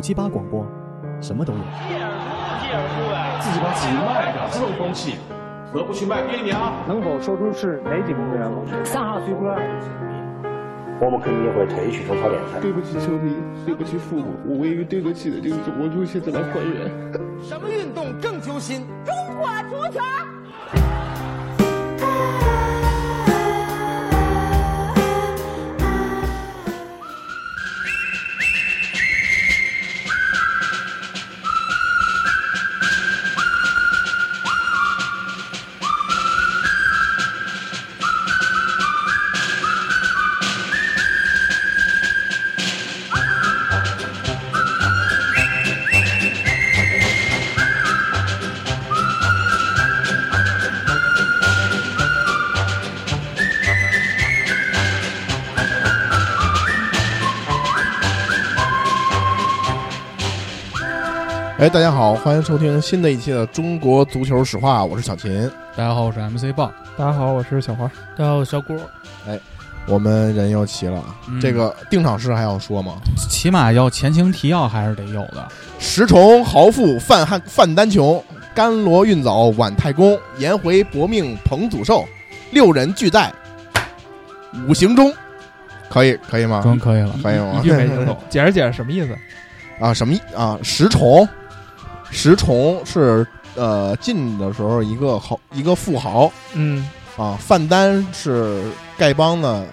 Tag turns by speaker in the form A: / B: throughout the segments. A: 七八广播，什么都有。
B: 屁眼书是屁眼书呗，
C: 自己把自己卖掉，这种东西何不去卖给你啊？
D: 能否说出是哪几名队员吗？上号随波，
E: 我们肯定会特意去争超联赛。
F: 对不起球迷，对不起父母，我唯一对得起的就是我出现在了还原。
G: 什么运动更揪心？
H: 中国足球。
I: 哎，大家好，欢迎收听新的一期的《中国足球史话》，我是小秦。
J: 大家好，我是 MC 豹。
D: 大家好，我是小花。
J: 大家好，我小郭。
I: 我们人又齐了，啊
J: 嗯，
I: 这个定场诗还要说吗？
J: 起码要前情提要还是得有的。
I: 石崇豪富范汉范丹琼，甘罗运早晚太公，颜回薄命彭祖寿，六人俱在五行中，可以可以吗？
J: 装可以了，
I: 可以吗
D: 一？句没听 懂，解释解释什么意思？
I: 啊，什么意啊？石崇，石崇是呃晋的时候一个豪一个富豪，
D: 嗯，
I: 啊，范丹是丐帮的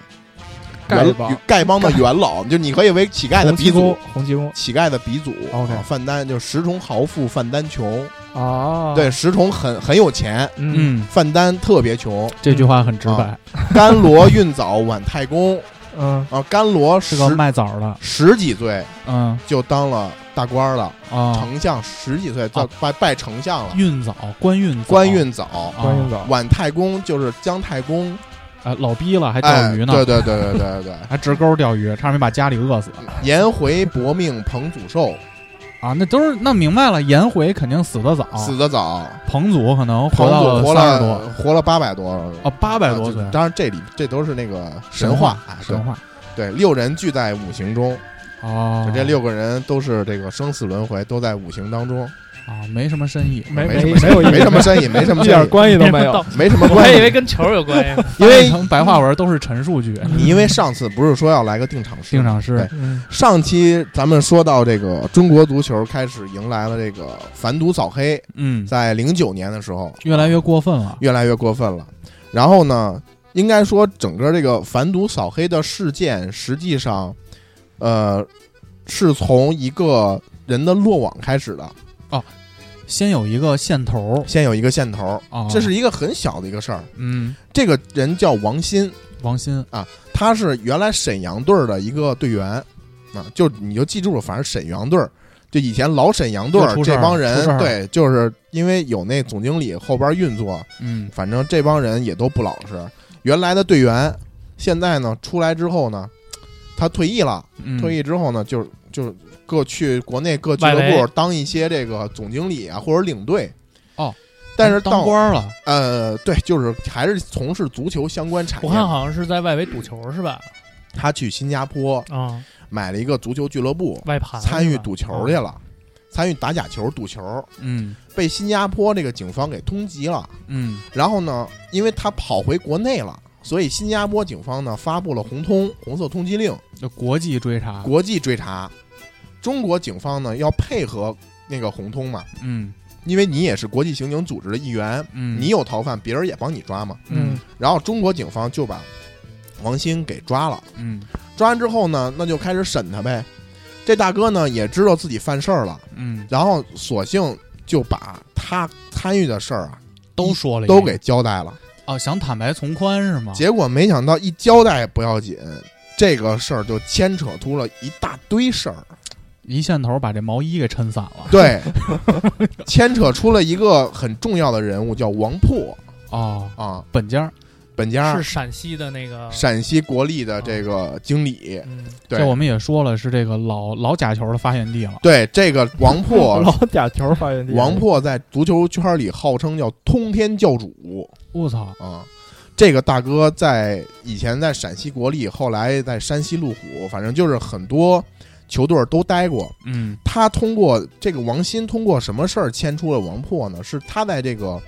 D: 丐
I: 元
D: 帮
I: 丐帮的元老，就你可以为乞丐的
D: 洪
I: 鼻
D: 七
I: 祖
D: 公，，洪七公
I: 乞丐的鼻祖。
D: OK
I: 啊范丹就是石崇豪富，范丹穷。
D: 哦，
I: 对，，石崇很很有钱，
D: 嗯
J: 啊嗯，
I: 范丹特别穷。
J: 这句话很直白，
I: 甘罗运早晚太公
D: 嗯，啊
I: 啊，甘罗
J: 是
I: 十
J: 个卖枣的。
I: 十几岁
J: 嗯
I: 就当了大官儿了，
J: 啊，
I: 丞相十几岁到
J: 啊
I: 拜拜丞相了，
J: 运枣，官运枣，
I: 官运早。
J: 啊
D: 关云早，
I: 晚太公就是姜太公，
J: 哎，老逼了还
I: 哎，
J: 钓鱼
I: 对
J: 呢，
I: 对对对对对对，
J: 还直钩钓鱼，差点没把家里饿死
I: 颜回薄命彭祖寿，
J: 啊！那都是那明白了，颜回肯定死得早，
I: 死得早，
J: 彭祖可能
I: 彭
J: 哦活到
I: 祖活
J: 三十多，
I: 了活了八百多，
J: 哦，八百多岁
I: 啊这，当然这里这都是那个
J: 神
I: 话
J: 话，
I: 啊对
J: 神话
I: 对，六人聚在五行中，
J: 哦
I: 就，这六个人都是这个生死轮回，都在五行当中，
J: 啊，没什么深意，
D: 没
I: 没什么
D: 没有意思
I: 没什么深意，没什么
D: 一
I: 深
D: 点
I: 意，
D: 关系都没有。
I: 没什么
K: 我还
I: 关
K: 以为
I: 系。
K: 跟球儿有关系。
I: 因为
J: 翻译成白话文都是陈述句，
I: 你因为上次不是说要来个定场诗，
J: 定场诗
I: 对
D: 嗯
I: 上期咱们说到这个中国足球开始迎来了这个反赌扫黑，
J: 嗯，
I: 在零九年的时候，
J: 越来越过分了。
I: 越来越过分了。然后呢，应该说整个这个反赌扫黑的事件，实际上，呃，是从一个人的落网开始的。
J: 先有一个线头
I: 先有一个线头，
J: 啊，
I: 这是一个很小的一个事儿。
J: 嗯，
I: 这个人叫王鑫，
J: 王鑫
I: 他是原来沈阳队儿的一个队员啊，就你就记住了，反正沈阳队儿。就以前老沈阳队
J: 又
I: 儿
J: 出事儿
I: 这帮人
J: 出事儿，了
I: 对，就是因为有那总经理后边运作，
J: 嗯
I: 反正这帮人也都不老实。原来的队员，现在呢出来之后呢，他退役了，
J: 嗯，
I: 退役之后呢，就就各去国内各俱乐
K: 外
I: 部
K: 围
I: 当一些这个总经理啊或者领队。
J: 哦，
I: 但是
J: 当
I: 到
J: 官儿了，
I: 呃对，就是还是从事足球相关产
K: 我看
I: 业。
K: 好像是在外围赌球是吧？
I: 他去新加坡
K: 啊，
I: 买了一个足球俱乐部，
K: 外
D: 啊
K: 盘
I: 参与
K: 是吧
I: 赌球去了，参与打假球、赌球，
J: 嗯
I: 被新加坡这个警方给通缉了。
J: 嗯
I: 然后呢，因为他跑回国内了，所以新加坡警方呢发布了红通红色通缉令，
J: 就国际追查，
I: 国际追查。中国警方呢要配合那个红通嘛，
J: 嗯
I: 因为你也是国际刑警组织的一员，
J: 嗯，
I: 你有逃犯，别人也帮你抓嘛。
J: 嗯
I: 然后中国警方就把王鑫给抓了，
J: 嗯
I: 抓完之后呢，那就开始审他呗。这大哥呢也知道自己犯事儿了，
J: 嗯，
I: 然后索性就把他参与的事儿啊
J: 都说了一
I: 都
J: 遍
I: 给交代了。
J: 哦，想坦白从宽是吗？
I: 结果没想到一交代不要紧，这个事儿就牵扯出了一大堆事儿，
J: 一线头把这毛衣给抻散了。
I: 对，牵扯出了一个很重要的人物，叫王破
J: 哦，
I: 啊，
J: 本家儿，
I: 本家
K: 是陕西的那个，
I: 陕西国力的这个经理，
K: 嗯，
J: 这我
I: 对
J: 们也说了，是这个老老假球的发源地了。
I: 对，这个王 破，
D: 老假球发源地，
I: 王破在足球圈里号称叫通天教主
J: 我操，
I: 啊。这个大哥在以前在陕西国力，后来在山西路虎，反正就是很多球队都待过。
J: 嗯
I: 他通过这个王鑫通过什么事儿牵出了王破呢？是他在这个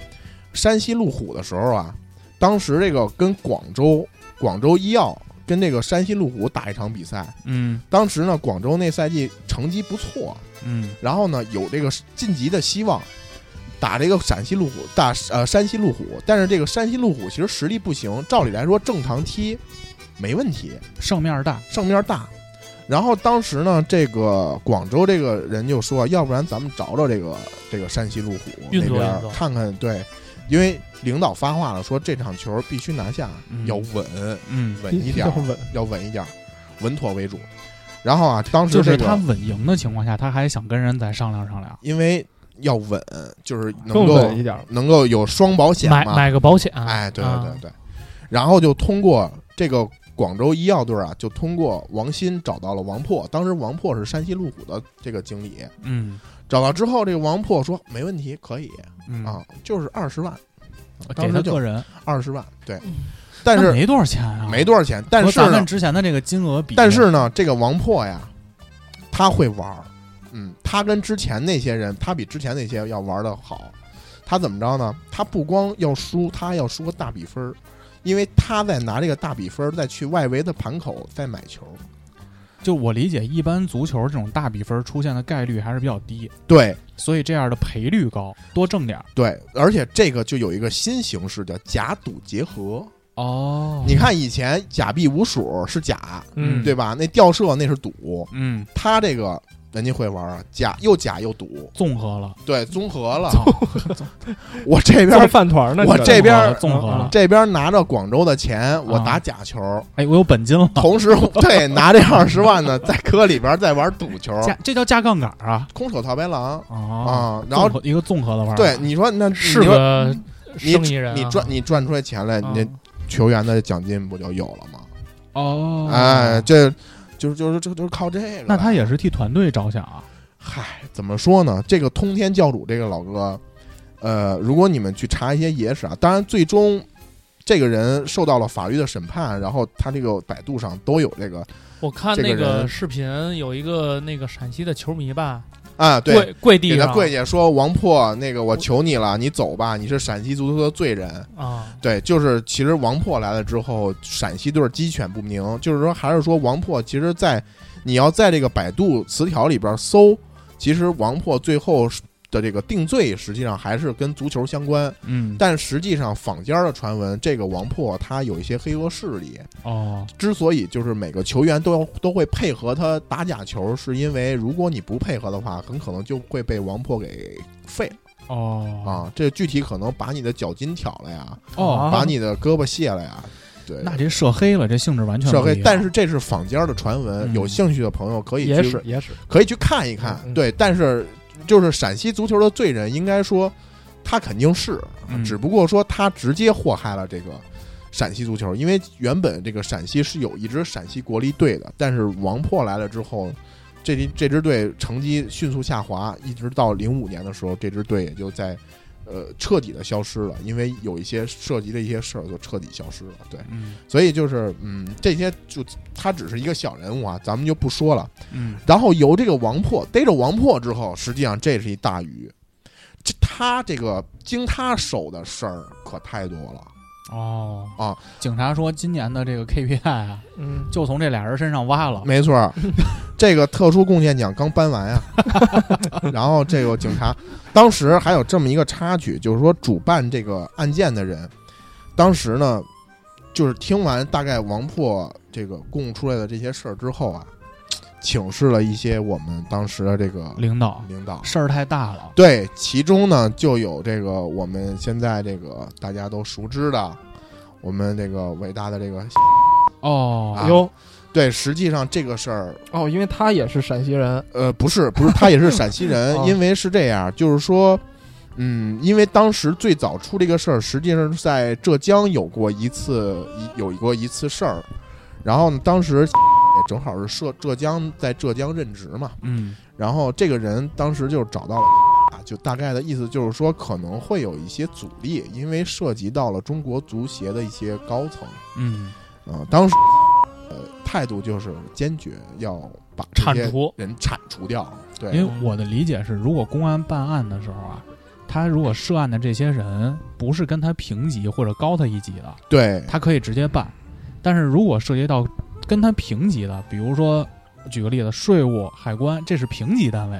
I: 山西路虎的时候啊，当时这个跟广州广州医药跟这个山西路虎打一场比赛，
J: 嗯
I: 当时呢广州那赛季成绩不错，
J: 嗯
I: 然后呢有这个晋级的希望，打这个陕西路虎，打呃山西路虎，但是这个山西路虎其实实力不行，照理来说正常踢没问题，
J: 胜面大，
I: 上面大。然后当时呢，这个广州这个人就说，要不然咱们找找这个这个山西路虎那
K: 运作
I: 边
K: 运作
I: 看看，对，因为领导发话了，说这场球必须拿下，
J: 嗯
I: 要稳
J: 嗯，
I: 稳一点儿
D: 要，稳
I: 要稳一点儿，稳妥为主。然后啊，当时
J: 就是
I: 这个
J: 他稳赢的情况下，他还想跟人再商量商量，
I: 因为要稳，就是能
D: 更
I: 够
D: 稳一点儿。
I: 能够有双保险
K: 买
I: 嘛，
K: 买个保险，
I: 哎，对对
K: 啊
I: 对对，然后就通过这个广州医药队啊，就通过王鑫找到了王破，当时王破是山西路虎的这个经理，
J: 嗯
I: 找到之后，这个王破说没问题，可以
J: 嗯，
I: 啊，就是二十万，
J: 给
I: 当
J: 他
I: 时就
J: 个人，
I: 二十万，对，但
J: 嗯那
I: 是
J: 没多少钱啊，
I: 没多少钱，但
J: 和
I: 是
J: 咱
I: 呢
J: 们，之前的这个金额比，
I: 但是呢，这个王破呀，他会玩儿，嗯，他跟之前那些人，他比之前那些要玩的好。他怎么着呢？他不光要输，他还要输个大比分儿，因为他在拿这个大比分儿再去外围的盘口再买球。
J: 就我理解，一般足球这种大比分出现的概率还是比较低，
I: 对
J: 所以这样的赔率高，多挣点儿
I: 对，而且这个就有一个新形式叫假赌结合。
J: 哦
I: 你看以前假币无鼠是假，
J: 嗯
I: 对吧？那吊射那是赌，
J: 嗯，
I: 他这个人家会玩儿啊，假又假又赌，
J: 综合了，
I: 对，综合 了。
J: 操
I: 我这边
D: 造饭团儿呢，
I: 我
D: 你
I: 这边
J: 综合了。啊
I: 这边拿着广州的钱，我打假球，
J: 哎，我有本金了，
I: 同 时对拿这二十万呢，在搁里边再玩赌球，
J: 加这叫加杠杆儿啊
I: 空手套白狼
J: 啊！
I: 啊、然后
J: 综合一个综合的玩法，
I: 对你说那
K: 是
I: 你说
K: 个
I: 你
K: 生意人啊，
I: 你赚你赚出来钱来，
D: 嗯
K: 啊
I: 你球员的奖金不就有了吗？
J: 哦，
I: 哎，，这就是就是这就是靠这个。
J: 那他也是替团队着想啊，
I: 嗨，怎么说呢？这个通天教主这个老哥，呃，如果你们去查一些野史啊，当然最终。这个人受到了法律的审判，然后他这个百度上都有这个
K: 我看
I: 这个
K: 那个
I: 人
K: 视频，有一个那个陕西的球迷吧，
I: 啊，对，
K: 跪跪地
I: 给他
K: 上
I: 跪下说：“王破，那个我求你了，你走吧，你是陕西足球的罪人。
K: 啊”，
I: 对，就是其实王破来了之后，陕西队鸡犬不宁，就是说还是说王破，其实在你要在这个百度词条里边搜，其实王破最后的这个定罪实际上还是跟足球相关，
J: 嗯，
I: 但实际上坊间的传闻，这个王破他有一些黑恶势力，
J: 哦，
I: 之所以就是每个球员都要都会配合他打假球，是因为如果你不配合的话，很可能就会被王破给废了
J: 哦，
I: 啊！这具体可能把你的脚筋挑了呀，
J: 哦，
I: 把你的胳膊卸了呀，对，
J: 那这涉黑了，这性质完全不
I: 社会
J: 一。样
I: 但是这是坊间的传闻，
J: 嗯
I: 有兴趣的朋友可以
D: 也
I: 去
D: 是也是，
I: 可以去看一看。
D: 嗯嗯
I: 对，但是就是陕西足球的罪人，应该说他肯定是，
J: 嗯
I: 啊只不过说他直接祸害了这个陕西足球，因为原本这个陕西是有一支陕西国力队的，但是王破来了之后。这支这支队成绩迅速下滑，一直到零五年的时候，这支队也就在，呃，彻底的消失了。因为有一些涉及的一些事儿，就彻底消失了。对，
J: 嗯
I: 所以就是，嗯，这些就他只是一个小人物啊，咱们就不说了。
J: 嗯
I: 然后由这个王破逮着王破之后，实际上这是一大鱼，这他这个经他手的事儿可太多了。
J: 哦
I: 啊，
J: 警察说今年的这个 KPI 啊，
D: 嗯，
J: 就从这俩人身上挖了，
I: 没错儿，这个特殊贡献奖刚颁完啊， 然后这个警察当时还有这么一个插曲，就是说主办这个案件的人，当时呢，就是听完大概王破这个供出来的这些事儿之后啊，请示了一些我们当时的这个
J: 领导
I: 领导，
J: 事儿太大了，
I: 对，其中呢就有这个我们现在这个大家都熟知的，我们这个伟大的这个，
J: 哦
I: 啊
D: 哟
I: 对，实际上这个事儿，
D: 哦，因为他也是陕西人，
I: 呃，不是不是，他也是陕西人，
D: 哦
I: 因为是这样，就是说，嗯，因为当时最早出这个事儿，实际上是在浙江有过一次一有过一次事儿，然后呢，当时也正好是浙浙江在浙江任职嘛，
J: 嗯
I: 然后这个人当时就找到了啊，就大概的意思就是说可能会有一些阻力，因为涉及到了中国足协的一些高层。
J: 嗯
I: 啊、当时呃，态度就是坚决要把
K: 铲
I: 这些
K: 除
I: 人铲除掉。对，
J: 因为我的理解是，如果公安办案的时候啊，他如果涉案的这些人不是跟他平级或者高他一级的，
I: 对，
J: 他可以直接办；但是如果涉及到跟他平级的，比如说举个例子，税务、海关，这是平级单位。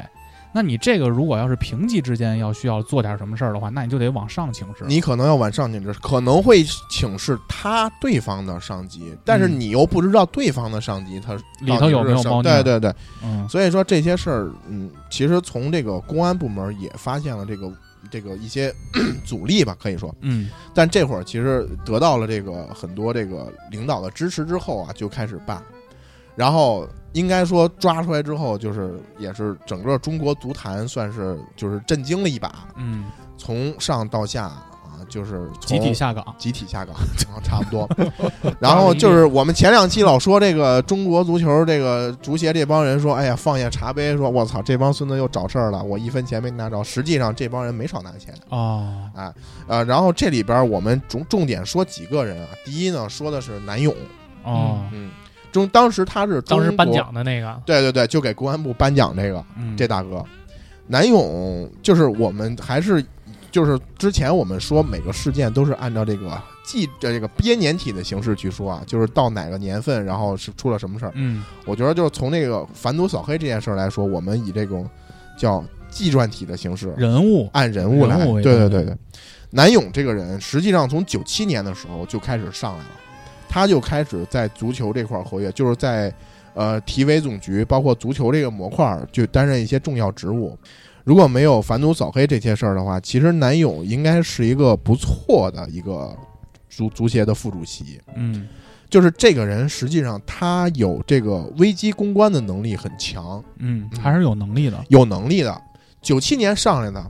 J: 那你这个如果要是平级之间要需要做点什么事儿的话，那你就得往上请示。
I: 你可能要往上请示，可能会请示他对方的上级，但是
J: 嗯
I: 你又不知道对方的上级他
J: 里头有没有猫腻？
I: 对，对对，
J: 嗯，
I: 所以说这些事儿，嗯，其实从这个公安部门也发现了这个这个一些 阻力吧，可以说。
J: 嗯，
I: 但这会儿其实得到了这个很多这个领导的支持之后啊，就开始办，然后应该说抓出来之后，就是也是整个中国足坛算是就是震惊了一把，
J: 嗯，
I: 从上到下啊，就是从
J: 集体下岗，
I: 集体下岗，啊差不多。 然后就是我们前两期老说这个中国足球这个足协这帮人说，哎呀，放下茶杯，说我操，这帮孙子又找事儿了，我一分钱没拿着。实际上这帮人没少拿钱
J: 哦，
I: 啊。呃，然后这里边我们重重点说几个人啊，第一呢说的是南勇，
J: 哦，
I: 嗯，中当时他是中
K: 当时颁
I: 国，
K: 奖的那个，
I: 对对对，就给公安部颁奖这个，
J: 嗯，
I: 这大哥，南勇就是我们还是就是之前我们说每个事件都是按照这个记这个编年体的形式去说啊，就是到哪个年份，然后是出了什么事儿。
J: 嗯，
I: 我觉得就是从这个反赌扫黑这件事儿来说，我们以这种叫纪传体的形式，
J: 人物，
I: 按人物来，
J: 人物为
I: 对对
J: 单
I: 对
J: 位
I: 对。南勇这个人，实际上从九七年的时候就开始上来了，他就开始在足球这块儿活跃，就是在呃体委总局包括足球这个模块儿就担任一些重要职务。如果没有反赌扫黑这些事儿的话，其实南勇应该是一个不错的一个足足协的副主席。
J: 嗯
I: 就是这个人，实际上他有这个危机公关的能力很强，
J: 嗯，还是有能力的，
I: 有能力的，九七年上来的，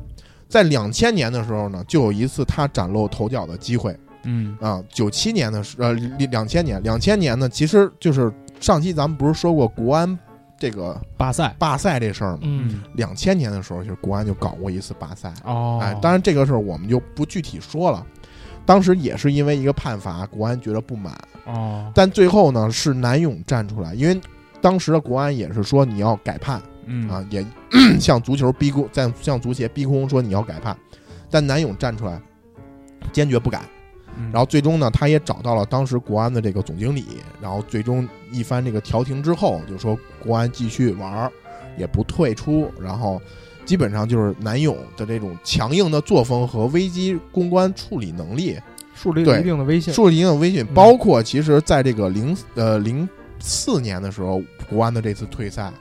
I: 在两千年的时候呢，就有一次他崭露头角的机会
J: 嗯
I: 啊。九七年的时呃两千年，两千年呢，其实就是上期咱们不是说过国安这个
J: 罢赛，
I: 罢赛这事儿吗？
K: 嗯，
I: 两千年的时候，就是国安就搞过一次罢赛，
J: 哦，
I: 哎，当然这个事儿我们就不具体说了。当时也是因为一个判罚，国安觉得不满，
J: 哦，
I: 但最后呢是南勇站出来，因为当时的国安也是说你要改判。
J: 嗯
I: 啊，也 向足球逼宫，在向足协逼宫说你要改判，但南勇站出来，坚决不改。
J: 嗯
I: 然后最终呢，他也找到了当时国安的这个总经理，然后最终一番这个调停之后，就说国安继续玩儿，也不退出。然后基本上就是南勇的这种强硬的作风和危机公关处理能力，
D: 树立
I: 对
D: 了一定的威信。
I: 树立影响威信。
D: 嗯
I: 包括其实在这个零呃零四年的时候，国安的这次退赛，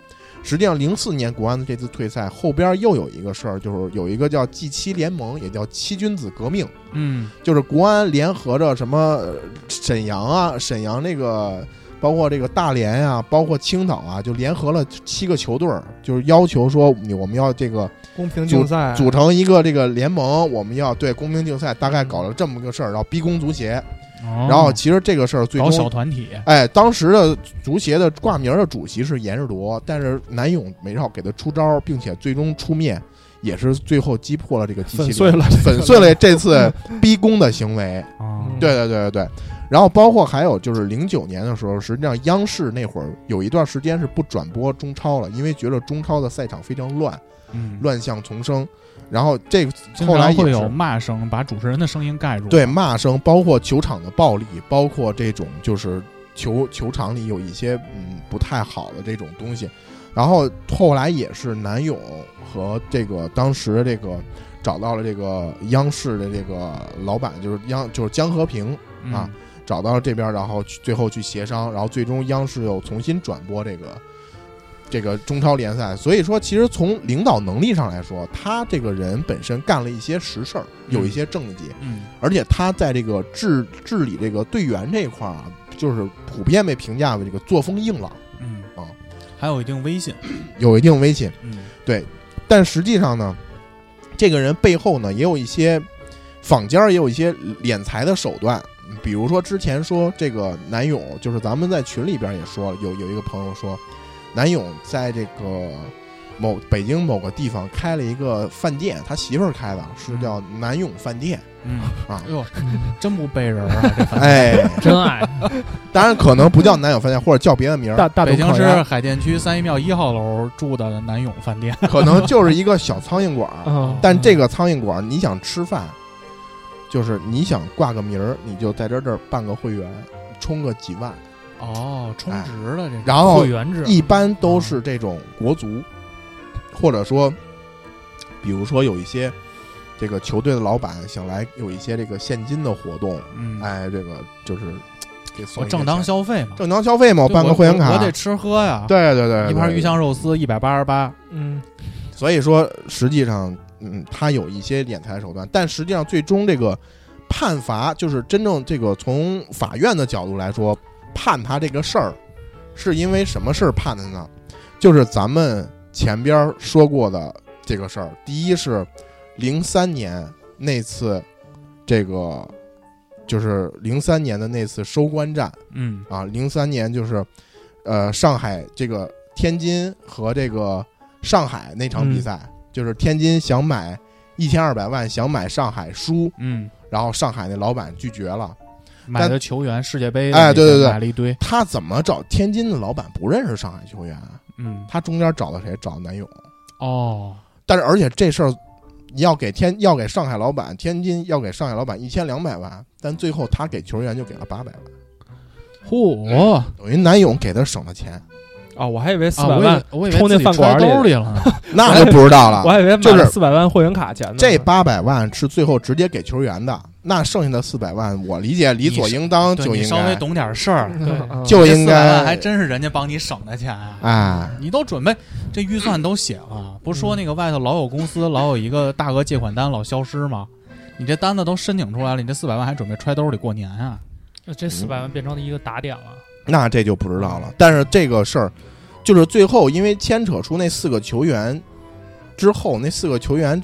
I: 实际上零四年国安的这次退赛后边又有一个事儿，就是有一个叫 G 七联盟，也叫七君子革命，
J: 嗯
I: 就是国安联合着什么呃沈阳啊，沈阳那个。包括这个大连呀、包括青岛啊，就联合了七个球队儿，就是要求说，你我们要这个
D: 公平竞赛，啊
I: 组成一个这个联盟，我们要对公平竞赛，大概搞了这么个事儿，然后逼宫足协，
J: 哦
I: 然后其实这个事儿最
J: 搞小
I: 终，
J: 团体，
I: 哎，当时的足协的挂名的主席是严世铎，但是南勇没少给他出招，并且最终出面，也是最后击破了这个机器
D: 粉碎了，
I: 粉碎了这次 逼宫的行为。
D: 嗯
J: 哦
I: 对对对对对。然后包括还有就是零九年的时候，实际上央视那会儿有一段时间是不转播中超了，因为觉得中超的赛场非常乱，
J: 嗯，
I: 乱象丛生。然后这个
J: 经
I: 后来
J: 常
I: 也
J: 会
I: 是啊
J: 有骂声把主持人的声音盖住，
I: 对，骂声，包括球场的暴力，包括这种就是球球场里有一些嗯不太好的这种东西。然后后来也是南勇和这个当时这个找到了这个央视的这个老板，就是央就是江和平，
J: 嗯
I: 啊，找到了这边，然后去最后去协商，然后最终央视又重新转播这个这个中超联赛。所以说，其实从领导能力上来说，他这个人本身干了一些实事儿，有一些政绩，
J: 嗯
I: 而且他在这个治治理这个队员这一块儿啊，就是普遍被评价为这个作风硬朗，
J: 嗯
I: 啊，
J: 还有一定威信，
I: 有一定威信。
J: 嗯
I: 但实际上呢，这个人背后呢也有一些坊间儿也有一些敛财的手段，比如说之前说这个南勇，就是咱们在群里边也说了，有有一个朋友说，南勇在这个某北京某个地方开了一个饭店，他媳妇儿开的，是叫南永饭店。
J: 嗯
I: 啊
J: 哎呦，真不背人啊！这 饭
I: 哎，
K: 真爱，
I: 当然可能不叫南永饭店，或者叫别的名
D: 大
I: 儿，
D: 大
J: 北
D: 众
J: 京
D: 烤
J: 市
D: 鸭
J: 海淀区三义庙一号楼住的南永 饭 店，
I: 可能就是一个小苍蝇馆儿。
J: 嗯
K: 嗯
D: 啊，
I: 但这个苍蝇馆儿，你想吃饭，就是你想挂个名儿，你就在这儿这儿办个会员，充个几万。
J: 哦，充值了这是。
I: 哎然后
K: 会员制，
I: 一般都是这种国足，或者说，比如说有一些这个球队的老板想来有一些这个现金的活动，
J: 嗯，
I: 哎，这个就是给送
J: 我
I: 一些
J: 正当
I: 钱
J: 消费嘛，
I: 正当消费嘛，我
J: 对
I: 办个会员
J: 我
I: 卡，
J: 我得吃喝呀。，
I: 对对对，
J: 一盘
I: 对
J: 鱼香肉丝一百八十八，
D: 嗯，
I: 所以说，实际上，嗯，他有一些敛财手段，但实际上最终这个判罚，就是真正这个从法院的角度来说，判他这个事儿，是因为什么事儿判的呢？就是咱们前边儿说过的这个事儿。第一是零三年那次，这个就是零三年的那次收官战，
J: 嗯
I: 啊，零三年就是，呃，上海这个天津和这个上海那场比赛，就是天津想买一千二百万想买上海输，
J: 嗯，
I: 然后上海那老板拒绝了。
J: 买的球员世界杯的
I: 哎
J: 那
I: 对对
J: 个
I: 对
J: 买了一堆，
I: 他怎么找天津的老板不认识上海球员啊？
J: 嗯，
I: 他中间找的谁？找的南勇。
J: 哦，
I: 但是而且这事儿要给天要给上海老板，天津要给上海老板一千两百万，但最后他给球员就给了八百万，哎
J: 嚯啊！
I: 等于南勇给他省了钱，
H: 啊，我还以为四百
J: 我以
H: 万
J: 为，我以为
H: 充那
J: 自己
H: 饭馆
J: 揣
H: 里嗯
J: 兜里了呢，
I: 那就不知道了。
H: 我还以为
I: 就
H: 买
I: 是
H: 了四百万会员卡
J: 嗯
H: 钱呢。
I: 这八百万是最后直接给球员的，那剩下的四百万，我理解理所应当
J: 对
I: 就
J: 你
I: 应
J: 稍微
I: 该
J: 懂点事儿，
K: 对
D: 啊
I: 就应
J: 这400万还
I: 该
J: 真是人家帮你省的钱啊！
I: 哎，
J: 你都准备这预算都写了，不是说那个外头老有公司老有一个大额借款单老消失吗？你这单子都申请出来了，你这四百万还准备揣兜里过年啊？
K: 呃这四百万变成了一个打点了。
I: 那这就不知道了。但是这个事儿，就是最后因为牵扯出那四个球员之后，那四个球员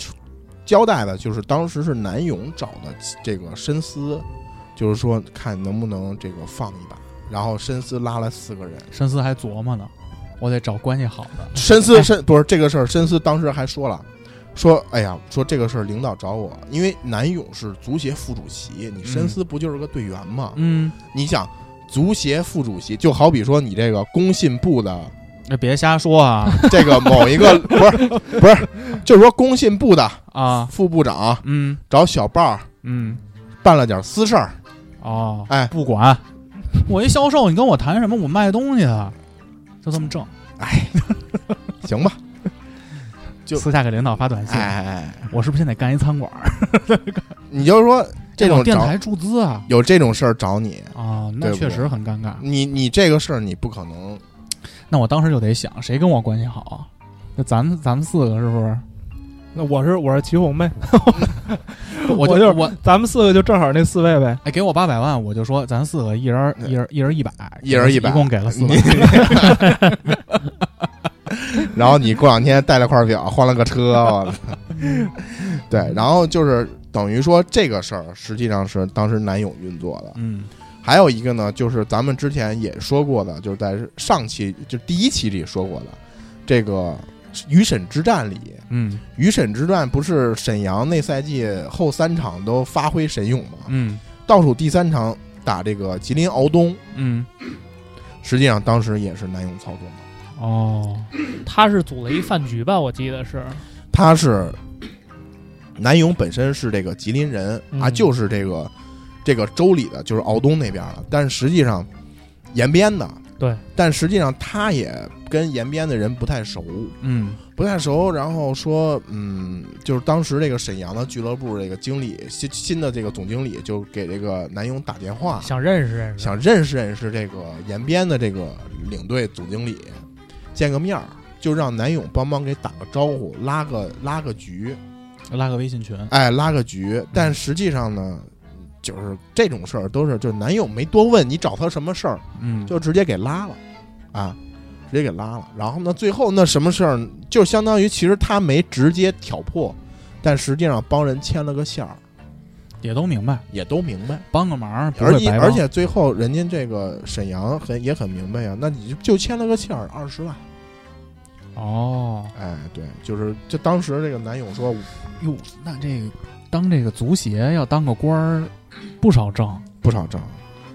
I: 交代的就是当时是南勇找的这个深思，就是说看能不能这个放一把。然后深思拉了四个人，
J: 深思还琢磨呢，我得找关系好的。
I: 深思深哎不是这个事儿，深思当时还说了，说哎呀，说这个事儿领导找我，因为南勇是足协副主席，你深思不就是个队员吗？
J: 嗯，
I: 你想，足协副主席就好比说你这个工信部的
J: 那别瞎说啊
I: 这个某一 个不是不是，就是说工信部的
J: 啊！
I: 副部长
J: 嗯
I: 找小报儿
J: 嗯
I: 办了点私事儿，
J: 哦，
I: 哎
J: 不管，我一销售，你跟我谈什么？我卖东西的，就这么挣。
I: 行吧？就
J: 私下给领导发短信，
I: 哎哎，哎
J: 我是不是先得干一餐馆儿？
I: 你就说这种
J: 电
I: 找
J: 台注资啊？
I: 有这种事儿找你，
J: 啊，
I: 对
J: 那
I: 不
J: 确
I: 对嗯
J: 实很尴尬。
I: 你你这个事儿你不可能
J: 那我当时就得想，谁跟我关系好啊？那咱们咱们四个是不是？
D: 那我是我是祁红呗，
J: 我
D: 我就是
J: 我
D: 咱们四个就正好那四位呗。
J: 哎，给我八百万，我就说咱四个一人儿
I: 嗯
J: 一人一人一百，
I: 一人一百
J: 一共给了四百
I: 你。 然后你过两天带了块表，换了个车，我操对，然后就是等于说这个事儿实际上是当时南勇运作的。
J: 嗯
I: 还有一个呢，就是咱们之前也说过的，就是在上期就第一期里说过的，这个鱼沈之战里，
J: 嗯
I: 鱼沈之战不是沈阳那赛季后三场都发挥神勇吗？
J: 嗯
I: 倒数第三场打这个吉林敖东，
J: 嗯，
I: 实际上当时也是南勇操纵的。
J: 哦，
K: 他是组了一饭局吧？我记得是，
I: 他是南勇本身是这个吉林人、啊，
K: 嗯
I: 就是这个这个州里的，就是敖东那边的，但实际上延边的。
K: 对，
I: 但实际上他也跟延边的人不太熟，
J: 嗯
I: 不太熟。然后说，嗯，就是当时这个沈阳的俱乐部这个经理新新的这个总经理就给这个南勇打电话，
K: 想认识认识，
I: 想认识认识这个延边的这个领队总经理，见个面儿，就让南勇帮忙给打个招呼，拉个拉个局。
J: 拉个微信群，
I: 哎，拉个局。但实际上呢，就是这种事儿都是，就是男友没多问你找他什么事儿，
J: 嗯，
I: 就直接给拉了，啊，直接给拉了。然后呢，最后那什么事儿，就相当于其实他没直接挑破，但实际上帮人牵了个线儿，
J: 也都明白，
I: 也都明白。
J: 帮个忙不
I: 而
J: 会
I: 且
J: 白帮
I: 而且最后人家这个沈阳很也很明白呀、那你就就牵了个线儿，二十万。
J: 哦，
I: 哎，对，就是就当时这个南勇说，
J: 哟，那这个当这个足协要当个官儿，不少挣，
I: 不少挣，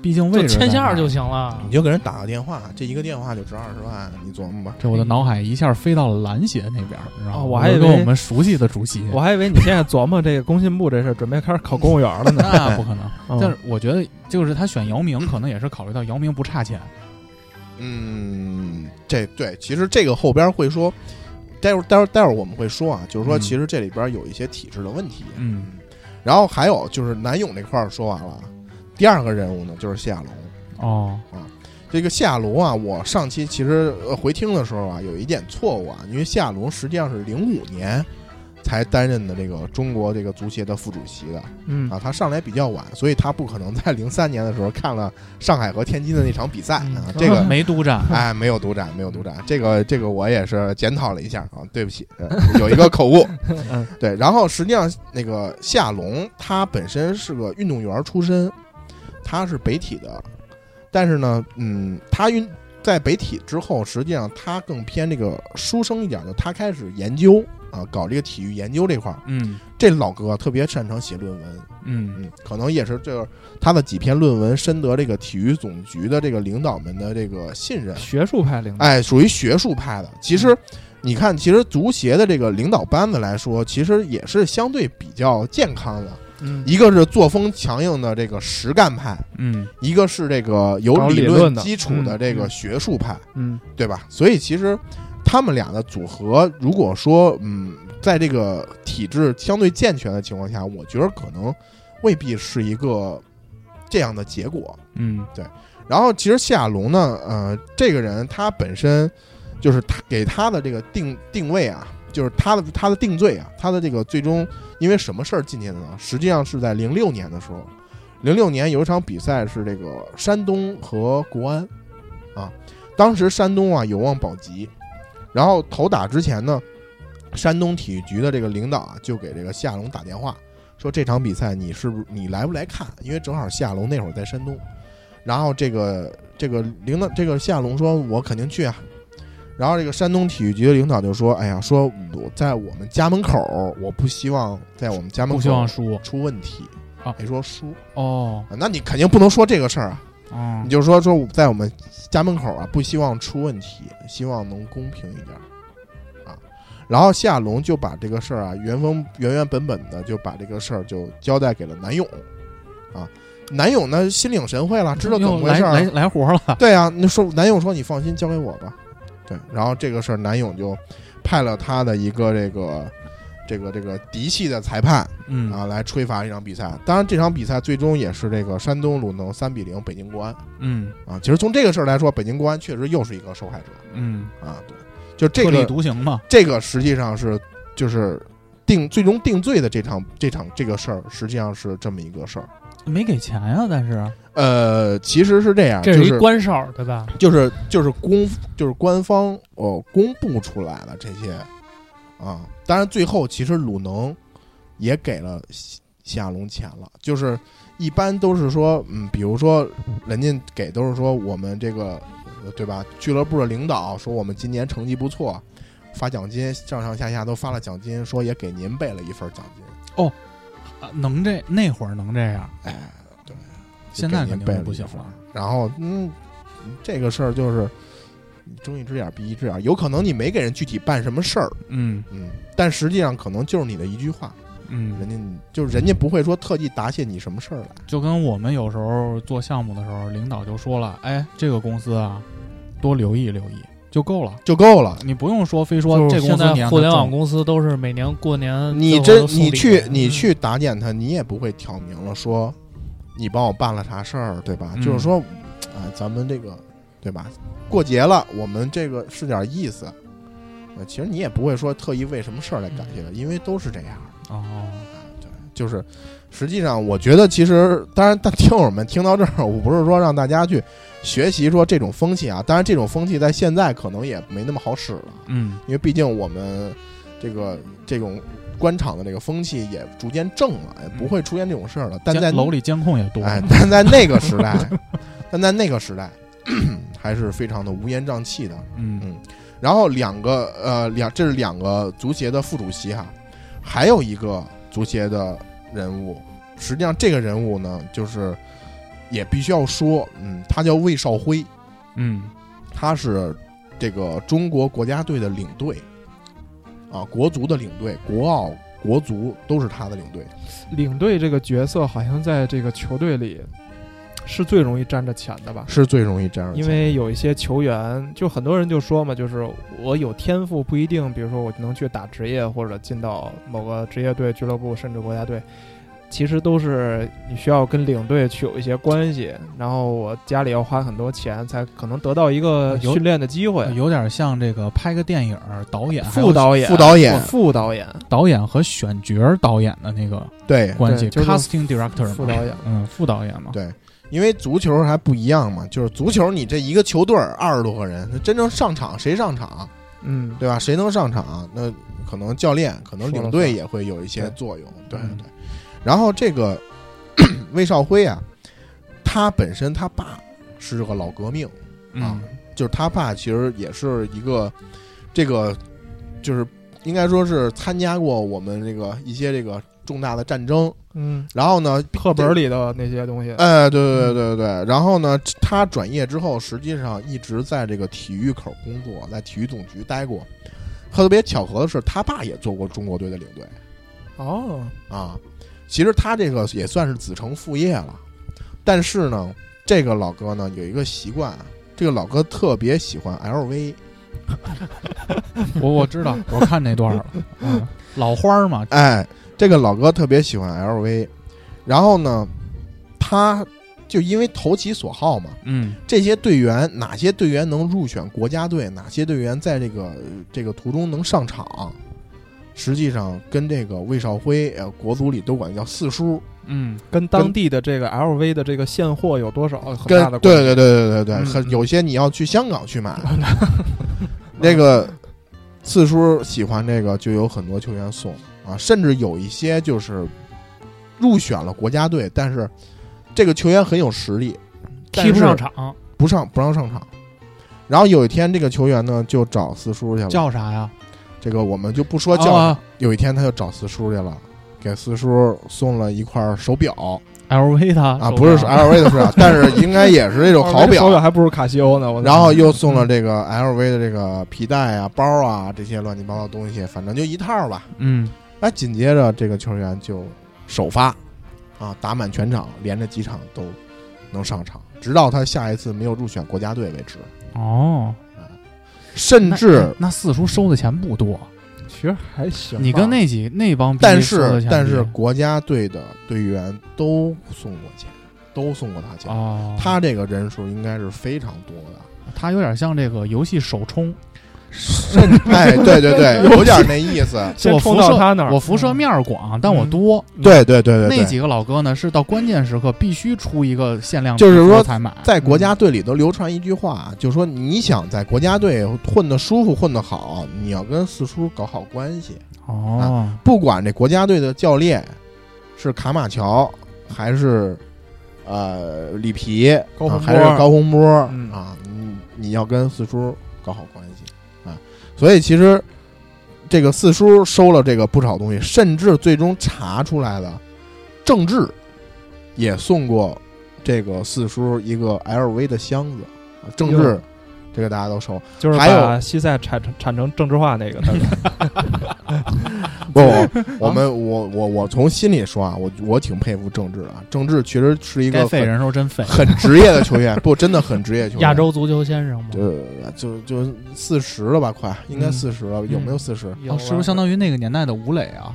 J: 毕竟位
K: 就
J: 置
K: 签
J: 在那
K: 下
J: 儿
K: 就。行了
I: 你。就给人打个电话，这一个电话就值二十万，你琢磨吧。
J: 这我的脑海一下飞到了篮协那边儿，然后
D: 哦我还以为
J: 跟我们熟悉的主席，
D: 我还以为你现在琢磨这个工信部这事儿，准备开始考公务员了呢。
J: 那不可能。
D: 嗯
J: 但是我觉得，就是他选姚明，可能也是考虑到姚明不差钱，
I: 嗯，这对，其实这个后边会说，待会儿待会儿待会儿我们会说啊，就是说
J: 嗯
I: 其实这里边有一些体制的问题。
J: 嗯，
I: 然后还有就是南勇这块儿说完了，啊第二个人物呢就是谢亚龙。
J: 哦，
I: 这个谢亚龙啊，我上期其实呃回听的时候啊，有一点错误啊，因为谢亚龙实际上是零五年才担任的这个中国这个足协的副主席的
D: 嗯
I: 啊，他上来比较晚，所以他不可能在零三年的时候看了上海和天津的那场比赛啊
J: 嗯，
I: 这个。
J: 没督 战，
I: 哎，没有独占，没有独占，这个这个我也是检讨了一下啊，对不起，呃有一个口误。
D: 嗯
I: 对，然后实际上那个夏龙他本身是个运动员出身，他是北体的，但是呢，嗯，他运在北体之后，实际上他更偏这个书生一点的，他开始研究啊，搞这个体育研究这块儿。
J: 嗯
I: 这老哥特别擅长写论文，
J: 嗯
I: 嗯，可能也是这个他的几篇论文深得这个体育总局的这个领导们的这个信任。
D: 学术派领导，
I: 哎，属于学术派的。其实，
D: 嗯
I: 你看，其实足协的这个领导班子来说，其实也是相对比较健康的。
D: 嗯，
I: 一个是作风强硬的这个实干派，
J: 嗯，
I: 一个是这个有
D: 搞
I: 理
D: 理论的
I: 基础的
D: 嗯
I: 这个
D: 嗯
I: 学术派，
D: 嗯
I: 对吧？所以其实他们俩的组合，如果说嗯，在这个体制相对健全的情况下，我觉得可能未必是一个这样的结果。
J: 嗯
I: 然后其实谢亚龙呢，呃，这个人他本身就是他给他的这个定定位啊，就是他的他的定罪啊，他的这个最终因为什么事儿进去的呢？实际上是在零六年的时候，零六年有一场比赛是这个山东和国安啊，当时山东啊有望保级，然后投打之前呢，山东体育局的这个领导啊就给这个谢亚龙打电话。说这场比赛你是不是你来不来看？因为正好谢亚龙那会儿在山东，然后这个这个领导这个夏龙说：“我肯定去啊。”然后这个山东体育局的领导就说：“哎呀，说我在我们家门口，我不希望在我们家门
J: 不
I: 口
J: 希望输
I: 出问题哎
J: 啊
I: 没说输，
J: 哦，
I: 啊那你肯定不能说这个事儿啊，
J: 嗯
I: 你就说说在我们家门口啊，不希望出问题，希望能公平一点儿啊。然后夏龙就把这个事儿啊，原封原原本本的就把这个事儿就交代给了南勇啊。南勇呢心领神会了，知道怎么
J: 又
I: 回事儿
J: 来
I: 了
J: 来，来活了，
I: 对啊，你说南勇说你放心交给我吧，对，然后这个事儿南勇就派了他的一个这个这个这个嫡系的裁判
J: 嗯
I: 啊来吹罚一场比赛，当然这场比赛最终也是这个山东鲁能三比零北京国安
J: 嗯
I: 啊，其实从这个事儿来说，北京国安确实又是一个受害者
J: 嗯，
I: 啊，对，就这
J: 特立
I: 个
J: 独行嘛，
I: 这个实际上是就是定最终定罪的这场这场这个事儿实际上是这么一个事儿，
J: 没给钱
I: 啊
J: 呀，但是
I: 呃，其实是这样，
K: 这
I: 就是
K: 一官哨，对吧？
I: 就是就是公就是官方哦公布出来的这些啊，当然最后其实鲁能也给了西西亚龙钱了，就是一般都是说嗯，比如说人家给都是说我们这个呃对吧，俱乐部的领导说我们今年成绩不错，发奖金上上下下都发了奖金，说也给您备了一份奖金，
J: 啊能这那会儿能这样，
I: 哎，对，
J: 现在肯
I: 您
J: 定
I: 备
J: 是
I: 了
J: 不
I: 一
J: 行
I: 份
J: 了，
I: 然后嗯，这个事儿就是睁一只眼闭一只眼，有可能你没给人具体办什么事儿，
J: 嗯
I: 嗯，但实际上可能就是你的一句话，
J: 嗯
I: 人，家就是人家不会说特地答谢你什么事儿来，
J: 就跟我们有时候做项目的时候，领导就说了，哎，这个公司啊，多留意留意就够了，
I: 就够了。
J: 你不用说非说这公
K: 现
J: 司
K: 在
J: 你让
K: 互
J: 它
K: 联网
J: 挣
K: 公司都是每年过年
I: 你
K: 嗯最
I: 真
K: 后都
I: 你
K: 送礼嗯
I: 去你去打点他，你也不会挑明了说你帮我办了啥事儿，对吧？
J: 嗯
I: 就是说，啊、咱们这个对吧？过节了，我们这个是点意思。呃，其实你也不会说特意为什么事儿来感谢他，因为都是这样。
J: 哦，
I: 就是实际上，我觉得其实，当然，大听友们听到这儿，我不是说让大家去学习说这种风气啊，当然这种风气在现在可能也没那么好使了，
J: 嗯
I: 因为毕竟我们这个这种官场的这个风气也逐渐正了，也不会出现这种事儿了。但
J: 监
I: 在
J: 楼里监控也 多，
I: 哎，但在那个时代，但在那个时代， 还是非常的乌烟瘴气的。
J: 嗯
I: 然后两个呃两这是两个足协的副主席哈，还有一个足协的人物，实际上这个人物呢，就是也必须要说，嗯，他叫魏少辉，
J: 嗯
I: 他是这个中国国家队的领队啊，国足的领队，国奥、国足都是他的领队。
D: 领队这个角色好像在这个球队里是最容易沾着钱的吧？
I: 是最容易沾上钱，
D: 因为有一些球员，就很多人就说嘛，就是我有天赋不一定，比如说我能去打职业或者进到某个职业队、俱乐部甚至国家队，其实都是你需要跟领队去有一些关系，然后我家里要花很多钱才可能得到一个
J: 有
D: 训练的机会。
J: 有点像这个拍个电影儿导演还有
D: 副导演、哦
I: 副导演
D: 副导演，
J: 导演和选角儿导演的那个
I: 对
J: 关系
D: 对就是
J: ，casting director 嘛
D: 副导演，
J: 嗯，副导演嘛，
I: 对因为足球还不一样嘛，就是足球你这一个球队二十多个人，那真正上场谁上场？
D: 嗯，
I: 对吧？谁能上场，那可能教练、可能
D: 说了
I: 领队
D: 算
I: 也会有一些
D: 对
I: 作用。对
J: 嗯
I: 对。然后这个 魏少辉啊，他本身他爸是个老革命，啊
J: 嗯，
I: 就是他爸其实也是一个这个就是应该说是参加过我们这个一些这个重大的战争。
D: 嗯，
I: 然后呢，
D: 课本里的那些东西，
I: 哎，对对对对对。然后呢，他转业之后，实际上一直在这个体育口工作，在体育总局待过。特别巧合的是，他爸也做过中国队的领队
D: 哦，
I: 啊。其实他这个也算是子承父业了，但是呢，这个老哥呢有一个习惯，啊这个老哥特别喜欢 LV，
J: 我我知 道，我看那段儿了，嗯，老花儿嘛，
I: 哎，这个老哥特别喜欢 LV，然后呢，他就因为投其所好嘛，
J: 嗯
I: 这些队员哪些队员能入选国家队，哪些队员在这个这个途中能上场，实际上跟这个魏少辉，呃，国足里都管叫四叔，
J: 嗯
D: 跟当地的这个 LV 的这个现货有多少很
I: 跟
D: 大的
I: 对
D: 关系。
I: 对对对对对，
D: 嗯
I: 很有些你要去香港去 买，那个四叔喜欢这个，就有很多球员送啊，甚至有一些就是入选了国家队，但是这个球员很有实力，但
K: 踢不
I: 是
K: 上场，
I: 不上不让上场。然后有一天，这个球员呢就找四叔去了，
J: 叫啥呀？
I: 这个我们就不说叫啥。
J: 啊
I: 有一天，他就找四叔去了，给四叔送了一块手表
K: LV 的
I: 啊，不是
J: 嗯
I: LV 的手表，但是应该也是这种好
D: 哦手
I: 表
D: 表。还不如卡西欧呢。我
I: 然后又送了这个 LV 的这个皮带啊、包啊这些乱七八糟的东西，反正就一套吧。
J: 嗯
I: 那紧接着这个球员就首发啊，打满全场，连着几场都能上场，直到他下一次没有入选国家队为止。
J: 哦，
I: 甚
J: 那
I: 至，
J: 那那四叔收的钱不多，
D: 其实还行吧，
J: 你跟那几那帮逼
I: 但
J: 收的
I: 是
J: 钱
I: 但是
J: 低
I: 国家队的队员都送过钱，都送过他钱。
J: 哦，
I: 他这个人数应该是非常多 的，
J: 他有点像这个游戏首充，
I: 甚至哎，对对对，有点那意思。
D: 先
J: 我
D: 冲
J: 辐
D: 到
J: 射
D: 他那儿，
J: 我辐
K: 嗯
J: 射面儿广，但我多。
I: 嗯对对对对对，
J: 那几个老哥呢，是到关键时刻必须出一个限量，
I: 就是说
J: 才买。嗯
I: 在国家队里头流传一句话，啊就说你想在国家队混得舒服、混得好，你要跟四叔搞好关系。
J: 哦，
I: 不管这国家队的教练是卡马乔还是呃里皮，
D: 高洪波
I: 啊还是高洪波、
D: 嗯
I: 啊，你你要跟四叔搞好关系啊。所以其实这个四叔收了这个不少东西，甚至最终查出来了，郑智也送过这个四叔一个 LV 的箱子，啊郑智
D: 哟。
I: 这个大家都熟，
D: 就是
I: 还有
D: 把西塞产产成政治化 那个，大概
I: 不，我们我我我从心里说啊，我我挺佩服郑智的啊，郑智确实是一
J: 该
I: 个
J: 废
I: 很
J: 人时候真废。
I: 很职业的球员，不，真的很职业球员。
K: 亚洲足球先生嘛，
I: 就就就四十了吧，快应该四十了，有没有四十？
K: 有啊
J: 哦，
K: 吧
J: 是不是相当于那个年代的吴磊啊？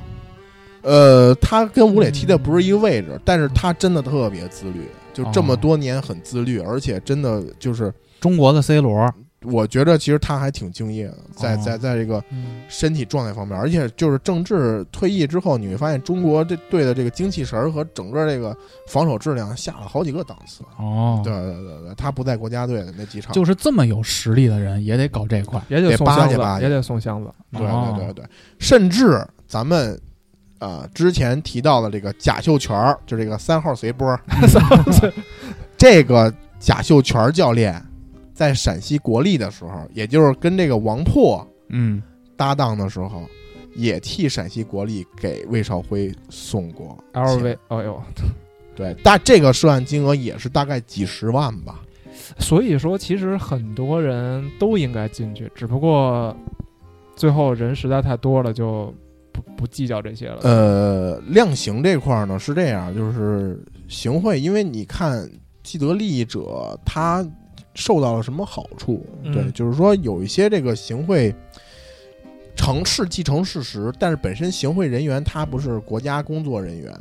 I: 呃，他跟吴磊踢的不是一个位置，但是他真的特别自律，就这
J: 哦
I: 么多年很自律，而且真的就是，
J: 中国的 C 罗，
I: 我觉得其实他还挺敬业的，在
J: 哦
I: 在在这个
K: 嗯
I: 身体状态方面，而且就是郑智退役之后，你会发现中国这队的这个精气神儿和整个这个防守质量下了好几个档次。
J: 哦
I: 对，对对对，他不在国家队的那几场，
J: 就是这么有实力的人也得搞这块。
D: 也得送
I: 巴
D: 箱
I: 结巴
D: 子，
I: 结
D: 也得送箱子。
I: 对
J: 哦
I: 对对对，甚至咱们啊、呃之前提到的这个贾秀全儿，就这
J: 哦
I: 个三号随波儿，这个贾秀全儿教练在陕西国力的时候，也就是跟这个王破
J: 嗯，
I: 搭档的时候，也替陕西国力给魏少辉送过
D: LV，
I: 钱。
D: 哎呦，
I: 对，但这个涉案金额也是大概几十万吧。
D: 所以说其实很多人都应该进去，只不过最后人实在太多了，就不不计较这些了。
I: 呃，量刑这块儿呢是这样，就是行贿，因为你看既得利益者他受到了什么好处？
D: 嗯
I: 对，就是说有一些这个行贿。成事既成事实，但是本身行贿人员他不是国家工作人员，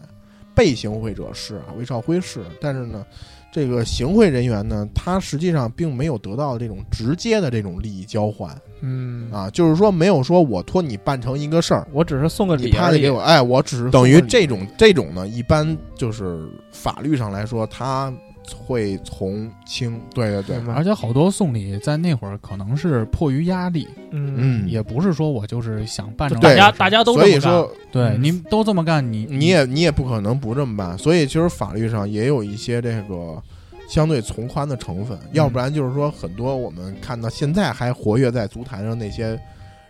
I: 被行贿者是啊，魏少辉是，但是呢，这个行贿人员呢，他实际上并没有得到这种直接的这种利益交换
D: 嗯，
I: 啊，就是说没有说我托你办成一个事儿，
D: 我只是送个
I: 你
D: 礼
I: 趴
D: 而
I: 下
D: 已
I: 给。我，哎，我只是等于这种这种呢，一般就是法律上来说，他会从轻，对对对
D: 明，白
J: 而且好多送礼在那会儿可能是迫于压力，
D: 嗯
I: 嗯，
J: 也不是说我就是想办成
K: 大
I: 对
K: 家大家都这
I: 所
K: 么
I: 以
K: 干
I: 说
J: 对，你都这么干，你
I: 你也你也不可能不这么办，所以其实法律上也有一些这个相对从宽的成分，要不然就是说很多我们看到现在还活跃在足坛上那些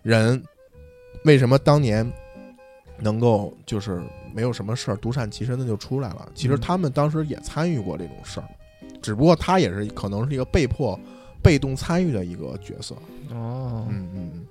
I: 人，为什么当年能够就是没有什么事儿独善其身的就出来了？其实他们当时也参与过这种事儿，只不过他也是可能是一个被迫被动参与的一个角色。
D: 哦，
I: 嗯嗯，嗯，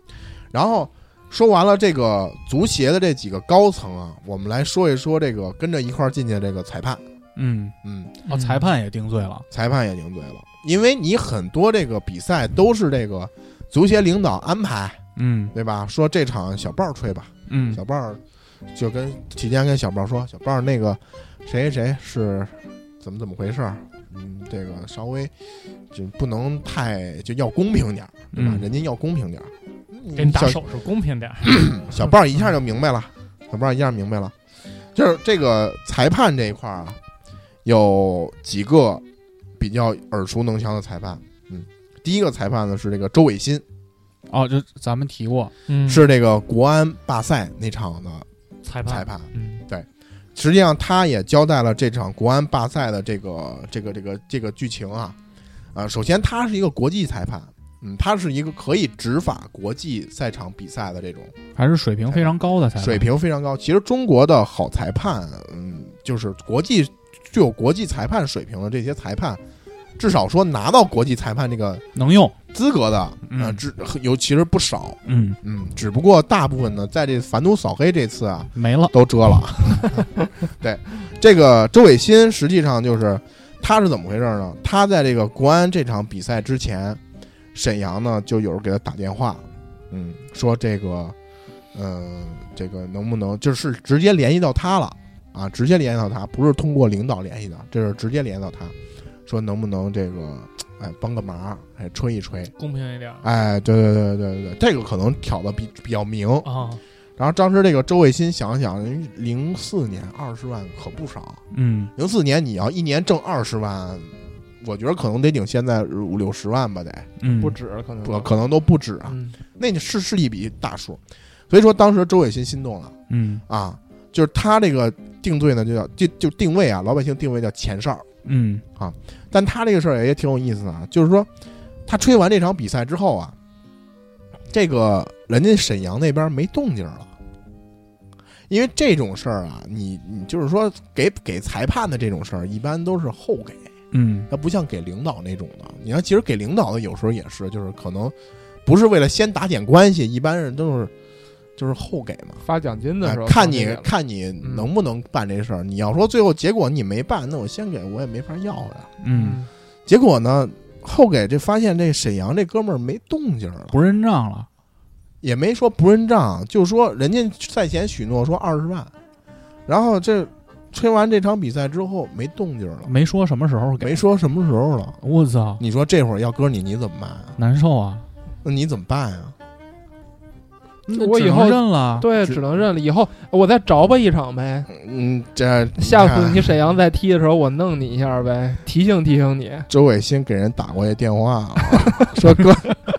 I: 然后说完了这个足协的这几个高层啊，我们来说一说这个跟着一块儿进去的这个裁判。
J: 嗯，
I: 嗯，
J: 哦，裁判也定罪了，
I: 裁判也顶罪了，因为你很多这个比赛都是这个足协领导安排，
J: 嗯
I: 对吧？说这场小豹吹吧，
J: 嗯
I: 小豹儿就跟提前跟小豹儿说，小豹儿那个谁谁谁是怎么怎么回事儿。嗯，这个稍微就不能太就要公平点儿，对吧？
J: 嗯
I: 人家要公平点儿，
K: 给你打
I: 小
K: 手嗯势，公平 点儿。
I: 小豹一下就明白了，小豹一下明白了，就是这个裁判这一块儿啊，有几个比较耳熟能详的裁判。嗯，第一个裁判呢是这个周伟新，
J: 哦，就咱们提过，
K: 嗯，
I: 是这个国安罢赛那场的
K: 裁判，
I: 裁判。
K: 嗯
I: 实际上，他也交代了这场国安罢赛的这个这个这个这个剧情啊。呃，首先他是一个国际裁判，嗯，他是一个可以执法国际赛场比赛的这种
J: 还是水平非常高的裁判，
I: 水平非常高。其实中国的好裁判，嗯，就是国际具有国际裁判水平的这些裁判，至少说拿到国际裁判这个
J: 能用，
I: 资格的，
J: 嗯
I: 呃，只尤其是不少，
J: 嗯，
I: 嗯，只不过大部分呢，在这反赌扫黑这次啊，
J: 没了，
I: 都遮了。 对，这个周伟新实际上就是他是怎么回事呢？他在这个国安这场比赛之前，沈阳呢就有人给他打电话，嗯，说这个，呃，这个能不能就是直接联系到他了啊？直接联系到他，不是通过领导联系的，这是直接联系到他，说能不能这个，哎，帮个忙，哎，吹一吹。
K: 公平一点儿
I: 哎，对对对对对对，这个可能挑的比比较明，
K: 啊。
I: 然后当时这个周卫新想想，零四年二十万可不少，
J: 嗯
I: 零四年你要一年挣二十万，我觉得可能得顶现在五六十万吧，得
J: 嗯，
D: 不止啊可能
I: 不可能都不止啊，
D: 嗯
I: 那你是是一笔大数，所以说当时周卫新心动了
J: 嗯
I: 啊，就是他这个定罪呢就叫就就定位啊，老百姓定位叫前哨，
J: 嗯
I: 但他这个事儿也挺有意思的啊，就是说他吹完这场比赛之后啊，这个人家沈阳那边没动静了，因为这种事儿啊，你你就是说给给裁判的这种事儿，一般都是后给，
J: 嗯
I: 它不像给领导那种的。你要其实给领导的有时候也是，就是可能不是为了先打点关系，一般人都是就是后给嘛。
D: 发奖金的
I: 哎
D: 时候，
I: 看你
D: 发这个嗯
I: 看你能不能办这事儿。你要说最后结果你没办，那我先给我也没法要呀。
J: 嗯，
I: 结果呢，后给这发现这沈阳这哥们儿没动静了，
J: 不认账了，
I: 也没说不认账，就说人家赛前许诺说二十万，然后这吹完这场比赛之后没动静了，
J: 没说什么时候给
I: 没，说什么时候了。
J: 我操，
I: 你说这会儿要搁你你怎么办啊？
J: 难受啊！
I: 那你怎么办啊呀、
J: 那
D: 我
J: 只
D: 以
J: 能
D: 后
J: 认了，
D: 对，只能认了。以后我再找吧一场呗，
I: 嗯，这
D: 下
I: 看
D: 次你沈阳再踢的时候，我弄你一下呗，提醒提醒你。
I: 周伟新给人打过去电话了， 说哥，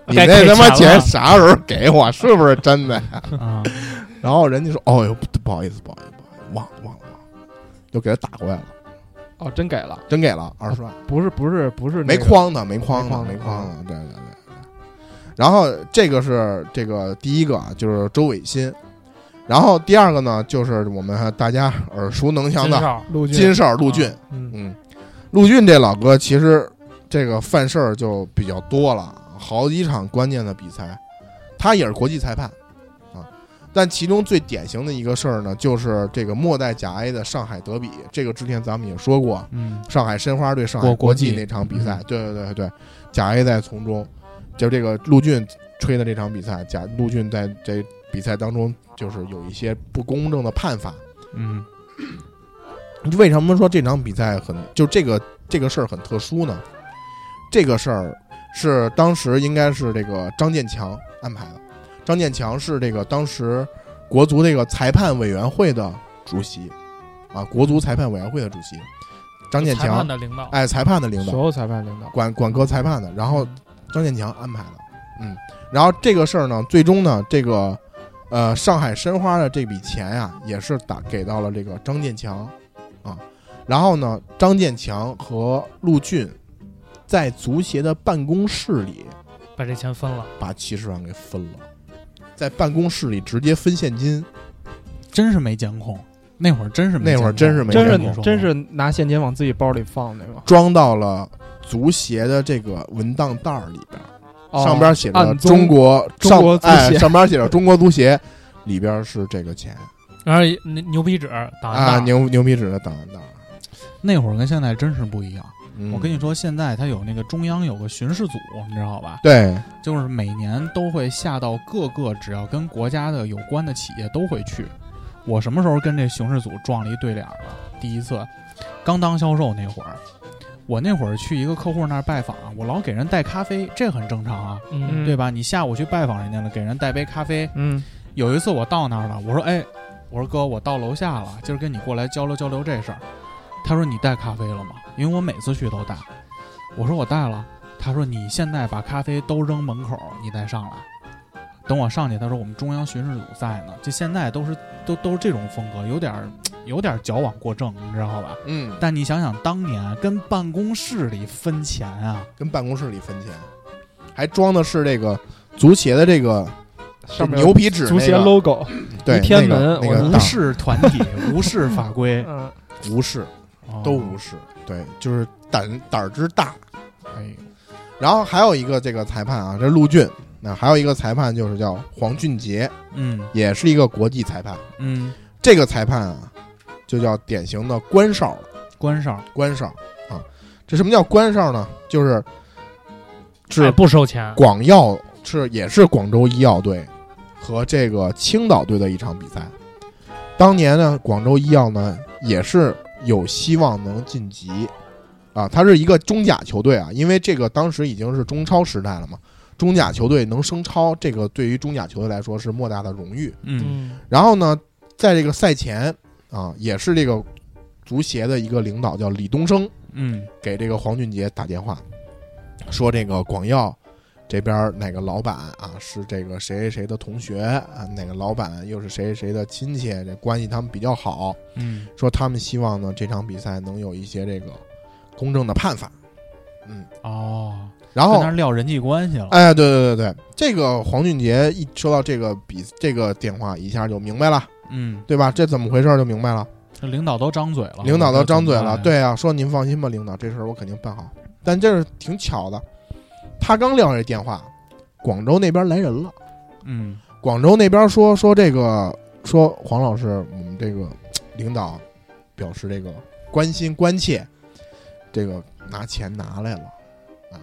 I: 你那
K: 该给
I: 他妈
K: 钱
I: 钱
K: 了
I: 啥时候给我？是不是真的 呀？
J: 啊，
I: 然后人家说：“哦呦，不不好意思，不好意思，不好意思忘了忘了忘了，就给他打过来了。
D: 哦，真给了，
I: 真给了二十万，
D: 不是不是啊不是
I: 没
D: 那个
I: 框的，没框的，
D: 没
I: 没
D: 框
I: 框的，对对对对。然后这个是这个第一个啊，就是周伟新。然后第二个呢，就是我们大家耳熟能详的
D: 陆
I: 金哨陆俊，
D: 嗯
I: 嗯，陆俊这老哥其实这个犯事儿就比较多了，好几场关键的比赛，他也是国际裁判啊。但其中最典型的一个事儿呢，就是这个末代甲 A 的上海德比，这个之前咱们也说过，
J: 嗯，
I: 上海申花对上海
J: 国
I: 国
J: 国
I: 际嗯
J: 际
I: 那场比赛，对对对对，甲 A 在从中，就这个陆俊吹的这场比赛，甲陆俊在这比赛当中就是有一些不公正的判罚。
J: 嗯，
I: 为什么说这场比赛很就这个这个事儿很特殊呢？这个事儿是当时应该是这个张建强安排的，张建强是这个当时国足这个裁判委员会的主席，啊，国足裁判委员会的主席张建
K: 裁
I: 强
K: 判，的领导，
I: 哎，裁判的领导，
D: 所有裁判领导，
I: 管管哥裁判的，然后张建强安排的，嗯，然后这个事儿呢，最终呢，这个呃上海申花的这笔钱呀、也是打给到了这个张建强啊，然后呢，张建强和陆俊在足协的办公室里
K: 把这钱分了，
I: 把七十万给分了，在办公室里直接分现金，
J: 真是没监控，那会儿真是没
I: 那会儿
J: 监
I: 真
J: 控
I: 是没
D: 真
I: 监
J: 我跟你
D: 是
J: 说
D: 真是拿现金往自己包里放那个，
I: 装到了足协的这个文档袋儿里边。
D: 哦
I: 上边写着
D: 暗
I: 中
D: 中
I: 国
D: 中
I: 上
D: 国足
I: 哎，
D: 协
I: 上边写着中国足协，里边是这个钱
K: 然后那牛皮纸打哎
I: 啊，牛牛皮纸的档案袋。
J: 那会儿跟现在真是不一样。
I: 嗯
J: 我跟你说，现在它有那个中央有个巡视组，你知道吧？
I: 对，
J: 就是每年都会下到各个只要跟国家的有关的企业都会去。我什么时候跟这巡视组撞了一对脸儿了？第一次，刚当销售那会儿，我那会儿去一个客户那儿拜访，我老给人带咖啡，这很正常啊，
K: 嗯
J: 对吧？你下午去拜访人家了，给人带杯咖啡。
D: 嗯，
J: 有一次我到那儿了，我说：“哎，我说哥，我到楼下了，今儿跟你过来交流交流这事儿。”他说：“你带咖啡了吗？”因为我每次去都带。我说：“我带了。”他说：“你现在把咖啡都扔门口，你再上来。”等我上去，他说：“我们中央巡视组在呢。”就现在都是都都是这种风格，有点儿有点儿矫枉过正，你知道吧？
I: 嗯，
J: 但你想想，当年啊跟办公室里分钱啊，
I: 跟办公室里分钱，还装的是这个足协的这个
D: 上面
I: 牛皮纸那
D: 足
I: 个，
D: 协 logo，
I: 对
D: 天安
I: 那
D: 门
I: 个那
D: 我
I: 个
J: 无
I: 档
J: 视团 体，无视法规，哦
D: 嗯，
I: 无视都无视，
D: 哦
I: 对，就是胆胆儿之大。
J: 哎呦，
I: 然后还有一个这个裁判啊，这陆俊，那还有一个裁判就是叫黄俊杰，
J: 嗯
I: 也是一个国际裁判。
J: 嗯，
I: 这个裁判啊，就叫典型的官哨了。
J: 关上
I: 官哨啊。这什么叫官哨呢？就是
K: 哎
I: 是
K: 不收钱，
I: 广药是也是广州医药队和这个青岛队的一场比赛。当年呢，广州医药呢也是有希望能晋级啊，它是一个中甲球队啊，因为这个当时已经是中超时代了嘛。中甲球队能升超，这个对于中甲球队来说是莫大的荣誉。
J: 嗯
K: 嗯，
I: 然后呢，在这个赛前啊，也是这个足协的一个领导叫李东升，
J: 嗯
I: 给这个黄俊杰打电话，说这个广药这边儿哪个老板啊是这个谁谁谁的同学啊，哪个老板又是谁谁谁的亲戚，这关系他们比较好，
J: 嗯
I: 说他们希望呢这场比赛能有一些这个公正的判罚。嗯，
J: 哦，
I: 然
J: 跟
I: 后
J: 那儿撂人际关系了，
I: 哎，对对对对，这个黄俊杰一收到这个比这个电话，一下就明白了，
J: 嗯，
I: 对吧？这怎么回事儿就明白了。
J: 这领导都张嘴了，
I: 领导都张嘴了，
J: 这怎么办呀，
I: 对啊，说您放心吧，领导，这事儿我肯定办好。但这是挺巧的，他刚撂这电话，广州那边来人了。
J: 嗯
I: 广州那边说说这个，说黄老师，我们这个领导表示这个关心关切，这个拿钱拿来了啊。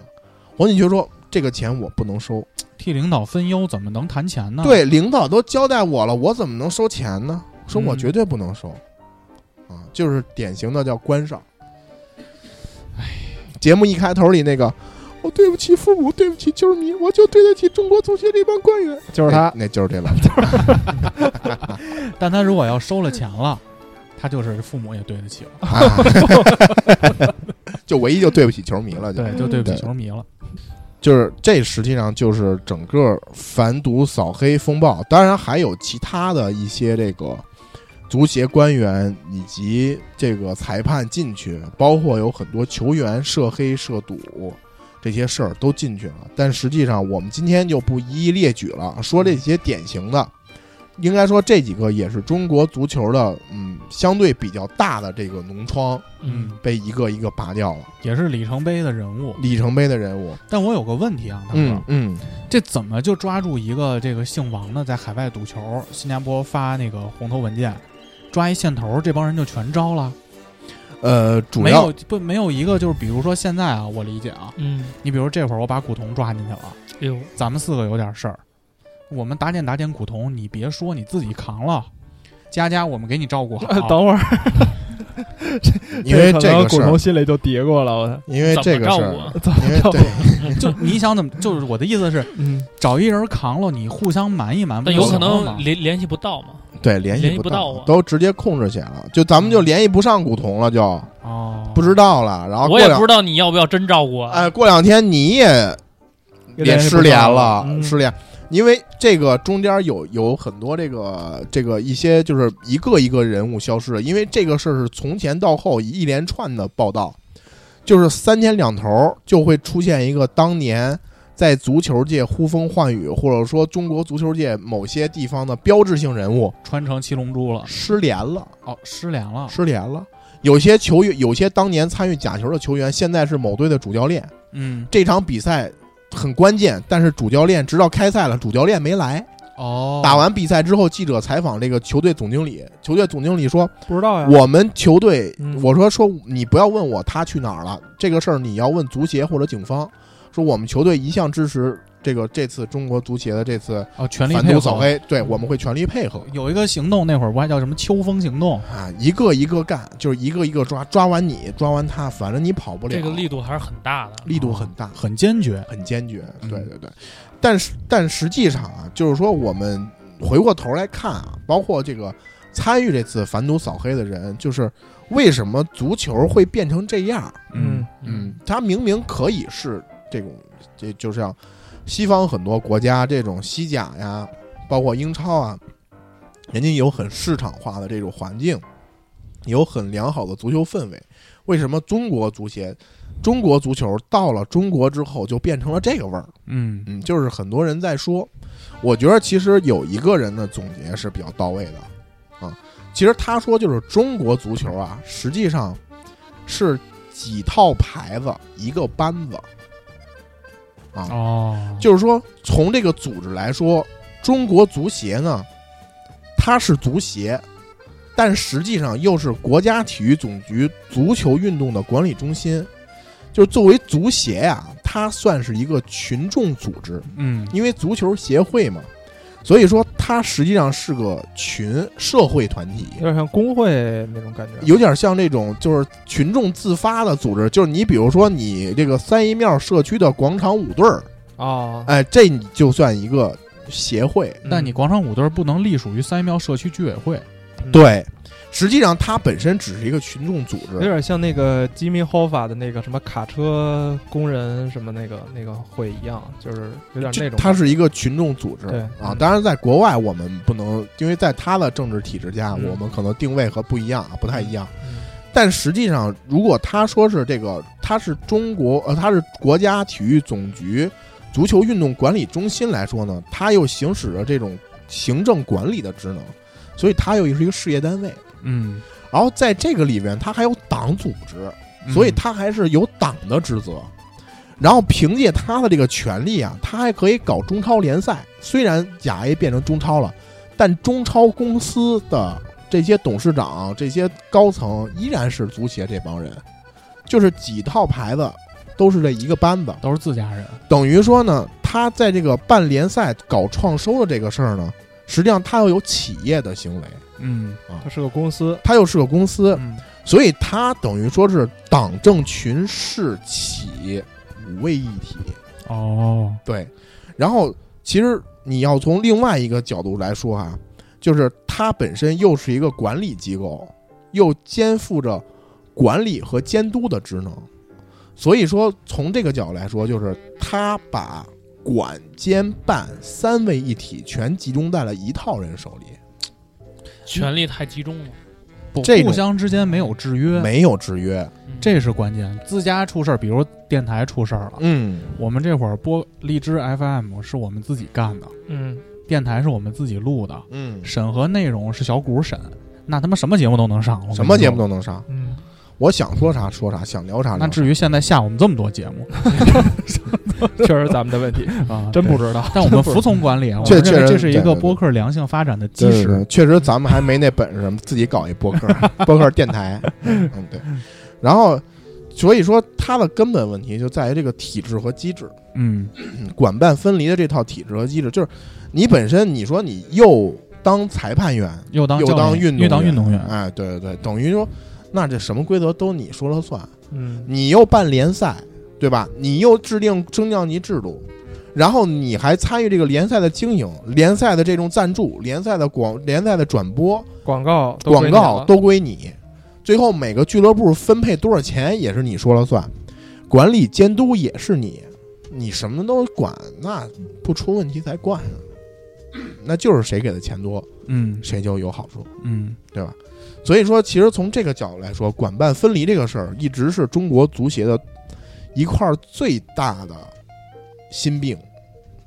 I: 黄锦秋说这个钱我不能收，
J: 替领导分忧怎么能谈
D: 嗯
J: 钱呢？，
I: 对，领导都交代我了，我怎么能收钱呢？说我
J: 嗯
I: 绝对不能收，啊，就是典型的叫官哨。哎，节目一开头里那个，我、对不起父母，对不起球迷，我就对得起中国足协这帮官员，哎
D: 就是他
I: 那，那就是这老头儿。
J: 但他如果要收了钱了，他就是父母也对得起了，
I: 啊、 就唯一就对不起球迷了，就
J: 对，就对不起
I: 对
J: 球迷了，
I: 就是这实际上就是整个反赌扫黑风暴，当然还有其他的一些这个足协官员以及这个裁判进去，包括有很多球员涉黑涉赌这些事儿都进去了。但实际上，我们今天就不一一列举了，说这些典型的。应该说，这几个也是中国足球的，嗯，相对比较大的这个脓疮，
J: 嗯，
I: 被一个一个拔掉了，
J: 也是里程碑的人物，
I: 里程碑的人物。
J: 但我有个问题啊，大哥，
I: 嗯嗯，
J: 这怎么就抓住一个这个姓王的在海外赌球？新加坡发那个红头文件，抓一线头，这帮人就全招了。
I: 呃，主
J: 没
I: 要
J: 有不没有一个就是，比如说现在啊，我理解啊，
K: 嗯，
J: 你比如这会儿我把古潼抓进去了，
K: 哎呦，
J: 咱们四个有点事儿，我们打点打点古潼，你别说你自己扛了，佳佳我们给你照哎顾好。
D: 呃等会儿，
I: 因为
D: 这可
I: 这
D: 能
I: 个
D: 古
I: 事儿
D: 潼，心里就嘀咕了，我
I: 因为哎这个事
K: 怎
I: 儿啊
K: 么，
D: 怎
I: 因为
D: 么
I: 对，
J: 就你想怎么？就是我的意思是，
D: 嗯，
J: 找一人扛了，你互相瞒一瞒，
K: 但
J: 不就
K: 有可
J: 行了吗
K: 能联联系不到嘛。
I: 对，联
K: 联
I: 系
K: 系
I: 不
K: 不到啊
I: 都直接控制起来了，就咱们就联系不上古潼了，就
J: 哦，
I: 不知道了。然后
K: 我
I: 啊过
K: 也不
I: 两
K: 知道你要不要真照顾啊。
I: 哎，过两天你也也失联了，
D: 嗯
I: 失联，因为这个中间有有很多这个这个一些就是一个一个人物消失了，因为这个事儿是从前到后一连串的报道，就是三天两头儿就会出现一个当年。在足球界呼风唤雨，或者说中国足球界某些地方的标志性人物
J: 穿成七龙珠了，
I: 失联了，
J: 哦，失联了，
I: 失联了。有些球员，有些当年参与假球的球员，现在是某队的主教练。
J: 嗯，
I: 这场比赛很关键，但是主教练直到开赛了，主教练没来。
J: 哦，
I: 打完比赛之后，记者采访这个球队总经理，球队总经理说
D: 不知道呀，：“
I: 我们球队，
D: 嗯
I: 我说说你不要问我他去哪儿了，这个事儿你要问足协或者警方。说我们球队一向支持这个这次中国足协的这次
J: 哦，全力
I: 反
J: 配
I: 赌扫
J: 合。
I: 黑，对我们会全力配合。”
J: 有一个行动，那会儿不还叫什么秋风行动？
I: 啊，一个一个干，就是一个一个抓，抓完你，抓完他，反正你跑不了。
K: 这个力度还是很大的。
I: 力度很大，
J: 哦很坚决。
I: 很坚决。
J: 嗯
I: 对对对，但是但实际上啊，就是说我们回过头来看啊，包括这个参与这次反赌扫黑的人，就是为什么足球会变成这样？
D: 嗯，
I: 嗯，它明明可以是这种，这就像西方很多国家这种西甲呀，包括英超啊，人家有很市场化的这种环境，有很良好的足球氛围。为什么中国足协、中国足球到了中国之后就变成了这个味儿？
J: 嗯
I: 嗯，就是很多人在说，我觉得其实有一个人的总结是比较到位的啊。其实他说就是中国足球啊，实际上是几套牌子一个班子，啊
J: 哦，
I: 就是说从这个组织来说，中国足协呢，它是足协，但实际上又是国家体育总局足球运动的管理中心。就是作为足协呀、它算是一个群众组织，
J: 嗯
I: 因为足球协会嘛，所以说它实际上是个群社会团体，
D: 有点像工会那种感觉，
I: 有点像那种就是群众自发的组织，就是你比如说你这个三一庙社区的广场舞队儿，
D: 啊，
I: 哎，这你就算一个协会，
D: 嗯
J: 但你广场舞队不能隶属于三庙社区居委会。
D: 嗯
I: 对，实际上它本身只是一个群众组
D: 有
I: 织，
D: 点像那个吉米·霍法的那个什么卡车工人什么那个那个会一样，就是有点那
I: 这
D: 种。
I: 它是一个群众组织
D: 对
I: 啊
D: 嗯。
I: 当然，在国外我们不能，因为在它的政治体制下，
D: 嗯
I: 我们可能定位和不一样啊，不太一样。
D: 嗯
I: 但实际上，如果他说是这个，他是中国呃，他是国家体育总局足球运动管理中心来说呢，他又行使着这种行政管理的职能，所以他又是一个事业单位。
J: 嗯，
I: 然后在这个里边，他还有党组织，
J: 嗯
I: 所以他还是有党的职责。然后凭借他的这个权利啊，他还可以搞中超联赛。虽然甲 A 变成中超了，但中超公司的这些董事长、这些高层依然是足协这帮人，就是几套牌子都是这一个班子。
J: 都是自家人。
I: 等于说呢，他在这个办联赛、搞创收的这个事儿呢，实际上他又有企业的行为，
J: 嗯
D: 它是个公司，
I: 他又是个公司，
J: 嗯，
I: 所以它等于说是党政群市企五位一体。
J: 哦，
I: 对，然后其实你要从另外一个角度来说啊，就是它本身又是一个管理机构，又肩负着管理和监督的职能。所以说，从这个角度来说，就是它把管、监、办三位一体全集中在了一套人手里。
K: 权力太集中了。
J: 不
I: 这种
J: 互相之间没有制约，
I: 没有制约，
J: 这是关键。自家出事儿，比如电台出事儿了，
I: 嗯，
J: 我们这会儿播荔枝 FM 是我们自己干的，
D: 嗯，
J: 电台是我们自己录的，
I: 嗯，
J: 审核内容是小谷审，那他妈什么节目都能上，我跟你
I: 什么节目
J: 说
I: 都能上。
D: 嗯，
I: 我想说啥说啥，想聊啥
J: 那
I: 聊啥。
J: 至于现在下我们这么多节 目
D: 确实咱们的问题，
J: 啊，
D: 真不
J: 对。
D: 知道。
J: 但我们服从 管理啊，我
I: 确
J: 们认为
I: 确实
J: 这是一
I: 对
J: 个
I: 对对
J: 播客良性发展的基
I: 对对
J: 石
I: 对。确实咱们还没那本事， 自己搞一播客，播客电台。 嗯，对。然后，所以说它的根本问题就在于这个体制和机制，
J: 嗯，
I: 管办分离的这套体制和机制，就是你本身你说你又当裁判员，
J: 又当
I: 又
J: 教
I: 当
J: 练
I: 运
J: 又当运动员，
I: 哎，对对对，等于说，那这什么规则都你说了算。
D: 嗯，
I: 你又办联赛，对吧？你又制定升降级制度，然后你还参与这个联赛的经营、联赛的这种赞助、联赛的广、联赛的转播、
D: 广告都
I: 广
D: 归你
I: 告
D: 了
I: 都归你。最后每个俱乐部分配多少钱也是你说了算，管理监督也是你，你什么都管，那不出问题才怪呢。那就是谁给的钱多，
J: 嗯
I: 谁就有好处。
J: 嗯
I: 对吧？所以说，其实从这个角度来说，管办分离这个事儿，一直是中国足协的一块儿最大的心病，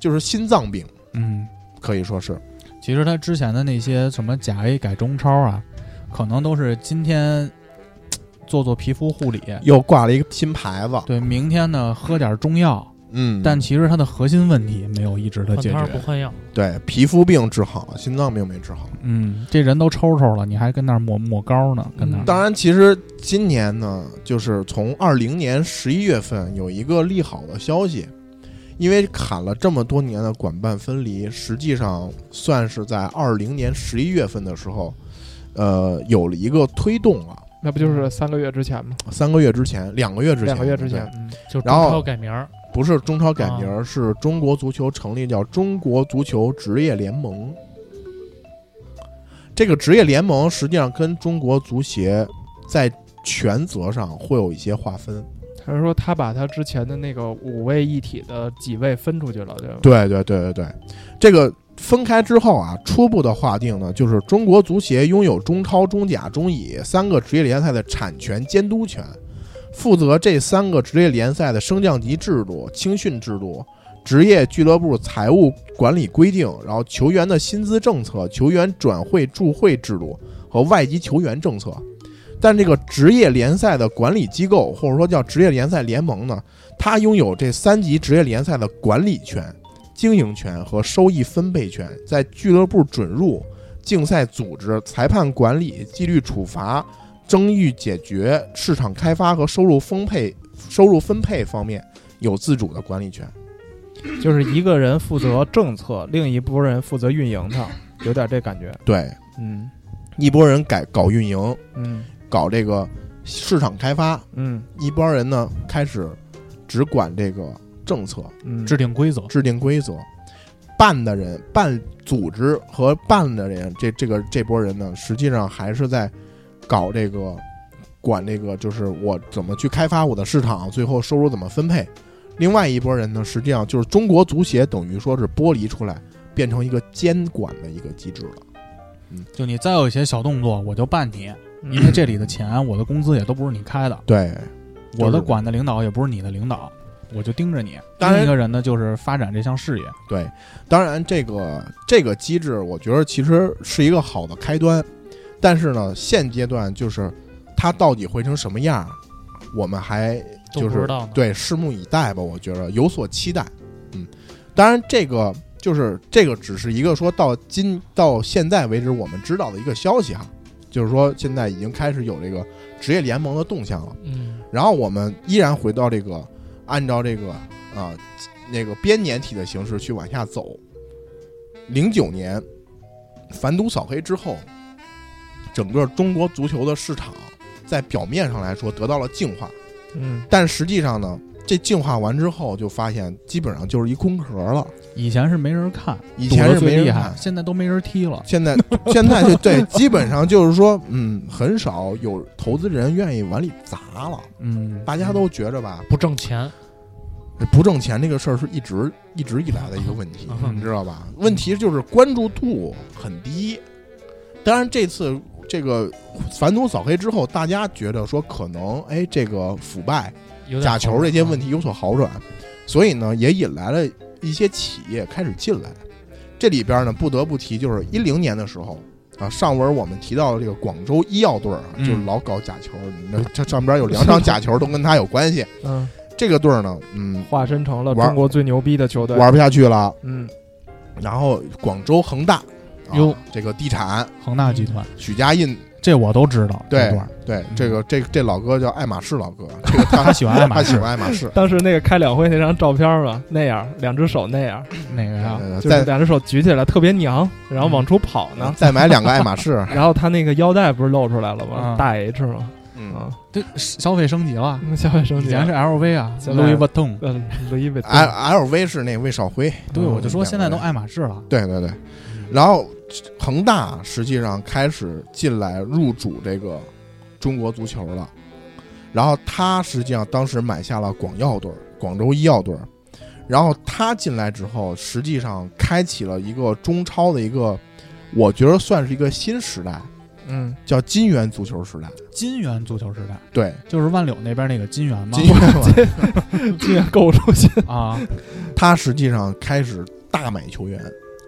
I: 就是心脏病，
J: 嗯。
I: 可以说是。
J: 其实他之前的那些什么甲 A 改中超啊，可能都是今天嘖做做皮肤护理，
I: 又挂了一个新牌子，
J: 对，明天呢喝点中药，
I: 嗯，
J: 但其实它的核心问题没有一
I: 呃
J: 直的
K: 换
J: 解
K: 汤不
J: 决。
K: 换药，
I: 对皮肤病治好了，心脏病没治好。
J: 嗯，这人都抽抽了，你还跟那儿抹抹膏呢，跟那儿。
D: 嗯
I: 当然，其实今年呢，就是从二零年十一月份有一个利好的消息，因为砍了这么多年的管办分离，实际上算是在二零年十一月份的时候，呃，有了一个推动了。
D: 那不就是三个月之前吗？
I: 三个月之前，两个月之前，
D: 两个月之
I: 对
D: 前，，嗯
K: 就中
I: 然后
K: 超改名儿，
I: 不是中超改名儿，是中国足球成立叫中国足球职业联盟。这个职业联盟实际上跟中国足协在权责上会有一些划分。
D: 还是说他把他之前的那个五位一体的几位分出去了，对吧？
I: 对对对对对，这个分开之后啊，初步的划定呢，就是中国足协拥有中超、中甲、中乙三个职业联赛的产权监督权，负责这三个职业联赛的升降级制度、青训制度、职业俱乐部财务管理规定，然后球员的薪资政策、球员转会助会制度和外籍球员政策。但这个职业联赛的管理机构，或者说叫职业联赛联盟呢，它拥有这三级职业联赛的管理权，经营权和收益分配权，在俱乐部准入、竞赛组织、裁判管理、纪律处罚、争议解决、市场开发和收入分配、收入分配方面有自主的管理权。
D: 就是一个人负责政策，另一拨人负责运营它，有点这感觉。
I: 对，
D: 嗯
I: 一拨人改搞运营，
D: 嗯
I: 搞这个市场开发；
D: 嗯
I: 一拨人呢开始只管这个政策，
D: 嗯，
J: 制定规则，
I: 制定规则。办的人、办组织和办的人，这这个这波人呢，实际上还是在搞这个管这个，就是我怎么去开发我的市场，最后收入怎么分配。另外一波人呢，实际上就是中国足协等于说是剥离出来，变成一个监管的一个机制了。
J: 就你再有一些小动作，我就办你，
D: 嗯
J: 因为这里的钱，我的工资也都不是你开的，
I: 对，
J: 我
I: 就
J: 的
I: 是
J: 管的领导也不是你的领导，我就盯着你。
I: 当然
J: 另一个人呢，就是发展这项事业。
I: 对，当然这个这个机制，我觉得其实是一个好的开端，但是呢，现阶段就是它到底会成什么样儿，我们还
K: 都
I: 就
K: 不
I: 是
K: 知道呢
I: 对拭目以待吧。我觉得有所期待，嗯，当然这个就是这个只是一个说到今到现在为止我们知道的一个消息哈，就是说现在已经开始有这个职业联盟的动向了。
K: 嗯，
I: 然后我们依然回到这个，按照这个啊、那个编年体的形式去往下走。零九年反赌扫黑之后，整个中国足球的市场在表面上来说得到了净化，
D: 嗯
I: 但实际上呢，这净化完之后就发现基本上就是一空壳了。
J: 以前是没人看，
I: 以前是没
J: 赌得最
I: 人
J: 厉
I: 看
J: 害，，现在都没人踢了。
I: 现在 现在就对，基本上就是说，嗯，很少有投资人愿意往里砸了。
J: 嗯，
I: 大家都觉着吧，
K: 不挣钱，
I: 不挣钱这个事儿是一直一直以来的一个问题，
K: 嗯
I: 你知道吧？问题就是关注度很低，当然，这次这个反恐扫黑之后，大家觉得说可能哎，这个腐败、
K: 有点
I: 假球
K: 好
I: 这些
J: 嗯
I: 问题有所好转，所以呢，也引来了一些企业开始进来。这里边呢，不得不提就是一零年的时候啊，上文我们提到的这个广州医药队儿啊，就是
J: 嗯
I: 老搞假球，那这上边有两场假球都跟他有关系。
D: 嗯，
I: 这个队儿呢，嗯，
D: 化身成了
I: 玩
D: 中国最牛逼的球队。
I: 玩不下去了。
D: 嗯，。
I: 然后广州恒大，啊
J: 哟，
I: 这个地产
J: 恒大集团，
I: 许家印
J: 这我都知道。这
I: 对
J: 段儿
I: 对
J: 嗯，
I: 这个这这老哥叫爱马仕老哥，这 个他
J: 他喜欢爱马
I: 他
J: 仕
I: 喜欢爱马仕
D: 当时那个开两会那张照片嘛，那样两只手那样，
J: 哪个呀？
I: 呃
D: 就是
I: 再嗯
D: 两只手举起来特别娘，然后往出跑呢。，
I: 再买两个爱马 仕
D: 然后他那个腰带不是露出来了吗？
J: 嗯
D: 大 H 嘛，
I: 嗯
D: 啊，
J: 这消费升级了，
D: 那消费升
J: 以
D: 级
J: 前是
D: 了，
J: LV 啊
D: 现在
J: ，Louis Vuitton。
D: 嗯，卢一伟，
I: ，L LV 是那魏少辉，
J: 对，
I: 嗯
J: 我就说现在都爱马仕了。
I: 对对对。然后恒大实际上开始进来入主这个中国足球了，然后他实际上当时买下了广药队儿、广州医药队儿，然后他进来之后，实际上开启了一个中超的一个，我觉得算是一个新时代，
D: 嗯，
I: 叫金元足球时代。
J: 金元足球时代
I: 对，
J: 就是万柳那边那个金元嘛
I: 金元
D: 金源购物中心，
J: 啊
I: 他实际上开始大买球员，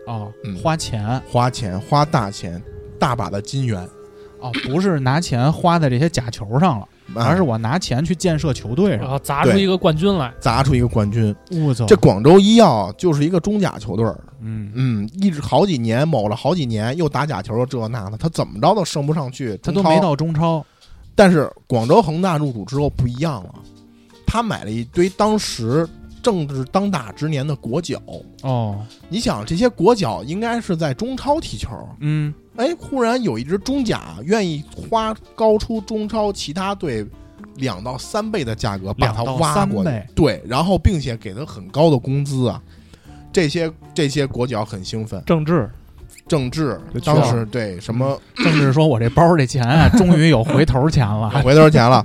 J: 哦
I: 嗯，
J: 花钱
I: 花钱花大钱，大把的金元，
J: 哦，不是拿钱花在这些假球上了，
I: 啊
J: 而是我拿钱去建设球队
K: 然
J: 上。
K: 后砸出
I: 嗯对
K: 一个冠军来，
I: 砸出一个冠军。
J: 我操，
I: 啊这广州医药就是一个中甲球队儿，
J: 嗯，
I: 嗯，一直好几年某了好几年，又打假球又这那的，他怎么着都升不上去，
J: 他
I: 中
J: 都
I: 超
J: 没。到中超，
I: 但是广州恒大入主之后不一样了，他买了一堆当时正值当打之年的国脚。
J: 哦，
I: 你想，这些国脚应该是在中超踢球，
J: 嗯，
I: 哎，忽然有一支中甲愿意花高出中超其他队两到三倍的价格把他
J: 两到
I: 挖
J: 三
I: 过来
J: 倍，
I: 对，然后并且给他很高的工资啊，这些这些国脚很兴奋。
D: 郑智，
I: 郑智
D: 就去
I: 当
D: 了
I: 时对什 么
J: 甚至说我这包这 钱啊，终于有回头钱了。
I: 回头钱 了，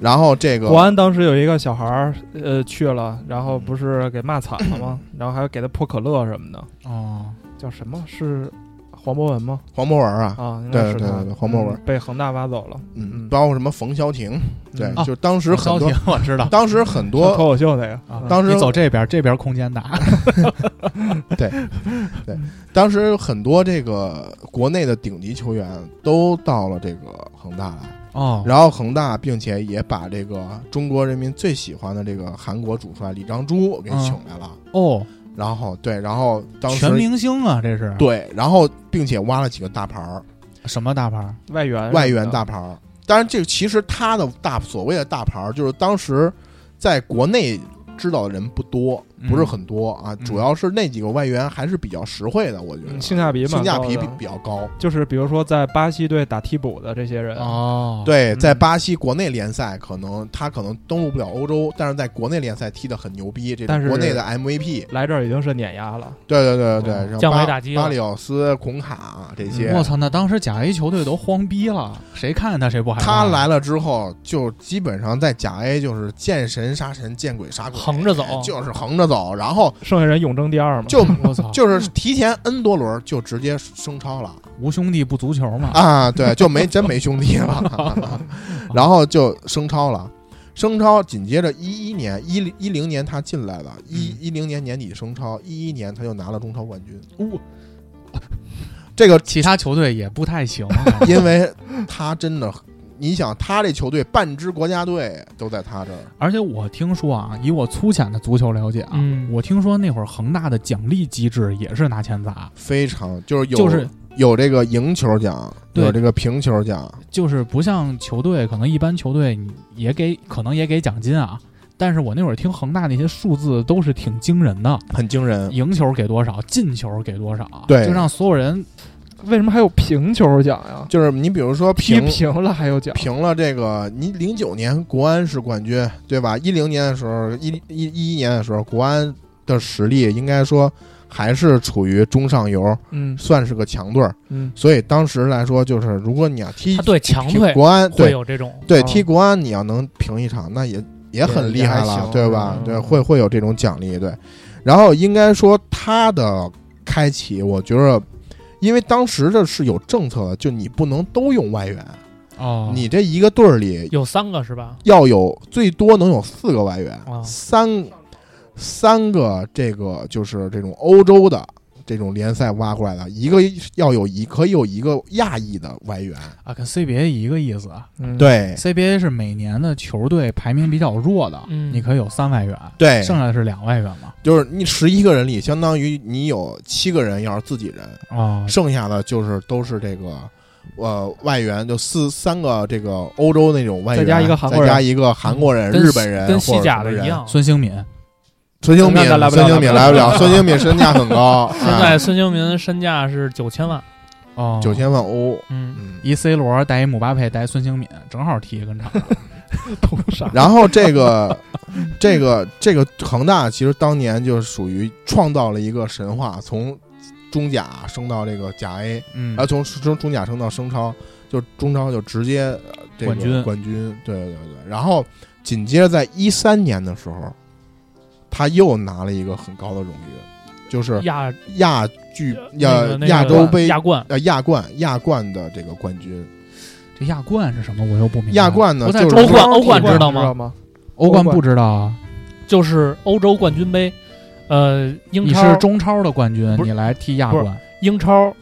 I: 然后这个
D: 国安当时有一个小孩儿，呃，去了，然后不是给骂惨了吗？
I: 嗯
D: 然后还给他泼可乐什么的，
J: 哦，
D: 叫什么是黄博文吗？
I: 黄博文啊，
D: 啊，应该是
I: 对
D: 他
I: 对对黄博文
D: 嗯被恒大挖走了，
I: 嗯，
D: 嗯
I: 包括什么冯潇霆，对
D: 嗯，
J: 啊
I: 就当时很
J: 消
I: 多
J: 停，我知道。
I: 当时很
D: 脱
I: 多
D: 口秀那个嗯
J: 啊，
I: 当时
J: 你走这边，这边空间大。
I: 当时很多这个国内的顶级球员都到了这个恒大来。
J: 哦，
I: 然后恒大，并且也把这个中国人民最喜欢的这个韩国主帅李章洙给
D: 嗯
I: 请来了。
J: 哦，
I: 然后对，然后当时
J: 全明星啊，这是
I: 对，然后并且挖了几个大牌儿，
J: 什么大牌儿？
D: 外援
I: 外援大牌儿。当然，这个其实他的大所谓的大牌儿，就是当时在国内知道的人不多，不是很多啊。
J: 嗯
I: 主要是那几个外援还是比较实惠的，我觉得
D: 嗯性价比
I: 性
D: 蛮
I: 价
D: 高的
I: 比比比较高。
D: 就是比如说在巴西队打替补的这些
I: 啊
D: 人，
J: 哦，，
I: 对，
D: 嗯
I: 在巴西国内联赛，可能他可能登陆不了欧洲，但是在国内联赛踢得很牛逼，这
D: 但是
I: 国内的 MVP，
D: 来这儿已经是碾压了。
I: 对对对对
J: 嗯
I: 对，像
K: 哦降维
I: 巴
K: 打击了嗯
I: 巴里奥斯、孔卡啊这些，
J: 我操，那当时甲 A 球队都慌逼了，谁看他谁不害怕？啊
K: 啊
I: 他来了之后，就基本上在甲 A 就是见神杀神，见鬼杀鬼，
K: 横着走
I: 就是横着走，然后
D: 剩下人永争第二嘛，
I: 就
J: 我操，
I: 就是提前 N 多轮就直接升超了
J: 无兄弟不足球嘛。
I: 啊，对，就没真没兄弟 了，然后就升超了。升超紧接着一一年一一零年他进来了，一一零年年底升超，一一年他就拿了中超冠军。
J: 哦
I: 这个
J: 其他球队也不太行啊，
I: 因为他真的，你想他这球队半支国家队都在他这儿，
J: 而且我听说啊，以我粗浅的足球了解啊，
K: 嗯
J: 我听说那会儿恒大的奖励机制也是拿钱砸，
I: 非常就是有
J: 就是
I: 有这个赢球奖，
J: 对
I: 有这个平球奖，
J: 就是不像球队，可能一般球队你也给可能也给奖金啊，但是我那会儿听恒大那些数字都是挺惊人的，
I: 很惊 人。
J: 赢球给多少，进球给多少，
I: 对
J: 就让所有人
D: 为什么还有平球奖呀？
I: 就是你比如说
D: 踢
I: 平
D: 平了还有奖，
I: 平了这个，你零九年国安是冠军，对吧？一零年的时候，一一一一年的时候，国安的实力应该说还是处于中上游，
D: 嗯
I: 算是个强队儿。
D: 嗯，
I: 所以当时来说，就是如果你要踢
K: 他
J: 啊
K: 对强
I: 踢
K: 队
I: 国安，
K: 会
I: 对
K: 有这种
I: 对
D: 啊
I: 踢国安，你要能平一场，那也也很厉害
D: 也还
I: 了
D: 行，
I: 对吧？
D: 嗯
I: 对，会会有这种奖励，对。然后应该说他的开启，我觉得因为当时这是有政策的，就你不能都用外援，
J: 哦，
I: 你这一个队儿里
K: 有三个是吧？
I: 要有最多能有四个外援，
K: 哦
I: 三三个这个就是这种欧洲的这种联赛挖过来的，一个要有一可以有一个亚裔的外援，
J: 啊，跟 CBA 一个意思啊。
D: 嗯，
I: 对
J: CBA 是每年的球队排名比较弱的，
K: 嗯
J: 你可以有三外援，
I: 对，
J: 剩下的是两外援嘛。
I: 就是你十一个人里，相当于你有七个人要是自己人，
J: 啊，
I: 剩下的就是都是这个。呃，外援就四三个这个欧洲那种外援，
D: 再加一个韩国人
I: 再加一个韩国人、
K: 跟
I: 日本人，
K: 跟
I: 或
K: 西
I: 者
K: 甲
I: 什么
K: 的
I: 人
K: 一。样。
J: 孙兴敏
I: 孙兴敏，
D: 那来不了
I: 孙兴敏
D: 来
I: 来不
D: 不
I: 了，
D: 了
I: 孙兴敏身价很高，啊
K: 现在孙兴民身价是九千万，
J: 哦，
I: 九千万欧。
K: 嗯，
I: 嗯，
J: 一 C 罗带一姆巴佩带一孙兴敏，正好踢跟场 上。
D: 都上
I: 然后这个这个这个恒大其实当年就属于创造了一个神话，从中甲升到这个甲 A，
J: 嗯
I: 然后，从中中甲升到升超，就中超就直接呃这个
J: 冠军
I: 冠军，对对对。然后紧接着在一三年的时候，他又拿了一个很高的荣誉，就是
K: 亚
I: 亚俱
K: 那
I: 亚
K: 个那个
I: 亚洲杯
K: 亚冠，
I: 呃亚冠亚冠的这个冠军。
J: 这亚冠是什么？我又不明白。
I: 亚冠呢
J: 我在
I: 就是
J: 中
K: 欧冠欧
D: 欧
K: 冠
D: 冠
K: 知道
D: 吗
K: 吗？？
J: 欧冠不知道啊。
K: 就是欧洲冠军杯，呃，英
J: 你
K: 超
J: 是中超的冠军，
K: 不是
J: 你来踢亚冠。
K: 英超，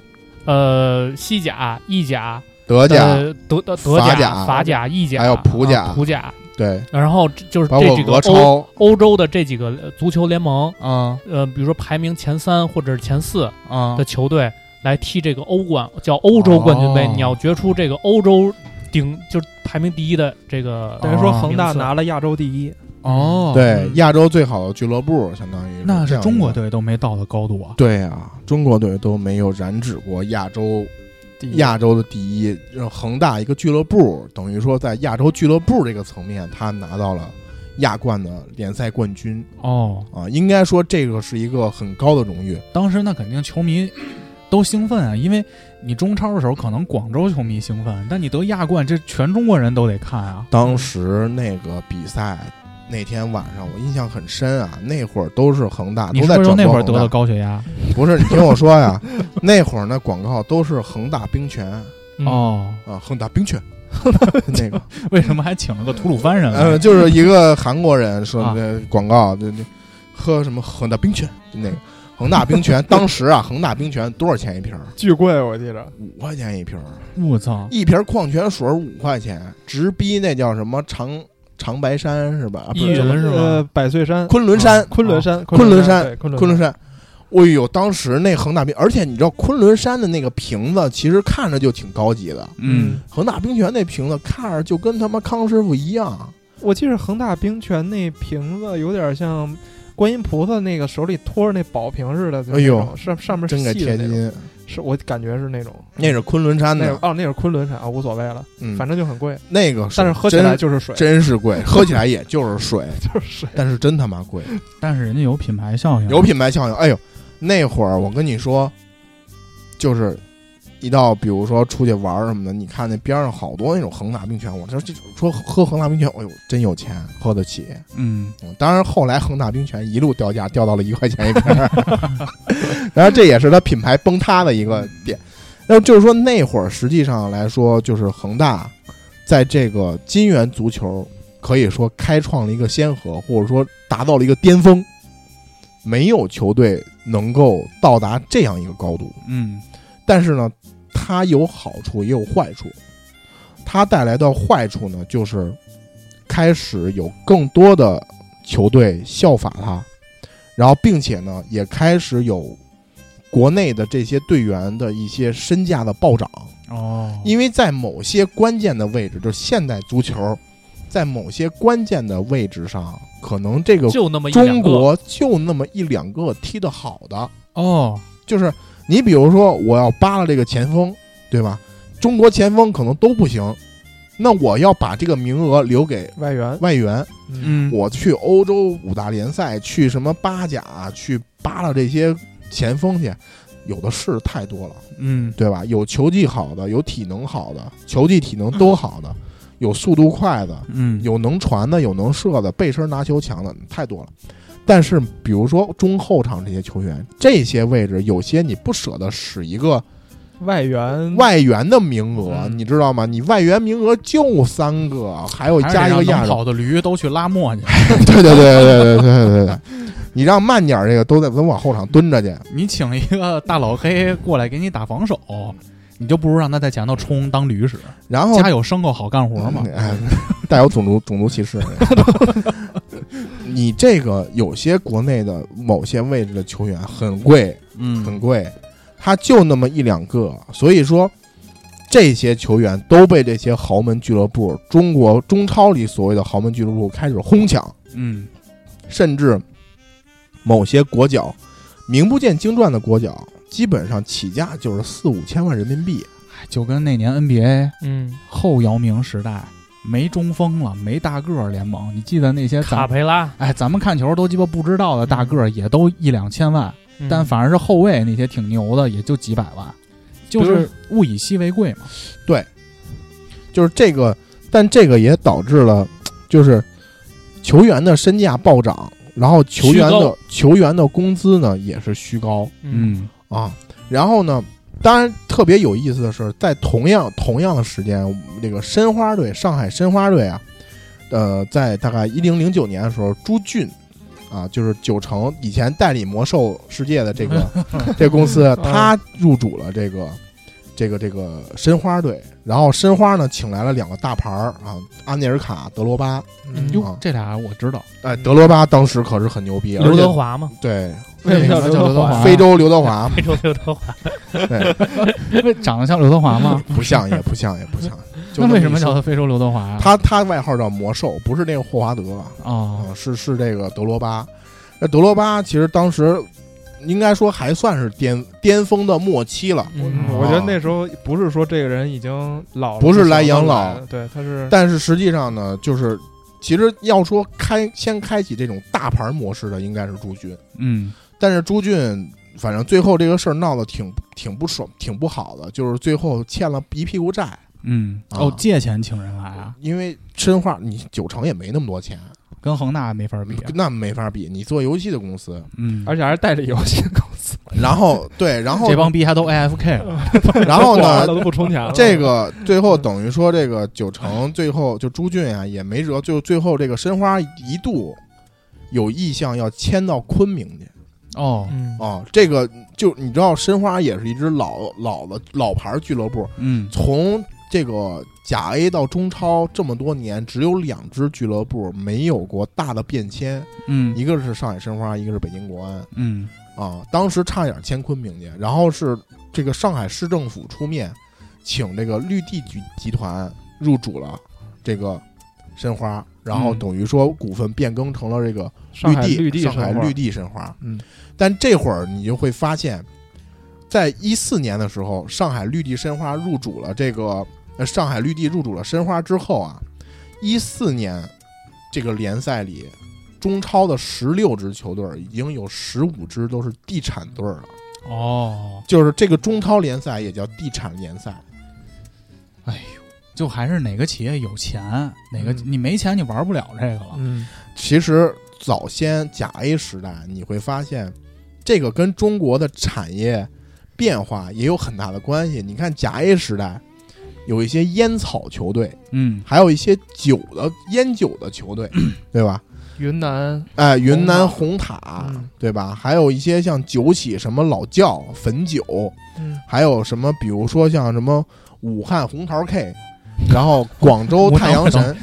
K: 呃，西甲、意甲、
I: 德甲、
K: 呃德德德
I: 法甲
K: 甲、法甲、意甲，
I: 还有葡甲
K: 啊葡甲，
I: 对，
K: 然后这就是
I: 包
K: 这
I: 括
K: 几个
I: 俄
K: 欧
I: 超，
K: 欧洲的这几个呃足球联盟，
J: 啊
K: 呃，比如说排名前三或者是前四
J: 啊
K: 的球队来踢这个欧冠，叫欧洲冠军杯。
J: 哦
K: 你要决出这个欧洲顶，就是排名第一的这个
D: 等于说
I: 啊
D: 恒大
K: 名次
D: 拿了亚洲第一，
J: 哦，，
I: 对
K: 嗯
I: 亚洲最好的俱乐部，相当于
J: 那
I: 这
J: 是
I: 样
J: 中国
I: 一个。
J: 队都没到的高度啊。
I: 对啊，中国队都没有染指过亚洲
D: 第一
I: 亚洲的第一。让恒大一个俱乐部，等于说在亚洲俱乐部这个层面，他拿到了亚冠的联赛冠军
J: 哦，
I: 啊，应该说这个是一个很高的荣誉。
J: 当时那肯定球迷都兴奋啊，因为你中超的时候可能广州球迷兴奋，但你得亚冠，这全中国人都得看啊。
I: 当时那个比赛那天晚上，我印象很深啊，那会儿都是恒大，
J: 你
I: 都
J: 是
I: 在
J: 不是
I: 转
J: 那
I: 播
J: 会儿
I: 恒
J: 得
I: 大
J: 了高血压？
I: 不是，你听我说呀， 那会儿那广告都是恒大冰泉
K: 嗯
J: 哦，
I: 啊，恒大冰泉， 那个
J: 为什么还请了个吐鲁番人
I: 呃，
J: 来？
I: 就是一个韩国人说
J: 嗯啊
I: 的广告，就那喝什么恒大冰泉，就那个恒大冰泉。当时啊，恒大冰泉多少钱一瓶儿？
D: 巨贵，我记着。
I: 五块钱一瓶儿，
J: 我操！
I: 一瓶儿矿泉水五块钱，直逼那叫什么长长白山是吧？啊不
K: 一
I: 是
K: 云是
D: 呃
K: 吗？，
D: 百岁山、
I: 昆仑山
D: 啊，昆仑山、
I: 昆仑山
D: 对昆
I: 昆
D: 仑
I: 仑山。哎呦，当时那恒大冰，而且你知道昆仑山的那个瓶子，其实看着就挺高级的。
J: 嗯，
I: 恒大冰泉那瓶子看着就跟他妈康师傅一样，
D: 我记着恒大冰泉那瓶子有点像观音菩萨那个手里托着那宝瓶似的，就
I: 哎
D: 那
I: 呦
D: 种上上面是
I: 真给
D: 细的
I: 贴
D: 那种，
I: 金。
D: 是我感觉是那种，
I: 那是昆仑山
D: 那是
I: 的，
D: 哦，那是昆仑山啊，无所谓了，
I: 嗯，
D: 反正就很贵，
I: 那个
D: 但是喝起来就是水，
I: 真真是贵，喝起来也就是水，
D: 就是水。
I: 但是真他妈贵，
J: 但是人家有品牌效应，
I: 有品牌效应。哎呦，那会儿我跟你说，就是一到比如说出去玩儿什么的，你看那边上好多那种恒大冰泉，我说这说喝恒大冰泉，哎呦，真有钱，喝得起。
J: 嗯，
I: 嗯当然，后来恒大冰泉一路掉价，掉到了一块钱一瓶儿， 然后这也是它品牌崩塌的一个点。那就是说，那会儿实际上来说，就是恒大在这个金元足球可以说开创了一个先河，或者说达到了一个巅峰，没有球队能够到达这样一个高度。
J: 嗯，
I: 但是呢，它有好处也有坏处。它带来的坏处呢，就是开始有更多的球队效法它，然后并且呢，也开始有国内的这些队员的一些身价的暴涨，
J: 哦，
I: 嗯因为在某些关键的位置，就是现代足球，在某些关键的位置上，可能这个
K: 就那么一两个
I: 中国就那么一两个踢得好的，
J: 哦，
I: 就是你比如说我要扒拉这个前锋，对吧？中国前锋可能都不行，那我要把这个名额留给
D: 外援，
I: 外援，
J: 嗯，
I: 我去欧洲五大联赛，去什么巴甲，去扒拉这些前锋去，有的是太多了，
J: 嗯，
I: 对吧？有球技好的，有体能好的，球技体能都好的，有速度快的，
J: 嗯，
I: 有能传的，有能射的，背身拿球强的太多了。但是，比如说中后场这些球员，这些位置有些你不舍得使一个
D: 外援
I: 外援的名额，你知道吗？你外援名额就三个，还有加一个亚
J: 跑
I: 洲。
J: 的驴都去拉磨去。
I: 对对对对对对对对对，你让慢点儿这个都在都往后场蹲着去。
J: 你请一个大老黑过来给你打防守，你就不如让他在前头冲当驴使。
I: 然后
J: 家有牲口好干活嘛。
I: 哎，带有种族种族歧视。 你这个有些国内的某些位置的球员很贵，
J: 嗯，
I: 很贵，他就那么一两个，所以说这些球员都被这些豪门俱乐部，中国中超里所谓的豪门俱乐部开始哄抢，
J: 嗯，
I: 甚至某些国脚名不见经传的国脚，基本上起价就是四五千万人民币。
J: 就跟那年 NBA
K: 嗯，
J: 后姚明时代没中锋了，没大个儿联盟，你记得那些
K: 卡
J: 咱
K: 佩拉，
J: 哎，咱们看球都鸡巴不知道的大个儿也都一两千万，
K: 嗯
J: 但反而是后卫那些挺牛的也就几百万，就是物以稀为贵嘛。
I: 就是这个，但这个也导致了，就是球员的身价暴涨，然后球员
K: 虚
I: 的
K: 高
I: 球员的工资呢也是虚高
K: 嗯，
I: 啊。然后呢，当然特别有意思的是，在同样同样的时间，我们这个申花队上海申花队啊，呃，在大概一零零九年的时候，朱俊。啊，就是九成以前代理魔兽世界的这个这个公司，他入主了这个这个这个申花队，然后申花呢请来了两个大牌儿啊，安内尔卡、德罗巴，
K: 嗯
J: 哟
I: 啊，
J: 这俩我知道，
I: 哎，德罗巴当时可是很牛逼，而
K: 刘
I: 且
K: 德华嘛，
I: 对啊
D: 为什么叫
J: 叫
D: 刘
J: 德
D: 德
J: 华
D: 华？
I: 非洲刘德 华
K: 非洲刘德华，
J: 长得像刘德华吗？
I: 不像也不像也不 像， 就
J: 那
I: 么
J: 为
I: 一
J: 什么叫
I: 说
J: 他非洲刘德华呀？
I: 他他外号叫魔兽，不是那个霍华德啊，
J: 哦，
I: 啊是是这个德罗巴。那德罗巴其实当时应该说还算是巅巅峰的末期了，
K: 嗯
D: 我觉得那时候不是说这个人已经老了，
I: 不
D: 就
I: 是
D: 想
I: 来养
D: 着
I: 老
D: 了对，他是
I: 但是实际上呢，就是其实要说开先开启这种大牌模式的，应该是朱军。
J: 嗯，
I: 但是朱俊反正最后这个事儿闹得挺挺不爽、挺不好的，就是最后欠了一屁股债，
J: 嗯，
I: 啊
J: 哦，借钱请人来啊，
I: 因为申花你九成也没那么多钱，
J: 跟恒大没法比。啊
I: 那没法比。你做游戏的公司，
J: 嗯，
D: 而且还是带着游戏公司，
I: 然后对，然后
J: 这帮逼还都 AFK 了。
I: 然后
K: 完了
I: 呢，
K: 都不充钱了，
I: 这个最后等于说这个九成最后就朱俊啊也没辙，就最后这个申花一度有意向要迁到昆明去。
J: 哦，
K: 嗯，
I: 啊，这个就你知道，申花也是一支老老的老牌俱乐部，
J: 嗯，
I: 从这个甲 A 到中超这么多年，只有两支俱乐部没有过大的变迁，
J: 嗯，
I: 一个是上海申花，一个是北京国安
J: 嗯，
I: 啊。当时差点迁昆明去，然后是这个上海市政府出面，请这个绿地集集团入主了这个申花，然后
J: 嗯
I: 等于说股份变更成了这个
D: 上海
I: 绿
D: 绿
I: 地
D: 地
I: 上海
D: 申花
I: 绿地申花。
D: 嗯，
I: 但这会儿你就会发现，在一四年的时候，上海绿地申花入主了这个呃上海绿地入主了申花之后啊，一四年这个联赛里，中超的十六支球队已经有十五支都是地产队了，
J: 哦，
I: 就是这个中超联赛也叫地产联赛。
J: 就还是哪个企业有钱，哪个
D: 嗯
J: 你没钱你玩不了这个了。
D: 嗯，
I: 其实早先甲 A 时代，你会发现，这个跟中国的产业变化也有很大的关系。你看甲 A 时代，有一些烟草球队，
J: 嗯，
I: 还有一些酒的烟酒的球队，对吧？
D: 云南
I: 哎，云南红
D: 嗯红
I: 塔
D: 嗯，
I: 对吧？还有一些像酒企，什么老窖、汾酒，
D: 嗯
I: 还有什么，比如说像什么武汉红桃 K，然后广州
J: 我
I: 太阳
J: 懂
I: 神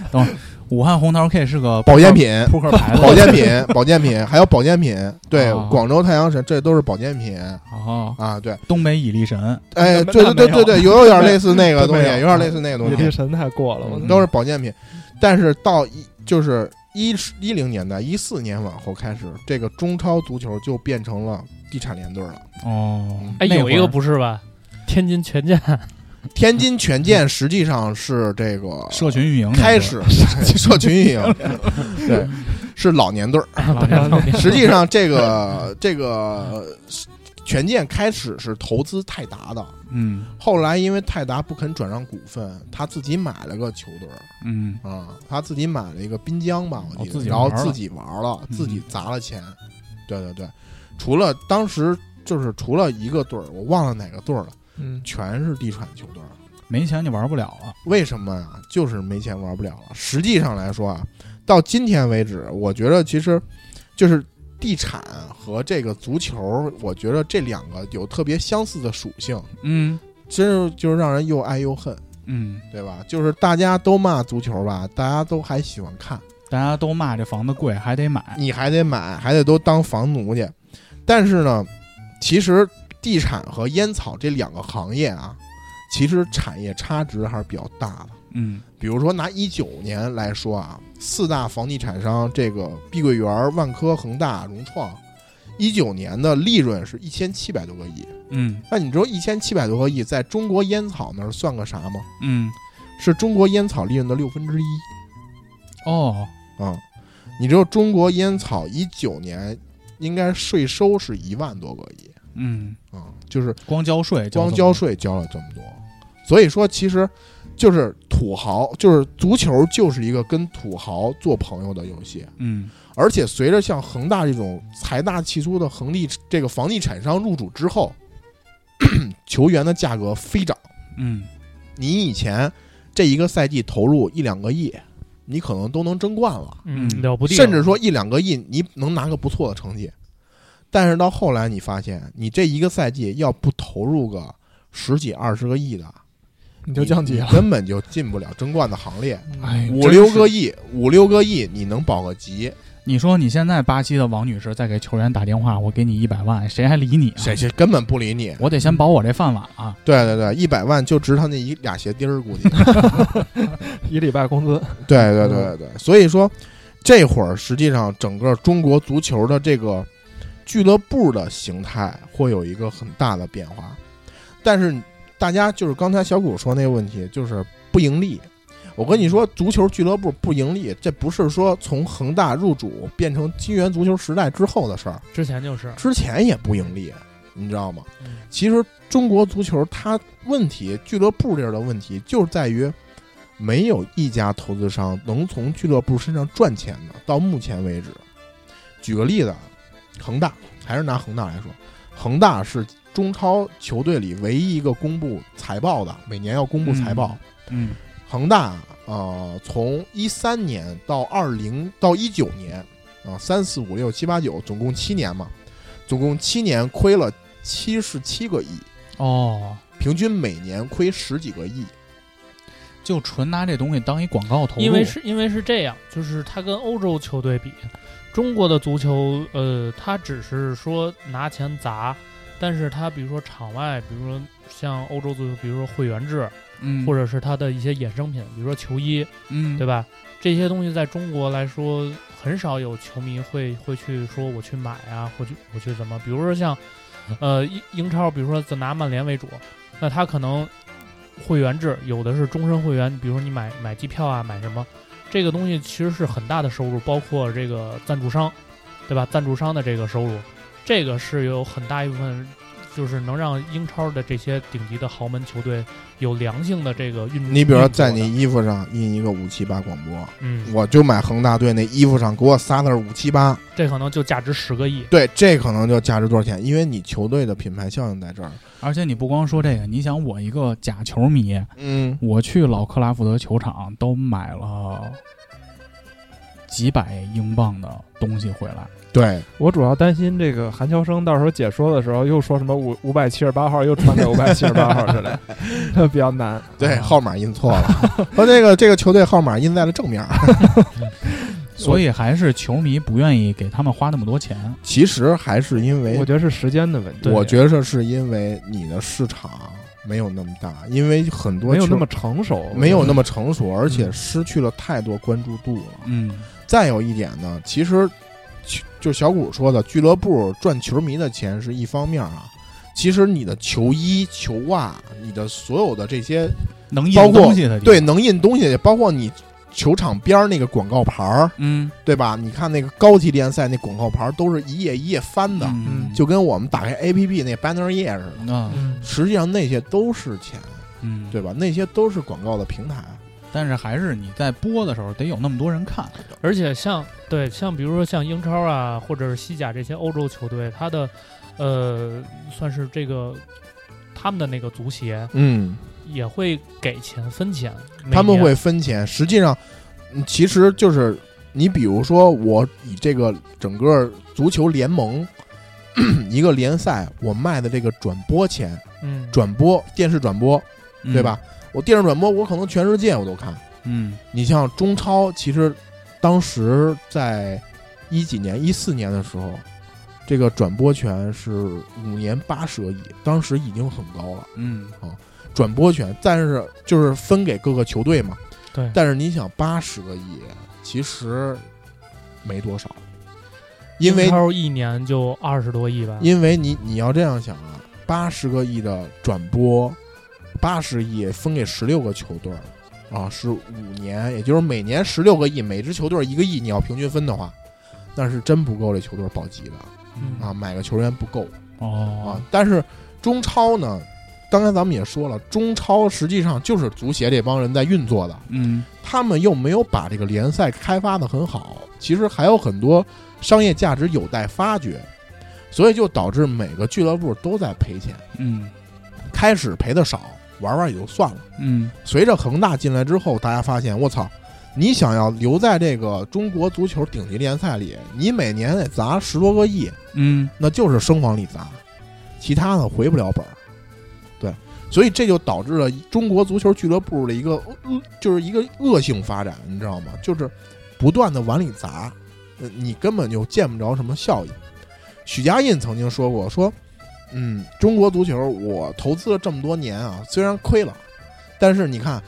J: 武汉红桃 K 是个
I: 保健品，
J: 扑克牌的
I: 保 健品，保健品，还有保健品，对，
J: 哦
I: 广州太阳神，这都是保健品
J: 哦，
I: 啊，对，
J: 东北蚁力神
D: 那
I: 哎，对对对
D: 那没有
I: 对对，有有点类似那个
D: 都
I: 东
D: 没
I: 西，
D: 有
I: 有点类似那个东
D: 野
I: 西
D: 地，神太过了，
J: 嗯
D: 我
I: 嗯都是保健品，但是到一就是一一零年代、一四年往后开始，这个中超足球就变成了地产联队了，
J: 哦
I: 嗯，
K: 哎，
J: 那
K: 有
J: 会
K: 一
J: 儿
K: 个不是吧？天津权健，
I: 天津权健实际上是这个
J: 嗯社群运营
I: 开 始社群运营，对，是老年队儿。 实际上，这个 这个呃权健开始是投资泰达的，
J: 嗯
I: 后来因为泰达不肯转让股份，他自己买了个球队儿
J: 嗯
I: 啊，他自己买了一个滨江吧，我记
J: 哦
I: 得，
J: 自己
I: 然
J: 玩
I: 后自己玩
J: 儿
I: 儿了，
J: 嗯
I: 自己砸了钱。对对对，除了当时就是除了一个队儿，我忘了哪个队儿了，
D: 嗯，
I: 全是地产球队。
J: 没钱就玩不了了。
I: 为什么啊？就是没钱玩不了了。实际上来说啊，到今天为止，我觉得其实就是地产和这个足球，我觉得这两个有特别相似的属性，
J: 嗯
I: 真是就是让人又爱又恨，
J: 嗯，
I: 对吧？就是大家都骂足球吧，大家都还喜欢看，
J: 大家都骂这房子贵，还得买。
I: 你还得买，还得都当房奴去。但是呢，其实地产和烟草这两个行业啊，其实产业差值还是比较大的。
J: 嗯
I: 比如说拿一九年来说啊，四大房地产商这个碧桂园、万科、恒大、融创，一九年的利润是一千七百多个亿。
J: 嗯
I: 那你知道一千七百多个亿在中国烟草那儿算个啥吗？
J: 嗯，
I: 是中国烟草利润的六分之一
J: 哦，
I: 啊！你知道中国烟草一九年应该税收是一万多个亿
J: 嗯，
I: 啊，就是
J: 光交税，
I: 光交，税交了这么多，所以说其实就是土豪，就是足球就是一个跟土豪做朋友的游戏。
J: 嗯
I: 而且随着像恒大这种财大气粗的恒地这个房地产商入主之后， 球员的价格飞涨。
J: 嗯
I: 你以前这一个赛季投入一两个亿，你可能都能争冠了，
K: 嗯
J: 嗯
K: 了不地了，
I: 甚至说一两个亿你能拿个不错的成绩。但是到后来你发现，你这一个赛季要不投入个十几二十个亿的，
D: 你就降级
I: 你
D: 了。
I: 根本就进不了争冠的行列。
D: 哎
I: 五六个亿，五六个亿，你能保个级？
J: 你说你现在巴西的王女士再给球员打电话，我给你一百万，谁还理你、啊？
I: 谁谁根本不理你。
J: 我得先保我这饭碗啊！
I: 对对对，一百万就值他那一俩鞋钉儿，估计。
D: 一礼拜工资，
I: 对对对对，所以说这会儿实际上整个中国足球的这个俱乐部的形态会有一个很大的变化，但是大家就是刚才小谷说那个问题，就是不盈利。我跟你说，足球俱乐部不盈利，这不是说从恒大入主变成金元足球时代之后的事儿，
K: 之前就是
I: 之前也不盈利，你知道吗
K: 嗯？
I: 其实中国足球它问题，俱乐部这儿的问题就在于没有一家投资商能从俱乐部身上赚钱的。到目前为止，举个例子，恒大还是拿恒大来说，恒大是中超球队里唯一一个公布财报的，每年要公布财报。
J: 嗯
I: 恒大呃，从一三年到二零到一九年啊，三四五六七八九，总共七年嘛，总共七年亏了七十七个亿，
K: 嗯
J: 哦，
I: 平均每年亏十几个亿。
J: 就纯拿这东西当一广告投入，
K: 因为是因为是这样，就是他跟欧洲球队比，中国的足球，呃，他只是说拿钱砸，但是他比如说场外，比如说像欧洲足球，比如说会员制，
J: 嗯
K: 或者是他的一些衍生品，比如说球衣，
J: 嗯
K: 对吧？这些东西在中国来说，很少有球迷会会去说我去买啊，或去我去怎么？比如说 像，呃，英英超，比如说咱拿曼联为主，那他可能会员制，有的是终身会员，比如说你买买机票啊，买什么，这个东西其实是很大的收入，包括这个赞助商，对吧？赞助商的这个收入，这个是有很大一部分。就是能让英超的这些顶级的豪门球队有良性的这个运，
I: 你比如说，在
K: 运作的
I: 你衣服上印一个五七八广播，
K: 嗯，
I: 我就买恒大队那衣服上给我仨字五七八，
K: 这可能就价值十个亿。
I: 对，这可能就价值多少钱？因为你球队的品牌效应在这儿。
J: 而且你不光说这个，你想我一个假球迷，
I: 嗯，
J: 我去老克拉福德球场都买了几百英镑的东西回来，
I: 对，
D: 我主要担心这个韩乔生到时候解说的时候又说什么五五百七十八号又传给五百七十八号之 类，那比较难。
I: 对，
J: 啊
I: 号码印错了， 和这个这个球队号码印在了正面儿。
J: 所以还是球迷不愿意给他们花那么多钱。
I: 其实还是因为
D: 我觉得是时间的问题，
I: 我觉得是因为你的市场没有那么大，因为很多
D: 没有
I: 球
D: 那么嗯成熟，
I: 没有那
D: 么
I: 么成熟，而且失去了太多关注度了。
J: 嗯
I: 再有一点呢，其实其就小谷说的，俱乐部赚球迷的钱是一方面啊。其实你的球衣、球袜，你的所有的这些，
J: 能
I: 包
J: 印
I: 括
J: 东西的
D: 嗯
J: 地方
I: 对，能印东西，包括你球场边儿那个广告牌儿，
J: 嗯
I: 对吧？你看那个高级联赛那广告牌儿都是一页一页翻的，
J: 嗯
I: 就跟我们打开 APP 那 banner 页似的。
J: 啊
K: 嗯，
I: 实际上那些都是钱，
J: 嗯
I: 对吧？那些都是广告的平台。
J: 但是还是你在播的时候得有那么多人看，
K: 而且像对像比如说像英超啊，或者是西甲这些欧洲球队，它的呃算是这个。他们的那个足协，
I: 嗯，
K: 也会给钱分钱，每
I: 他们
K: 年
I: 会分钱。实际上，嗯其实就是你比如说，我以这个整个足球联盟 一个联赛，我卖的这个转播钱，
K: 嗯
I: 转播电视转播，
J: 嗯
I: 对吧？？我电视转播，我可能全世界我都看。
J: 嗯
I: 你像中超，其实当时在一几年、一四年的时候，这个转播权是五年八折一，当时已经很高了。
J: 嗯
I: 转播权，但是就是分给各个球队嘛。
K: 对
I: 但是你想，八十个亿其实没多少，因为
K: 英超一年就二十多亿吧，
I: 因为你你要这样想啊，八十个亿的转播，八十亿分给十六个球队儿，啊，是五年，也就是每年十六个亿，每支球队一个亿，你要平均分的话，那是真不够这球队保级的
K: 嗯
I: 啊，买个球员不够啊
J: 哦。
I: 但是中超呢，刚才咱们也说了，中超实际上就是足协这帮人在运作的，
J: 嗯
I: 他们又没有把这个联赛开发的很好，其实还有很多商业价值有待发掘，所以就导致每个俱乐部都在赔钱。
J: 嗯
I: 开始赔的少，玩玩也就算了。
J: 嗯
I: 随着恒大进来之后，大家发现，我操，你想要留在这个中国足球顶级联赛里，你每年得砸十多个亿，
J: 嗯
I: 那就是生往里砸，其他的回不了本儿。对，所以这就导致了中国足球俱乐部的一个恶、恶就是一个恶性发展，你知道吗？就是不断的往里砸，呃你根本就见不着什么效益。许家印曾经说过，说，嗯，中国足球我投资了这么多年啊，虽然亏了，但是你看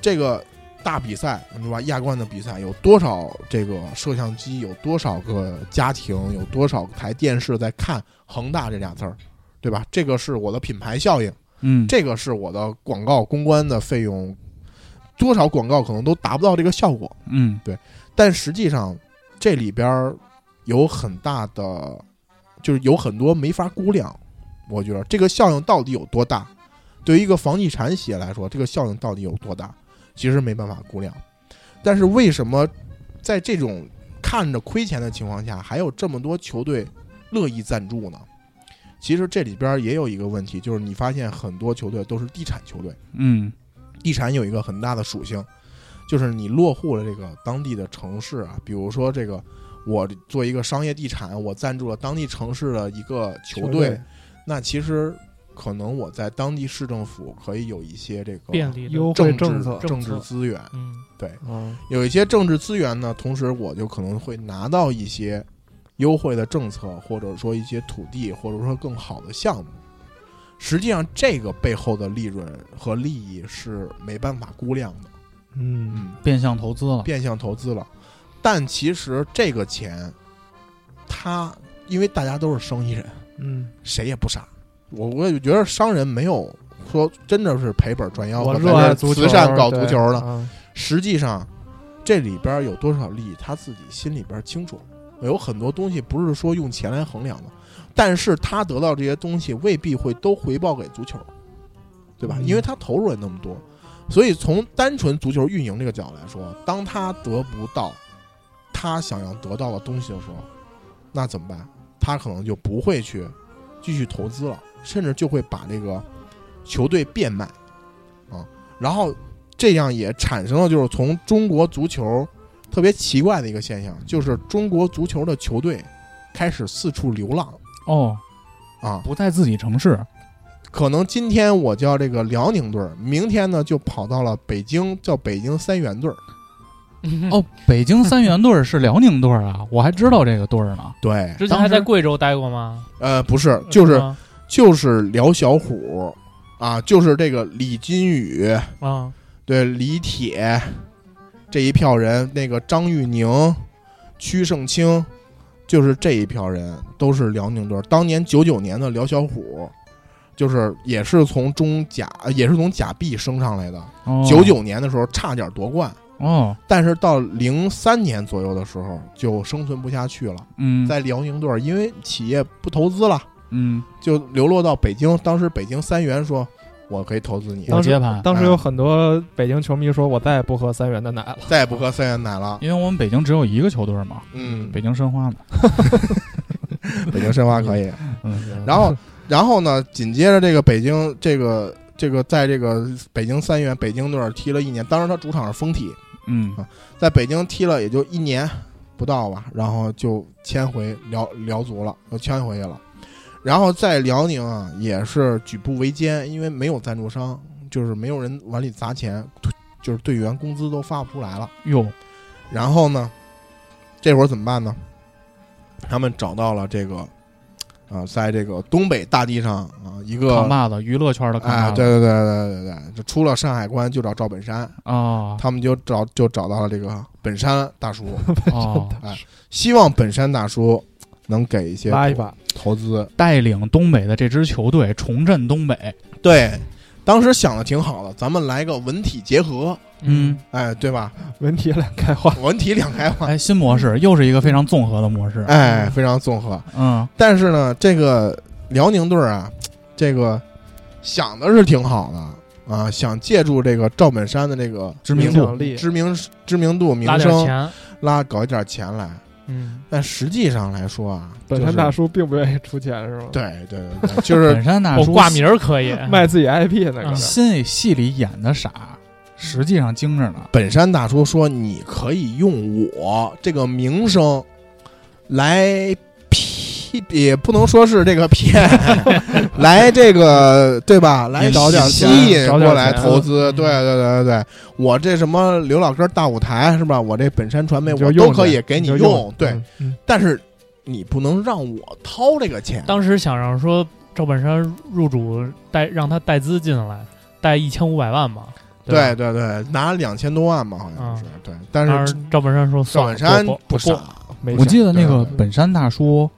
I: 这个。大比赛，对吧？亚冠的比赛有多少这个摄像机，有多少个家庭，有多少台电视在看“恒大”这俩字儿，对吧？这个是我的品牌效应，
J: 嗯，
I: 这个是我的广告公关的费用，多少广告可能都达不到这个效果。
J: 嗯
I: 但实际上，这里边儿有很大的，就是有很多没法估量。我觉得这个效应到底有多大？对于一个房地产企业来说，这个效应到底有多大？其实没办法估量。但是为什么在这种看着亏钱的情况下，还有这么多球队乐意赞助呢？其实这里边儿也有一个问题，就是你发现很多球队都是地产球队。
J: 嗯
I: 地产有一个很大的属性，就是你落户了这个当地的城市啊，比如说这个我做一个商业地产，我赞助了当地城市的一个球队，那其实可能我在当地市政府可以有一些这个
K: 便利的
D: 优惠
I: 政
D: 政
I: 治
D: 策，
K: 政策
I: 治资源，
K: 嗯
D: 嗯，
I: 有一些政治资源呢，同时我就可能会拿到一些优惠的政策，或者说一些土地，或者说更好的项目。实际上，这个背后的利润和利益是没办法估量的，
D: 嗯，
I: 嗯，
J: 变相投资了。
I: 变相投资了。但其实这个钱，他因为大家都是生意人，
D: 嗯，
I: 谁也不傻。我我也觉得商人没有说真的是赔本赚吆喝，
D: 我
I: 咱
D: 热爱
I: 这
D: 足球，
I: 慈善搞足
D: 对
I: 球呢，，
D: 嗯
I: 实际上，这里边有多少利益，他自己心里边清楚。有很多东西不是说用钱来衡量的，但是他得到这些东西未必会都回报给足球，对吧？
D: 嗯
I: 因为他投入了那么多，所以从单纯足球运营这个角度来说，当他得不到他想要得到的东西的时候，那怎么办？他可能就不会去继续投资了，甚至就会把这个球队变卖啊，然后这样也产生了就是从中国足球特别奇怪的一个现象，就是中国足球的球队开始四处流浪
J: 哦，
I: 啊，
J: 不在自己城市。
I: 可能今天我叫这个辽宁队儿，明天呢就跑到了北京，叫北京三元队儿。
J: 哦，北京三元队儿是辽宁队儿啊，我还知道这个队儿呢。
I: 对，
K: 之前还在贵州待过吗？
I: 呃，不是，就是
K: 吗
I: 就是辽小虎啊，就是这个李金羽，
K: 啊，
I: 对李铁这一票人，那个张玉宁、屈胜清，就是这一票人都是辽宁队儿。当年九九年的辽小虎，就是也是从中甲，呃也是从甲 B 升上来的。
J: 哦
I: 九九、年的时候差点夺冠，
J: 哦，
I: 但是到零三年左右的时候就生存不下去了，
J: 嗯，
I: 在辽宁队儿因为企业不投资了，
J: 嗯
I: 就流落到北京。当时北京三元说：“我可以投资你，
J: 我接盘，
D: 当时
I: 啊
D: 有很多北京球迷说，我再也不喝三元的奶 了。
I: 再也不喝三元奶了。
J: 因为我们北京只有一个球队嘛，”
I: 嗯，
J: 北京申花嘛。
I: 北京申花可以。
J: 嗯，
I: 然后然后呢，紧接着这个北京这个这个在这个北京三元北京队儿踢了一年，当时他主场是封体，
L: 嗯
I: 啊，在北京踢了也就一年不到吧，然后就迁回辽辽足了，又迁回去了。然后在辽宁啊，也是举步维艰，因为没有赞助商，就是没有人往里砸钱，就是队员工资都发不出来了。
J: 哟，
I: 然后呢，这会儿怎么办呢？他们找到了这个，啊、在这个东北大地上啊、一个
J: 扛把子，娱乐圈的扛把
I: 哎，
J: 子，
I: 对对对对对对，就出了山海关就找赵本山
J: 啊
I: 他们就找就找到了这个本山大叔，
J: 哦，
I: 哎，希望本山大叔能给一些
J: 拉一把
I: 投资，
J: 带领东北的这支球队重振东北，
I: 对，当时想的挺好的，咱们来个文体结合，
J: 嗯，
I: 哎，对吧？
D: 文体两开花，
I: 文体两 开花，
J: 哎，新模式又是一个非常综合的模式，
I: 哎，非常综合。
J: 嗯，
I: 但是呢，这个辽宁队儿啊，这个想的是挺好的啊，想借助这个赵本山的这个
J: 知名度
I: 知名知名度、名
K: 拉点
I: 声，
K: 钱，
I: 拉搞一点钱来。
K: 嗯，
I: 但实际上来说啊，
D: 本
I: 就
D: 山
I: 是
D: 大叔并不愿意出钱是吗？
I: 对对对对，就是
J: 本山大
K: 我
J: 叔
K: 哦挂名儿可以，
D: 卖自己 IP 那个
K: 嗯
J: 心里戏里演的傻，实际上精着呢，
I: 本山大叔说：“你可以用我这个名声来批，也不能说是这个骗，来这个对吧？来
D: 找点
I: 吸
D: 钱
I: 引
D: 找点
I: 过来
D: 钱
I: 投资。对对对对对，我这什么刘老根大舞台是吧？我这本山传媒
D: 你就
I: 我
D: 用
I: 都可
D: 着
I: 以给
D: 你
I: 你
D: 就
I: 用
D: 用，
I: 对
D: 嗯，嗯
I: 但是你不能让我掏这个钱。
K: 当时想让说赵本山入主带让他带资进来，带一千五百万嘛，
I: 对
K: 吧，
I: 对对，拿两千多万吧，好像是
K: 嗯
I: 对，但
K: 当
I: 是
K: 时赵本山说算了，
I: 赵本山
K: 不
I: 不
K: 不
I: 傻
K: 不，。”
D: 没
J: 我
D: 想
J: 记得那
I: 对对
J: 个
I: 对
J: 本山大叔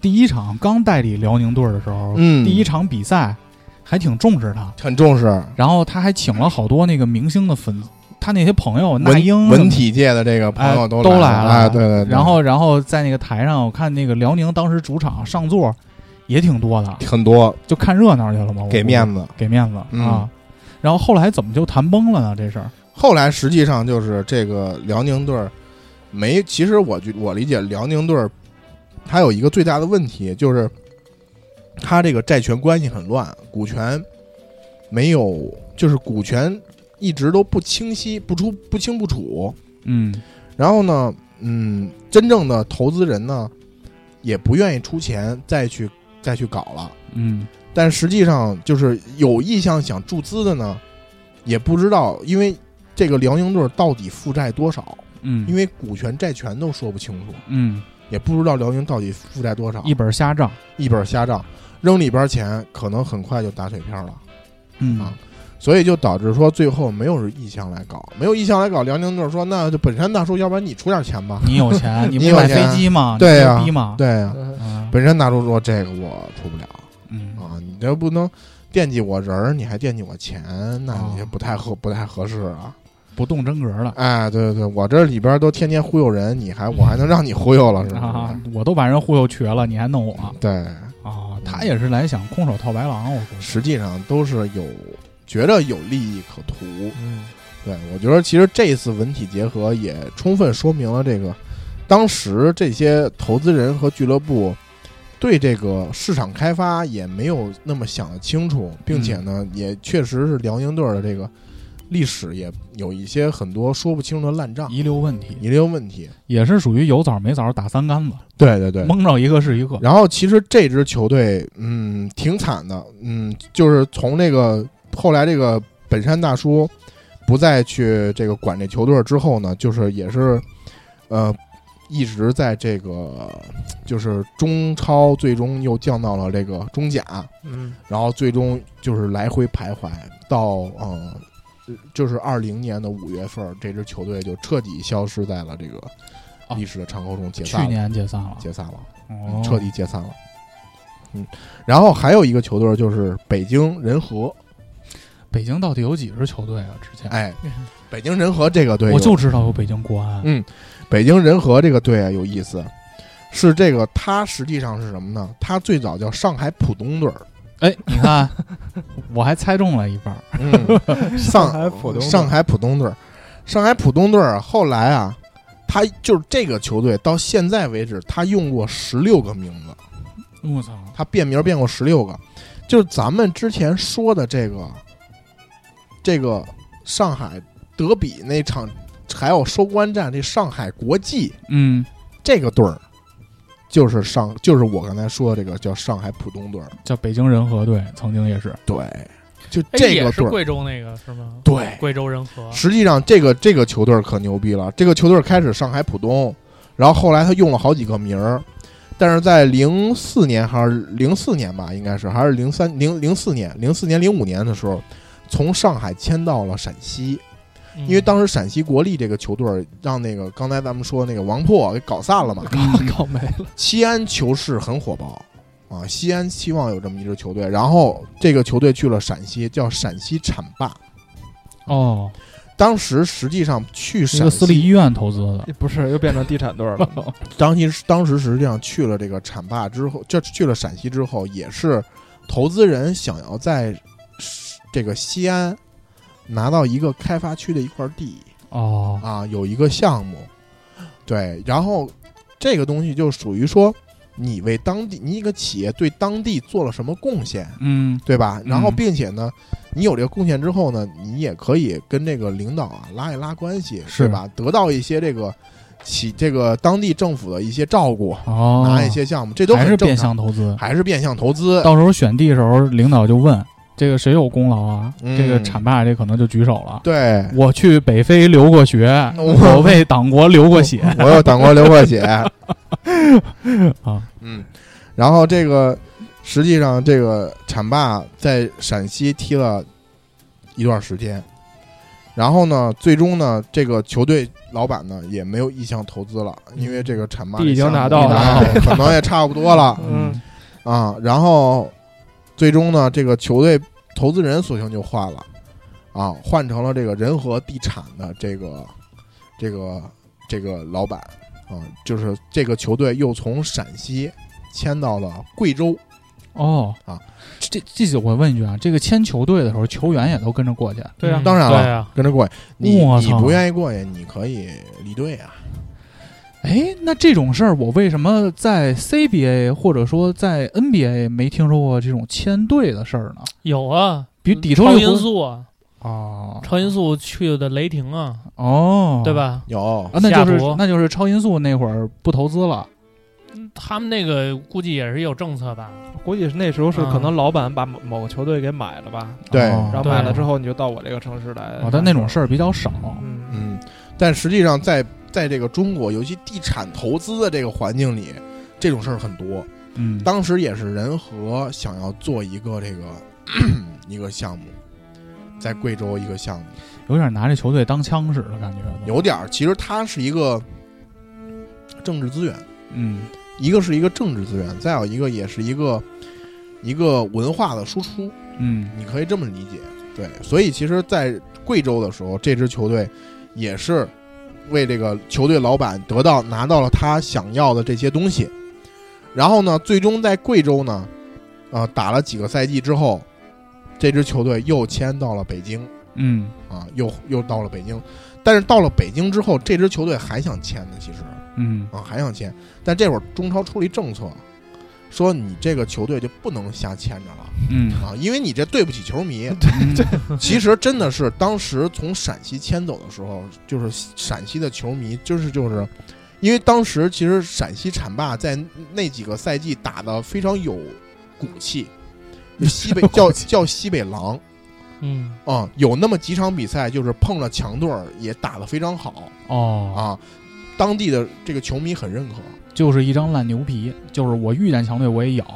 J: 第一场刚代理辽宁队的时候，
I: 嗯
J: 第一场比赛还挺重视他，
I: 很重视
J: 然后他还请了好多那个明星的粉，他那些朋友那
I: 文
J: 英什么
I: 文体界的这个朋
J: 嗯哎
I: 友
J: 都
I: 来了，
J: 来
I: 哎，对对对，
J: 然后然后在那个台上，我看那个辽宁当时主场上座也挺多的，
I: 很多
J: 就看热闹去了嘛，我
I: 给面子。
J: 给面子、
I: 嗯
J: 啊。然后后来怎么就谈崩了呢？这事儿，
I: 后来实际上就是这个辽宁队儿没，其实我觉我理解辽宁队儿，它有一个最大的问题就是，它这个债权关系很乱，股权没有，就是股权一直都不清晰，不出不清不楚。
J: 嗯，
I: 然后呢，嗯，真正的投资人呢，也不愿意出钱再去再去搞了。
J: 嗯，
I: 但实际上就是有意向想注资的呢，也不知道，因为这个辽宁队到底负债多少，
J: 嗯，
I: 因
J: 为
I: 为股权债权都说不清楚，
J: 嗯
I: 也不知道辽宁到底负债多少，
J: 一本瞎账，
I: 一本瞎账，扔里边钱可能很快就打水漂了，
J: 嗯、
I: 啊所以就导致说最后没有意向来搞，没有意向来搞，辽宁队说那就本山大叔，要不然你出点钱吧，
J: 你有 钱，
I: 你
J: 你不
I: 有
J: 买
I: 钱
J: 飞机吗？
I: 对呀
J: 呀、逼吗？
I: 对呀、
J: 嗯，
I: 本山大叔说这个我出不了。
J: 嗯
I: 啊，你这不能惦记我人儿，你还惦记我钱，那
J: 哦
I: 你这不太合、不太合适啊！
J: 不动真格了
I: 哎，对对对，我这里边都天天忽悠人，你还我还能让你忽悠了是吧
J: 啊？！我都把人忽悠瘸了，你还弄我啊
I: 对，
J: 他也是来想空手套白狼，我估计
I: 实际上都嗯是有觉着有利益可图。
D: 嗯，
I: 对我觉得其实这次文体结合也充分说明了这个当时这些投资人和俱乐部。对这个市场开发也没有那么想得清楚，并且呢，也确实是辽宁队儿的这个历史也有一些很多说不清楚的烂账、
J: 遗留问题
I: 遗留问题。
J: 也是属于有枣没枣打三竿子，
I: 对对对，
J: 蒙着一个是一个。
I: 然后其实这支球队，嗯，挺惨的，嗯，就是从这个后来这个本山大叔不再去这个管这球队之后呢，就是也是，呃，一直在这个就是中超，最终又降到了这个中甲，
D: 嗯，
I: 然后最终就是来回徘徊到嗯。就是二零年的五月份，这支球队就彻底消失在了这个
J: 哦
I: 历史的长河中，解
J: 去
I: 散了，
J: 年解散了，
I: 解散了。
J: 哦
I: 彻底解散了。嗯，然后还有一个球队就是北京人和，
J: 北京到底有几支球队啊？之前，
I: 哎，北京人和这个队有，
J: 我就知道有北京国安。
I: 嗯，北京人和这个队啊有意思，是这个它实际上是什么呢？它最早叫上海浦东队儿，
J: 哎，你看， 我还猜中了一半儿。
I: 嗯，上
D: 海浦东队
I: 上海浦东队儿，上海浦东队儿啊后来啊，他就是这个球队到现在为止，他用过十六个名字，
J: 我操，
I: 他变名变过十六个，就是咱们之前说的这个，这个上海德比那场，还有收官战，这上海国际
J: 嗯，
I: 这个队儿，就是上就是我刚才说的这个叫上海浦东队儿，
J: 叫北京人和队，曾经也 是，
I: 对，就
K: 哎
I: 这
K: 也
I: 个
K: 是
I: 队儿，
K: 贵州那个是吗？
I: 对
K: 贵州人
J: 啊
K: 和
I: 实际上这个这个球队可牛逼了，这个球队开始上海浦东，然后后来他用了好几个名儿，但是在零四年还是零四年吧，应该是还是零三零零四年零四年零五年的时候，从上海迁到了陕西，
J: 嗯
K: 嗯
I: 因为当时陕西国力这个球队让那个刚才咱们说那个王破给搞散了嘛，
J: 嗯
D: 搞没了。
I: 西安球市很火爆。啊，西安希望有这么一支球队，然后这个球队去了陕西，叫陕西浐灞。
J: 哦，
I: 当时实际上去
J: 是一
I: 陕
J: 个
I: 西
J: 私立医院投资的，
D: 不是又变成地产队了 吗？
I: 当时当时实际上去了这个浐灞之后，就去了陕西之后，也是投资人想要在这个西安拿到一个开发区的一块地
J: 哦，
I: 啊，有一个项目，对，然后这个东西就属于说你为当地你一个企业对当地做了什么贡献，
J: 嗯，
I: 对吧？然后
J: 嗯
I: 并且呢，你有这个贡献之后呢，你也可以跟这个领导啊拉一拉关系，
J: 是
I: 对吧？得到一些这个企这个当地政府的一些照顾，
J: 哦，
I: 拿一些项目，这都
J: 还
I: 很
J: 是
I: 正
J: 变
I: 常
J: 相投资，
I: 还是变相投资。
J: 到时候选地的时候，领导就问这个谁有功劳啊？
I: 嗯
J: 这个浐灞这可能就举手了。
I: 对，嗯
J: 我去北非留过学，
I: 我
J: 我为党国流过血。
I: 我有党国流过 血啊
J: 啊，
I: 嗯，然后这个实际上这个浐灞在陕西踢了一段时间，然后呢，最终呢，这个球队老板呢也没有意向投资了，因为这个浐灞
D: 地已经
I: 项目
D: 拿到
I: 拿
D: 了
I: 到了可能也差不多了
D: 嗯，
I: 啊。然后最终呢，这个球队投资人索性就换了啊，换成了这个仁和地产的这个这个这个老板啊，就是这个球队又从陕西迁到了贵州。
J: 哦
I: 啊，
J: 这这这我问一句啊，这个签球队的时候，球员也都跟着过去，
K: 对啊，
I: 当然了
K: 对啊，
I: 跟着过去，你
J: 我
I: 你
J: 操
I: 不愿意过去，你可以离队啊。
J: 哎，那这种事儿，我为什么在 CBA 或者说在 NBA 没听说过这种签队的事儿呢？
K: 有啊，
J: 比底特律
K: 超
J: 湖
K: 音速啊，
J: 哦
K: 超音速去的雷霆啊，
J: 哦，
K: 对？吧？
I: 有
J: 啊，那就
K: 西雅
J: 是
K: 图
J: 那就是超音速那会儿不投资了，
K: 他们那个估计也是有政策吧？
D: 估计是那时候是
K: 啊
D: 可能老板把某某个球队给买了吧，
I: 对，
J: 哦
D: 然后
K: 对
D: 买了之后你就到我这个城市来。
J: 哦，但那种事儿比较少。
D: 哎嗯，
I: 嗯，但实际上在在这个中国，尤其地产投资的这个环境里，这种事儿很多。
J: 嗯，
I: 当时也是仁和想要做一个这个 一个项目，在贵州一个项目，
J: 有点拿这球队当枪使的感觉。，
I: 有点儿其实它是一个政治资源，
J: 嗯，
I: 一个是一个政治资源，再有一个也是一个一个文化的输出，
J: 嗯，
I: 你可以这么理解。对，所以其实，在贵州的时候，这支球队也是为这个球队老板得到拿到了他想要的这些东西。然后呢，最终在贵州呢，呃，打了几个赛季之后，这支球队又迁到了北京
J: 嗯，
I: 啊，又又到了北京。但是到了北京之后，这支球队还想迁呢，其实
J: 嗯，
I: 啊还想迁，但这会儿中超出了一政策，说你这个球队就不能瞎迁着了。
J: 嗯，
I: 啊，因为你这 对不起球迷。
J: 对，
I: 其实真的是当时从陕西迁走的时候，就是陕西的球迷，就是就是，因为当时其实陕西浐灞在那几个赛季打得非常有骨气，就西北叫叫西北狼
K: 嗯，
I: 啊、有那么几场比赛就是碰了强队儿也打得非常好
J: 哦，
I: 啊，当地的这个球迷很认可。
J: 就是一张烂牛皮，就是我遇见强队我也咬。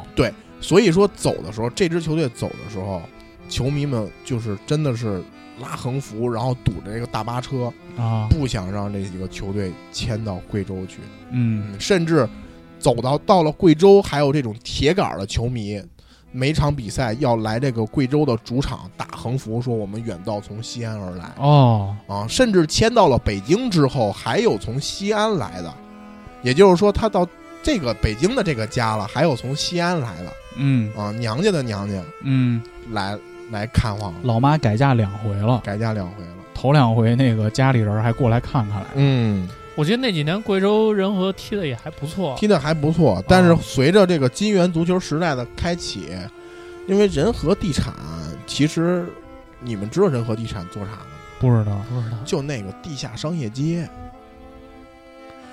I: 所以说走的时候，这支球队走的时候，球迷们就是真的是拉横幅，然后堵着这个大巴车，
J: 啊，
I: 不想让这几个球队迁到贵州去，
J: 嗯，
I: 甚至走到到了贵州，还有这种铁杆儿的球迷。每场比赛要来这个贵州的主场打横幅，说我们远道从西安而来
J: 哦，
I: 啊！甚至迁到了北京之后，还有从西安来的，也就是说，他到这个北京的这个家了，还有从西安来的，
J: 嗯
I: 啊，娘家的娘家
J: 嗯，
I: 来来看望了，
J: 老妈改嫁两回了，
I: 改嫁两回了。
J: 头两回那个家里人还过来看看来，
I: 嗯，
K: 我记得那几年贵州人和踢的也还不错，
I: 踢的还不错，
J: 啊
I: 但是随着这个金元足球时代的开启，因为仁和地产，其实你们知道仁和地产做啥吗？
J: 不知道，
K: 不知道，
I: 就那个地下商业街，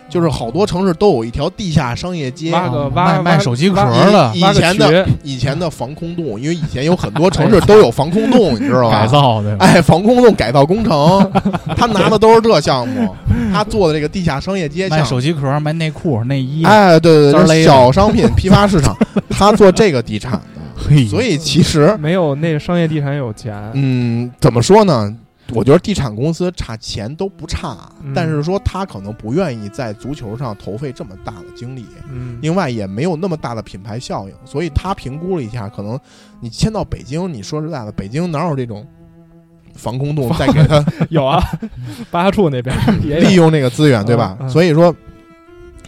I: 就是好多城市都有一条地下商业街。
D: 挖个
J: 啊
D: 挖
J: 卖卖手机壳的
I: 以
D: 挖个
I: 以前的
D: 渠
I: 以前的防空洞，因为以前有很多城市都有防空洞，你知道吧？
J: 嗯 改造的，
I: 哎，防空洞改造工程，他拿的都是这项目，他做的这个地下商业街
J: 卖
I: 项
J: 手
I: 目。
J: 机壳、卖内裤、内衣，
I: 哎，对对
J: 滋
I: 对，
J: 儿
I: 就
J: 勒
I: 是
J: 的
I: 小商品批发市场，他做这个地产的，
J: 嘿，
I: 所以其 实，
D: 没有那商业地产有钱。
I: 嗯，怎么说呢？我觉得地产公司差钱都不差，
D: 嗯
I: 但是说他可能不愿意在足球上投费这么大的精力，
D: 嗯，
I: 另外也没有那么大的品牌效应，所以他评估了一下，可能你迁到北京，你说实在的，北京哪有这种防空洞再给他
D: 有啊， 八处那边也
I: 利
D: 有。
I: 用这个资源，对吧
D: 嗯？嗯
I: 所以说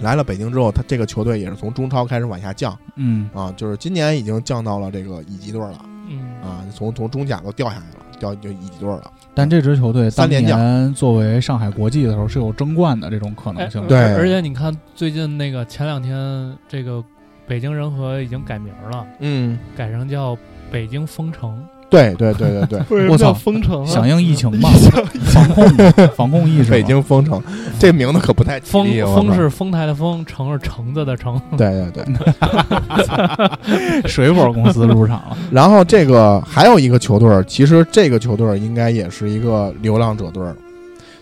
I: 来了北京之后，他这个球队也是从中超开始往下降
J: 嗯，
I: 啊，就是今年已经降到了这个乙级队了
K: 嗯，
I: 啊，从从中甲都掉下来了，掉就乙级队了。
J: 但这支球队
I: 三
J: 当
I: 连降
J: 年作为上海国际的时候是有争冠的这种可能性的，
I: 对
K: 哎而而且你看最近那个前两天这个北京人和已经改名了，
I: 嗯，
K: 改成叫北京风城，
I: 对对对对对，
J: 我操
D: 封城
J: 响应疫情嘛，防控嘛防控意识嘛，
I: 北京封城这名字可不太吉
K: 风
I: 利。我
K: 风
I: 靠
K: 是丰台的风，城是橙子的橙，
I: 对对对。
J: 水果公司入场了，
I: 然后这个还有一个球队儿，其实这个球队儿应该也是一个流浪者队儿，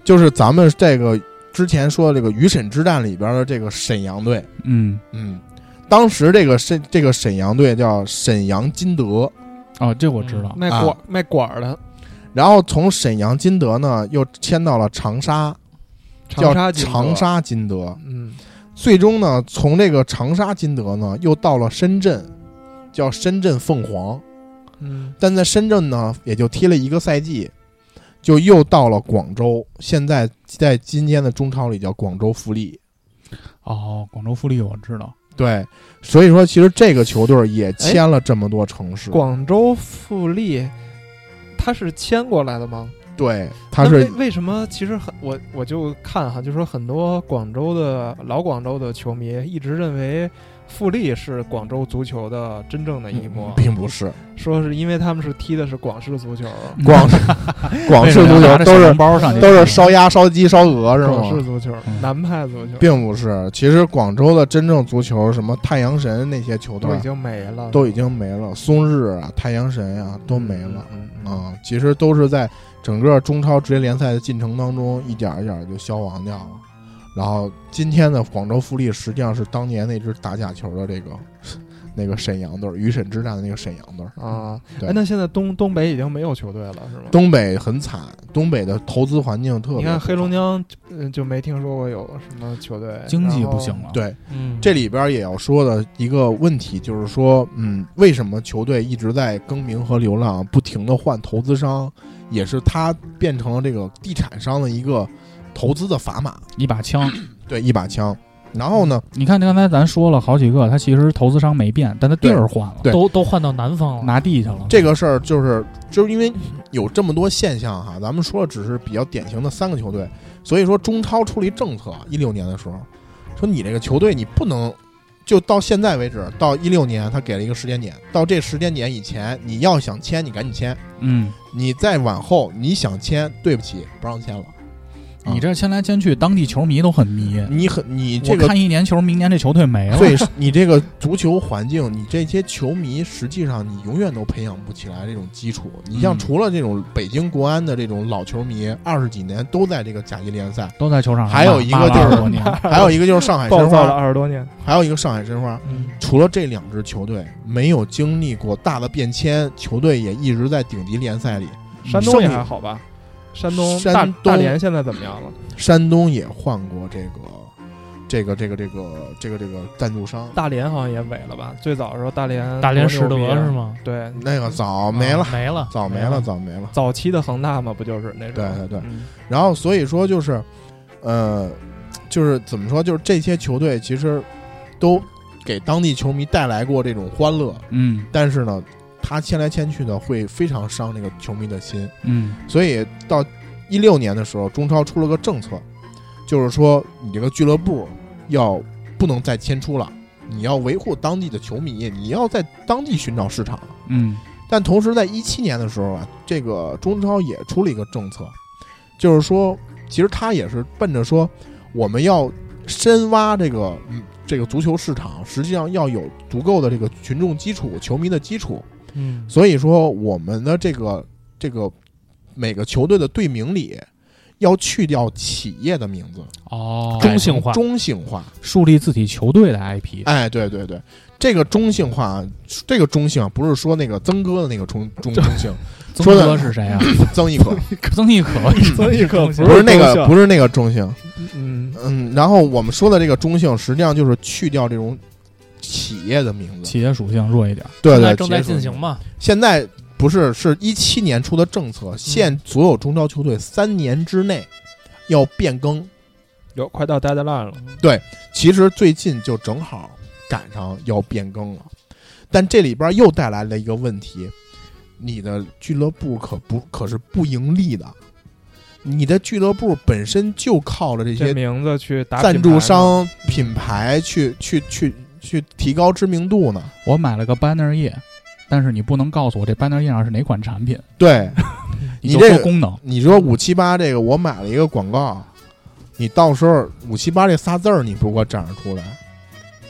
I: 就是咱们这个之前说的这个鱼沈之战里边的这个沈阳队。
J: 嗯，
I: 嗯，当时这个沈这个沈阳队叫沈阳金德，
J: 哦，这我知道，
D: 卖
I: 啊
D: 管卖管的
I: 然后从沈阳金德呢又迁到了长沙，
D: 长沙
I: 叫
D: 金德
I: 长，沙金德。
D: 嗯，
I: 最终呢，从这个长沙金德呢又到了深圳，叫深圳凤凰。
D: 嗯，
I: 但在深圳呢，也就踢了一个赛季，就又到了广州，现在在今天的中超里叫广州富力。
J: 哦，广州富力我知道，
I: 对，所以说其实这个球队也签了这么多城市，
D: 广州富力，他是迁过来的吗？
I: 对，他
D: 那
I: 是
D: 为为什么？其实很我我就看哈，就说很多广州的老广州的球迷一直认为富力是广州足球的真正的一
I: 嗯
D: 波，
I: 并 不是
D: 说是因为他们是踢的是广式足球，
I: 广广式足球都是
J: 包上去
I: 都是烧鸭、烧鸡、烧鹅是
D: 广式
I: 吗？
D: 足球、
J: 嗯
D: 南派足球
I: 并不是，其实广州的真正足球，什么太阳神那些球队
D: 都已经没了，
I: 都已经没了，松日啊、太阳神啊都没了。
D: 嗯。嗯嗯
I: 啊，其实都是在整个中超职业联赛的进程当中，一点儿一点儿就消亡掉了。然后今天的广州富力实际上是当年那支打假球的这个那个沈阳队儿，鱼沈之战的那个沈阳队儿。
D: 啊，
I: 嗯对
D: 哎，那现在东东北已经没有球队了，是吗？
I: 东北很惨，东北的投资环境特别。
D: 你看黑龙，江，嗯，就没听说过有什么球队，
J: 经济不行
D: 然后。
J: 了，，
I: 对
K: 嗯，
I: 这里边儿也要说的一个问题就是说，嗯，为什么球队一直在更名和流浪，不停的换投资商，也是它变成了这个地产商的一个投资的砝码。
J: 一把枪，
I: 对，一把枪。然后呢，
J: 你看刚才咱说了好几个，他其实投资商没变，但他地儿换了，
I: 对
K: 都都换到南方了，
J: 拿地去了，
I: 这个事儿就是就是因为有这么多现象哈，咱们说的只是比较典型的三个球队，所以说中超出了一政策，啊一六年的时候，说你这个球队你不能就到现在为止，到一六年他给了一个时间点，到这时间点以前，你要想签你赶紧签，
J: 嗯，
I: 你再往后你想签，对不起不让签了，
J: 你这牵来牵去，当地球迷都很迷。
I: 你很你嗯这
J: 我
I: 个
J: 看一年球，明年这球队没了，
I: 最是你这个足球环境，你这些球迷实际上你永远都培养不起来这种基础。你像
J: 嗯
I: 除了这种北京国安的这种老球迷，二十几年都在这个甲级 联赛，
J: 都在球场上骂。
I: 还有一个
J: 骂了
I: 就是
J: 二十多年，
I: 还有一个就是上海
D: 暴
I: 申
D: 躁了
I: 花，
D: 二十多年，
I: 还有一个上海申花。
K: 嗯，
I: 除了这两支球队没有经历过大的变迁，球队也一直在顶级联赛里。
D: 山东也还好吧？山东
I: 山
D: 大
I: 东
D: 大连现在怎么样了？
I: 山东也换过这个。这个这个这个这个这个赞助商，
D: 大连好像也萎了吧？最早的时候大连
K: 大连实
D: 多
K: 德
D: 牛逼啊
K: 是？吗？
D: 对，
I: 那个早没了
K: 啊，没了，
I: 早没了，早没了。
D: 早期的恒大嘛，不就是那种？
I: 对对对
D: 嗯
I: 然后所以说就是，呃，就是怎么说，就是这些球队其实都给当地球迷带来过这种欢乐，
J: 嗯
I: 但是呢，他迁来迁去的会非常伤这个球迷的心。
J: 嗯，
I: 所以到一六年的时候，中超出了个政策，就是说你这个俱乐部要不能再迁出了，你要维护当地的球迷，你要在当地寻找市场。
L: 嗯，
I: 但同时在一七年的时候啊，这个中超也出了一个政策，就是说，其实他也是奔着说我们要深挖这个嗯这个足球市场，实际上要有足够的这个群众基础、球迷的基础。
K: 嗯，
I: 所以说我们的这个这个每个球队的队名里要去掉企业的名字
J: 哦
I: 改成
J: 中性化
I: 中性化，
J: 树立自己球队的 IP。
I: 哎，对对对，这个中性化，这个中性啊不是说那个曾哥的那个中中中性，
J: 曾
I: 说的
J: 哥是 谁啊？
I: 曾轶可，
J: 曾轶可，
D: 曾轶可
I: 不是那个，不
J: 是
I: 是那个中性。
D: 嗯
I: 嗯，然后我们说的这个中性，实际上就是去掉这种企业的名字，
J: 企业属性弱一点。
I: 对对，
K: 正在
I: 企业属性
K: 进行嘛。
I: 现在不是，是一七年出的政
K: 嗯
I: 策，限所有中超球队三年之内要变更。
D: 有快到 deadline 了，
I: 对，其实最近就正好赶上要变更了，但这里边又带来了一个问题：你的俱乐部可不可是不盈利的？你的俱乐部本身就靠着这
D: 这
I: 些
D: 名字去打
I: 赞
D: 品牌
I: 助
D: 嘛
I: 商品牌去去去去提高知名度呢？
J: 我买了个 banner 页，但是你不能告诉我这 banner 页上是哪款产品。
I: 对，
J: 你
I: 你
J: 就
I: 这
J: 说
I: 个
J: 功能，
I: 你说五七八这个，我买了一个广告，你到时候五七八这仨字儿你不给我展示出来，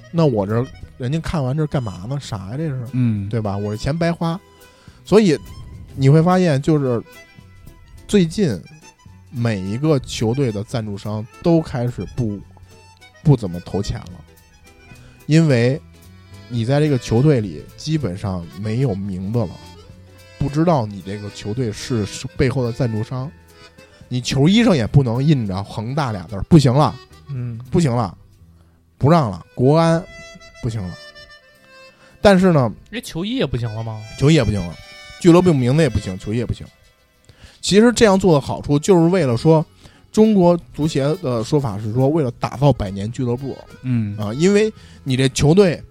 I: 那我这人家看完这干嘛呢？啥呀？这是，
J: 嗯，
I: 对吧？我这钱白花。所以你会发现，就是最近每一个球队的赞助商都开始不不怎么投钱了，因为你在这个球队里基本上没有名字了，不知道你这个球队是是背后的赞助商，你球衣上也不能印着恒大俩字儿，不行了，
D: 嗯，
I: 不行了，不让了，国安不行了。但是呢，
K: 这球衣也不行了吗？
I: 球衣也不行了，俱乐部名字也不行，球衣也不行。其实这样做的好处就是为了说，中国足协的说法是说，为了打造百年俱乐部
J: 嗯
I: 啊，因为你这球队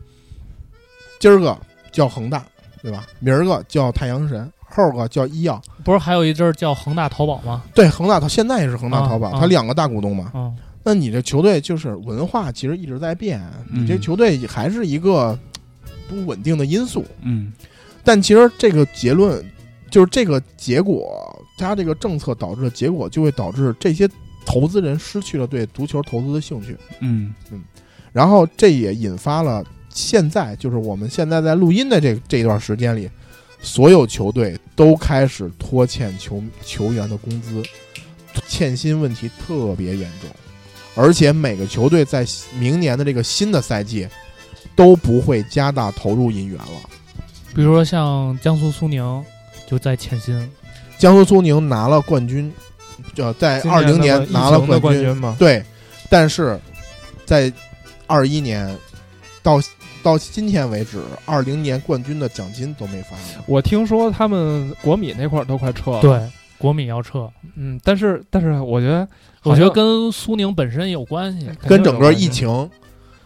I: 今儿个叫恒大，对吧？明儿个叫太阳神，后儿个叫医药。
K: 不是还有一阵儿叫恒大淘宝吗？
I: 对，恒大它现在也是恒大淘宝，
K: 啊啊
I: 它两个大股东嘛。
K: 嗯
I: 那你这球队就是文化，其实一直在变，你这
J: 嗯
I: 球队还是一个不稳定的因素。
J: 嗯
I: 但其实这个结论，就是这个结果，它这个政策导致的结果，就会导致这些投资人失去了对足球投资的兴趣，
J: 嗯
I: 然后这也引发了现在，就是我们现在在录音的这这段时间里，所有球队都开始拖欠球球员的工资，欠薪问题特别严重，而且每个球队在明年的这个新的赛季都不会加大投入引援了。
K: 比如说像江苏苏宁就在欠薪，
I: 江苏苏宁拿了冠军，呃，在
D: 今
I: 二零
D: 年那
I: 年
D: 么
I: 拿
D: 疫
I: 了
D: 情的
I: 冠
D: 冠军嘛
I: 对，但是在二一年到到今天为止，二零年冠军的奖金都没发。
D: 我听说他们国米那块儿都快撤
I: 哦
D: 了，
K: 对，国米要撤，
D: 嗯，但是但是我觉得好像，
K: 我觉得跟苏宁本身有关系。
D: 肯定
I: 跟
D: 有
I: 整个
D: 关系
I: 疫情、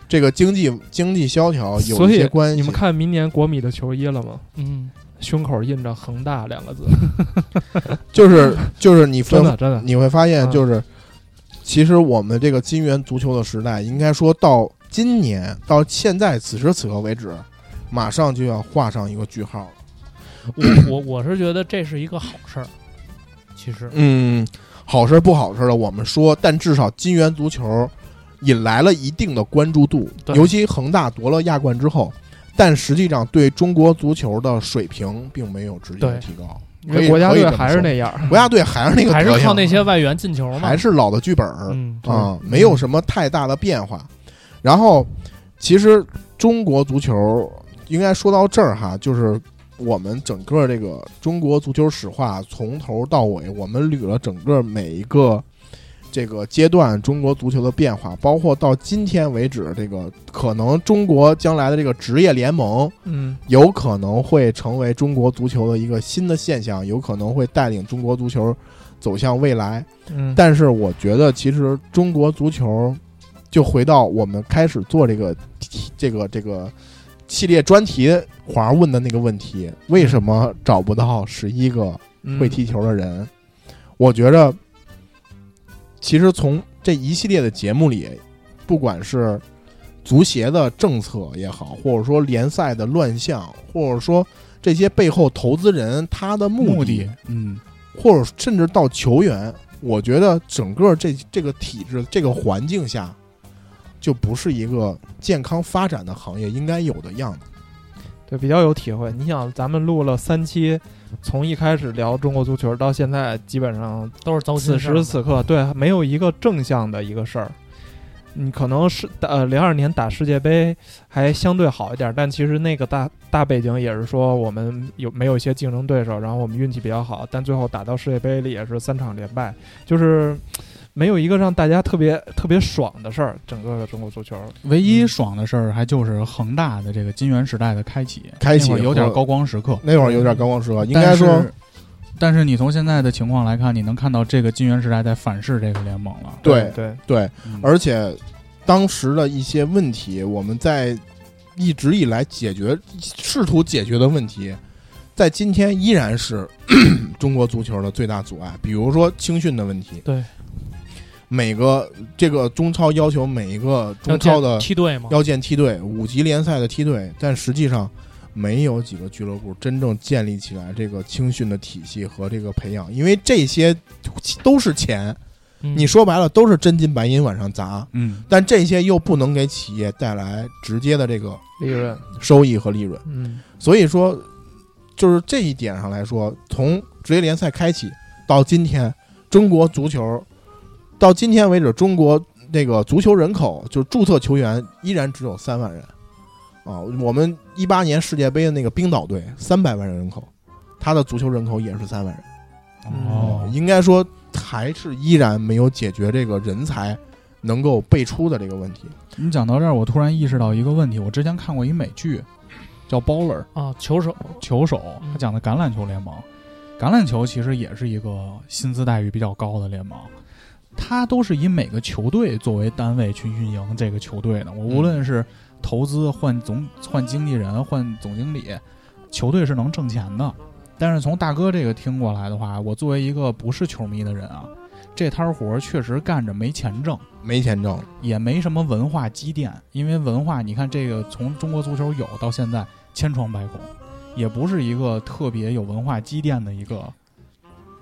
I: 这个经济经济萧条哦有
D: 所
I: 一
D: 以
I: 些关系。
D: 你们看明年国米的球衣了吗？
K: 嗯，
D: 胸口印着“恒大”两个 字，
I: 就是就是你分
D: 真的真的
I: 你会发现
D: 嗯
I: 就是，其实我们这个金元足球的时代，应该说到今年到现在此时此刻为止，马上就要画上一个句号了。
K: 我我我是觉得这是一个好事儿，其实，
I: 嗯，好事儿不好事儿的我们说，但至少金元足球引来了一定的关注度，
K: 对
I: 尤其恒大夺了亚冠之后，但实际上对中国足球的水平并没有直接的
K: 对
I: 提高，
D: 因
I: 可
D: 为
I: 以
D: 国家
I: 可以
D: 队
I: 这么
D: 还是
I: 说
D: 那样儿，
I: 国家队还是那个啊
K: 还是
I: 德行
K: 靠那些外援进球嘛，
I: 还是老的剧本儿
K: 嗯对
I: 啊，没有什么太大的变化。然后，其实中国足球应该说到这儿哈，就是我们整个这个中国足球史话从头到尾，我们捋了整个每一个这个阶段中国足球的变化，包括到今天为止，这个可能中国将来的这个职业联盟，
D: 嗯，
I: 有可能会成为中国足球的一个新的现象，有可能会带领中国足球走向未来。
D: 嗯，
I: 但是我觉得，其实中国足球，就回到我们开始做这个题这个这个系列专题华问的那个问题：为什么找不到十一个
D: 嗯
I: 会踢球的人？我觉着，其实从这一系列的节目里，不管是足协的政策也好，或者说联赛的乱象，或者说这些背后投资人他的目的，
J: 目的嗯，
I: 或者甚至到球员，我觉得整个这这个体制、这个环境下，就不是一个健康发展的行业应该有的样子。
D: 对，比较有体会。你想，咱们录了三期，从一开始聊中国足球到现在，基本上
K: 都是糟心
D: 此
K: 事儿
D: 时此刻，对，没有一个正向的一个事儿。你可能是呃，零二年打世界杯还相对好一点，但其实那个大大背景也是说我们有没有一些竞争对手，然后我们运气比较好，但最后打到世界杯里也是三场连败，就是没有一个让大家特别特别爽的事儿。整个的中国足球，
J: 唯一爽的事儿还就是恒大的这个金元时代的开启，
I: 开启
J: 那会儿有点高光时刻，
I: 那会儿有点高光时刻，应
J: 嗯但
I: 该
J: 是
I: 说，
J: 但是你从现在的情况来看，你能看到这个金元时代在反噬这个联盟了。
I: 对
D: 对
I: 对
J: 嗯，
I: 而且当时的一些问题，我们在一直以来解决、试图解决的问题，在今天依然是 中国足球的最大阻碍。比如说青训的问题，
D: 对
I: 每个这个中超要求每一个中超的
K: 梯队嘛，
I: 要建梯队，五级联赛的梯队，但实际上没有几个俱乐部真正建立起来这个青训的体系和这个培养，因为这些都是钱，
K: 嗯
I: 你说白了都是真金白银往上砸，
J: 嗯，
I: 但这些又不能给企业带来直接的这个
D: 利润，
I: 收益和利润，
D: 嗯，
I: 所以说就是这一点上来说，从职业联赛开启到今天，中国足球到今天为止，中国那个足球人口就是注册球员依然只有三万人啊。我们一八年世界杯的那个冰岛队三百万人口，他的足球人口也是三万人。
J: 哦，
I: 应该说还是依然没有解决这个人才能够辈出的这个问题。
J: 你讲到这儿，我突然意识到一个问题，我之前看过一美剧，叫《Baller》。
K: 啊，球手
J: 球手
K: 嗯，
J: 他讲的橄榄球联盟，橄榄球其实也是一个薪资待遇比较高的联盟，它都是以每个球队作为单位去运营这个球队的。我无论是投资换总换经纪人换总经理，球队是能挣钱的。但是从大哥这个听过来的话，我作为一个不是球迷的人啊，这摊活儿确实干着没钱挣。
I: 没钱挣，
J: 也没什么文化积淀，因为文化，你看这个从中国足球有到现在千疮百孔，也不是一个特别有文化积淀的一个。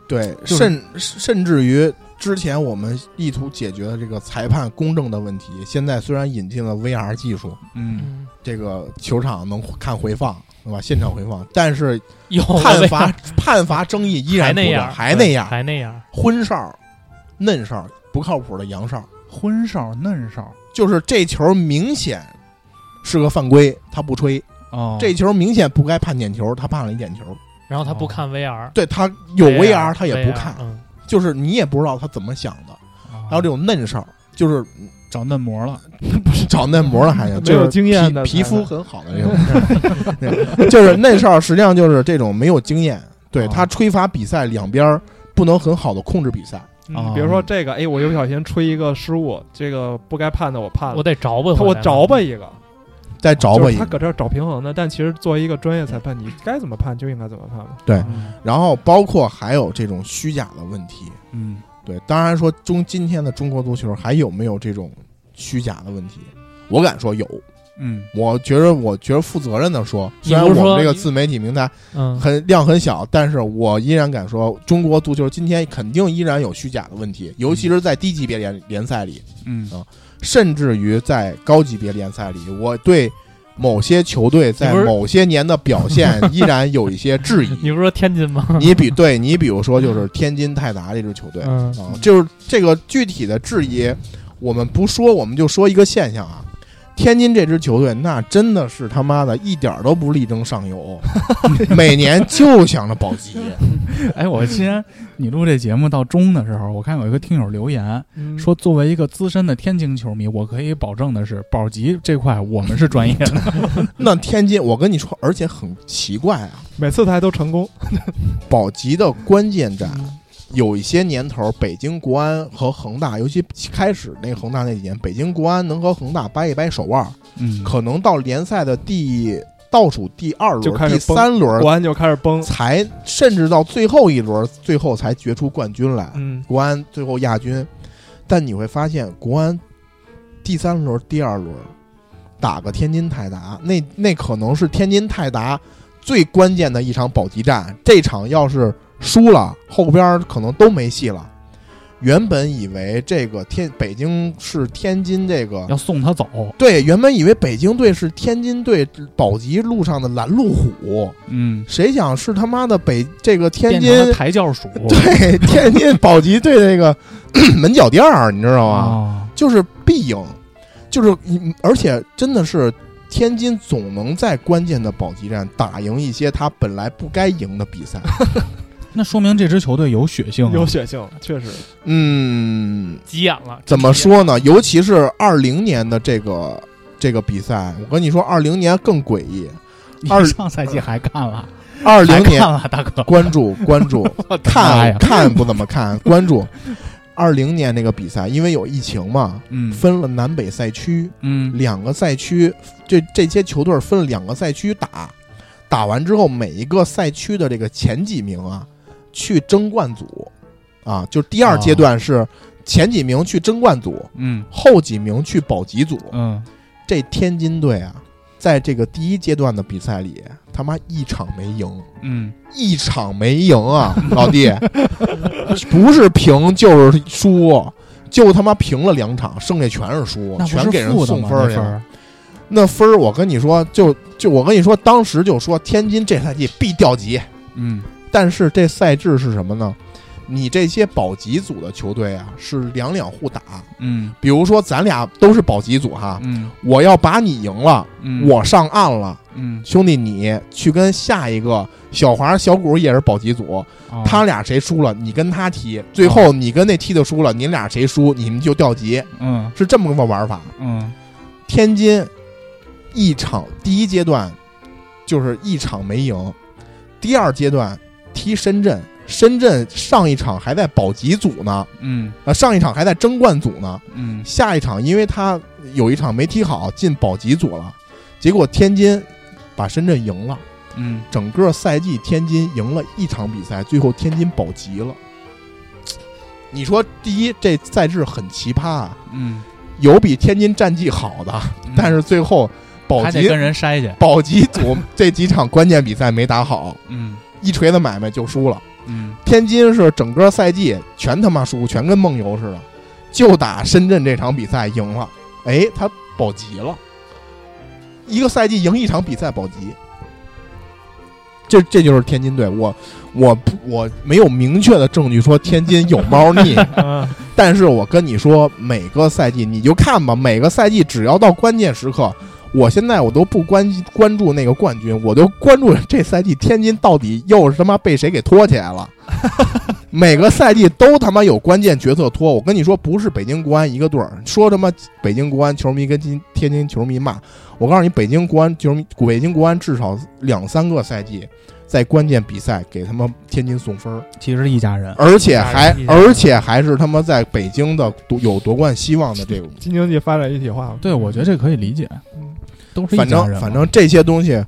I: 对，
J: 就是
I: 甚甚至于之前我们意图解决的这个裁判公正的问题，现在虽然引进了 VR 技术，
J: 嗯，
K: 嗯
I: 这个球场能看回放，对吧？现场回放，但是
K: 有
I: 判罚判罚争议依然
K: 哦还
I: 不
K: 那
I: 断，
K: 样，
I: 还
K: 对
I: 那样，
K: 还那样，
I: 荤哨、嫩哨、不靠谱的洋哨，
J: 荤哨嫩哨
I: 就是这球明显是个犯规，他不吹；
J: 哦，
I: 这球明显不该判点球，他判了一点球。
K: 然后他不
J: 哦
K: 看 VR，
I: 对他有
K: VR
I: VR，他也不
K: VR
I: 看，
K: 嗯，
I: 就是你也不知道他怎么想的。还有这
J: 种
I: 种嫩哨，就是
J: 找嫩模了，
I: 不是找嫩模了，还
D: 没有
I: 有就是
D: 经验的
I: 皮皮
D: 才能
I: 肤很好的这种 对，就是嫩哨，实际上就是这种没有经验，对
D: 啊
J: 哦
I: 他吹罚比赛两边儿不能很好的控制比赛，
J: 啊
K: 哦
D: 嗯，比如说这个，哎，我一不小心吹一个失误，这个不该判的我
I: 啊
D: 判了，
K: 我得着吧，
D: 他我着吧，一个，
I: 再着吧
D: 就是
I: 一
D: 他
I: 个，
D: 搁这儿找平衡呢，但其实作为一个专业裁判，你该怎么判就应该怎么判嘛。
J: 嗯
I: 然后包括还有这种虚假的问题，
J: 嗯，
I: 对，当然说中今天的中国足球还有没有这种虚假的问题，我敢说有，
J: 嗯，
I: 我觉得我觉得负责任的说，
K: 你
I: 虽然
K: 不是
I: 我
K: 说
I: 们这个
K: 你
I: 自媒体平台
K: 嗯，
I: 很量很小，但是我依然敢说，中国足球今天肯定依然有虚假的问题，尤其是在低级别联联赛里，
J: 嗯
I: 甚至于在高级别联赛里，我对某些球队在
K: 你不是
I: 某些年的表现依然有一些质
K: 你
I: 疑。
K: 不是说天津吗？
I: 你比对你比如说就是天津泰达这支球队
K: 嗯
I: 啊，就是这个具体的质疑，我们不说，我们就说一个现象啊。天津这支球队，那真的是他妈的一点儿都不力争上 游，每年就想着保级。嗯
J: 哎，我今天你录这节目到中的时候，我看有一个听友留言
K: 嗯
J: 说，作为一个资深的天津球迷，我可以保证的是，保级这块我们是专业的。
I: 那天津，我跟你说，而且很奇怪啊，
D: 每次他都成功，
I: 保级的关键战，
D: 嗯
I: 有一些年头，北京国安和恒大，尤其开始那个恒大那几年，北京国安能和恒大掰一掰手腕，
J: 嗯，
I: 可能到联赛的第倒数第二
D: 就开
I: 轮、
D: 始
I: 第三轮
D: 国安就开始崩。
I: 才，甚至到最后一轮，最后才决出冠军来。
D: 嗯，
I: 国安最后亚军，但你会发现国安第三轮、第二轮打个天津泰达，那那可能是天津泰达最关键的一场保级战。这场要是输了，后边可能都没戏了。原本以为这个天北京是天津这个
J: 要送他走，
I: 对，原本以为北京队是天津队保级路上的拦路虎，
J: 嗯，
I: 谁想是他妈的北这个天
J: 变成
I: 津
J: 了抬轿鼠，
I: 对天津保级队这个 门脚垫儿，你知道吗？
J: 啊，
I: 就是必赢，就是你而且真的是天津总能在关键的保级战打赢一些他本来不该赢的 比赛。
J: 那说明这支球队有血性啊，
D: 有血性，确实
I: 嗯，
K: 急眼了。
I: 怎么说呢？尤其是二零年的这个这个比赛，我跟你说，二零年更诡异。
J: 你
I: 二
J: 上赛季还看了，
I: 二零
J: 还
I: 年
J: 看了，大哥，
I: 关注关注，
J: 妈
I: 看
J: 哎呀
I: 看不怎么 看，关注。二零年那个比赛，因为有疫情嘛，
J: 嗯
I: 分了南北赛区，
J: 嗯
I: 两个赛区，这这些球队分了两个赛区打，打完之后，每一个赛区的这个前几名啊，去争冠组，啊，就第
J: 哦
I: 二阶段是前几名去争冠组，
J: 嗯
I: 后几名去保级组。
J: 嗯，
I: 这天津队啊，在这个第一阶段的比赛里，他妈一场没赢。
J: 嗯，
I: 一场没赢啊， 老弟，不是平就是输，就他妈平了两场，剩下全是输，
J: 那不
I: 全
J: 是
I: 给人
J: 负的
I: 送
J: 吗
I: 分儿
J: 那
I: 去
J: 分
I: 了。
J: 儿
I: 那分儿，我跟你说，就就我跟你说，当时就说天津这赛季必掉级，
J: 嗯
I: 但是这赛制是什么呢？你这些保级组的球队啊，是两两互打。
J: 嗯
I: 比如说，咱俩都是保级组哈，
J: 嗯
I: 我要把你赢了，
J: 嗯，
I: 我上岸了，
J: 嗯，
I: 兄弟你，去跟下一个小华、小谷也是保级组，
J: 啊
I: 他俩谁输了，你跟他踢，最后你跟那踢的输了，你俩谁输，你们就掉级，
J: 嗯
I: 是这么个玩法。
J: 嗯
I: 天津一场第一阶段就是一场没赢，第二阶段踢深圳，深圳上一场还在保级组呢，
J: 嗯
I: 呃，上一场还在争冠组呢，
J: 嗯
I: 下一场因为他有一场没踢好，进保级组了，结果天津把深圳赢了。
J: 嗯，
I: 整个赛季天津赢了一场比赛，最后天津保级了。你说，第一，这赛制很奇葩，啊，
J: 嗯，
I: 有比天津战绩好的，
J: 嗯
I: 但是最后保
J: 还得
I: 级
J: 跟人筛去，
I: 保级组这几场关键比赛没打好，
J: 嗯
I: 一锤子买卖就输了。
J: 嗯
I: 天津是整个赛季全他妈输，全跟梦游似的，就打深圳这场比赛赢了，哎，他保级了，一个赛季赢一场比赛保级，这 这就是天津队。我我不我没有明确的证据说天津有猫腻，但是我跟你说，每个赛季你就看吧，每个赛季只要到关键时刻。我现在我都不关关注那个冠军，我就关注这赛季天津到底又是他妈被谁给拖起来了。每个赛季都他妈有关键决策拖。我跟你说，不是北京国安一个队儿，说他妈北京国安球迷跟今天津球迷骂，我告诉你，北京国安球迷，北京国安至少两三个赛季在关键比赛给他妈天津送分儿，
J: 其实一家人，
I: 而且
J: 哎
I: 还
K: 一家人
I: 而且还是他妈在北京的夺有夺冠希望的这个。
D: 京津冀发展一体化嘛。
J: 对我觉得这可以理解，都是一
I: 反
J: 家
I: 正
J: 人，啊
I: 反正这些东西，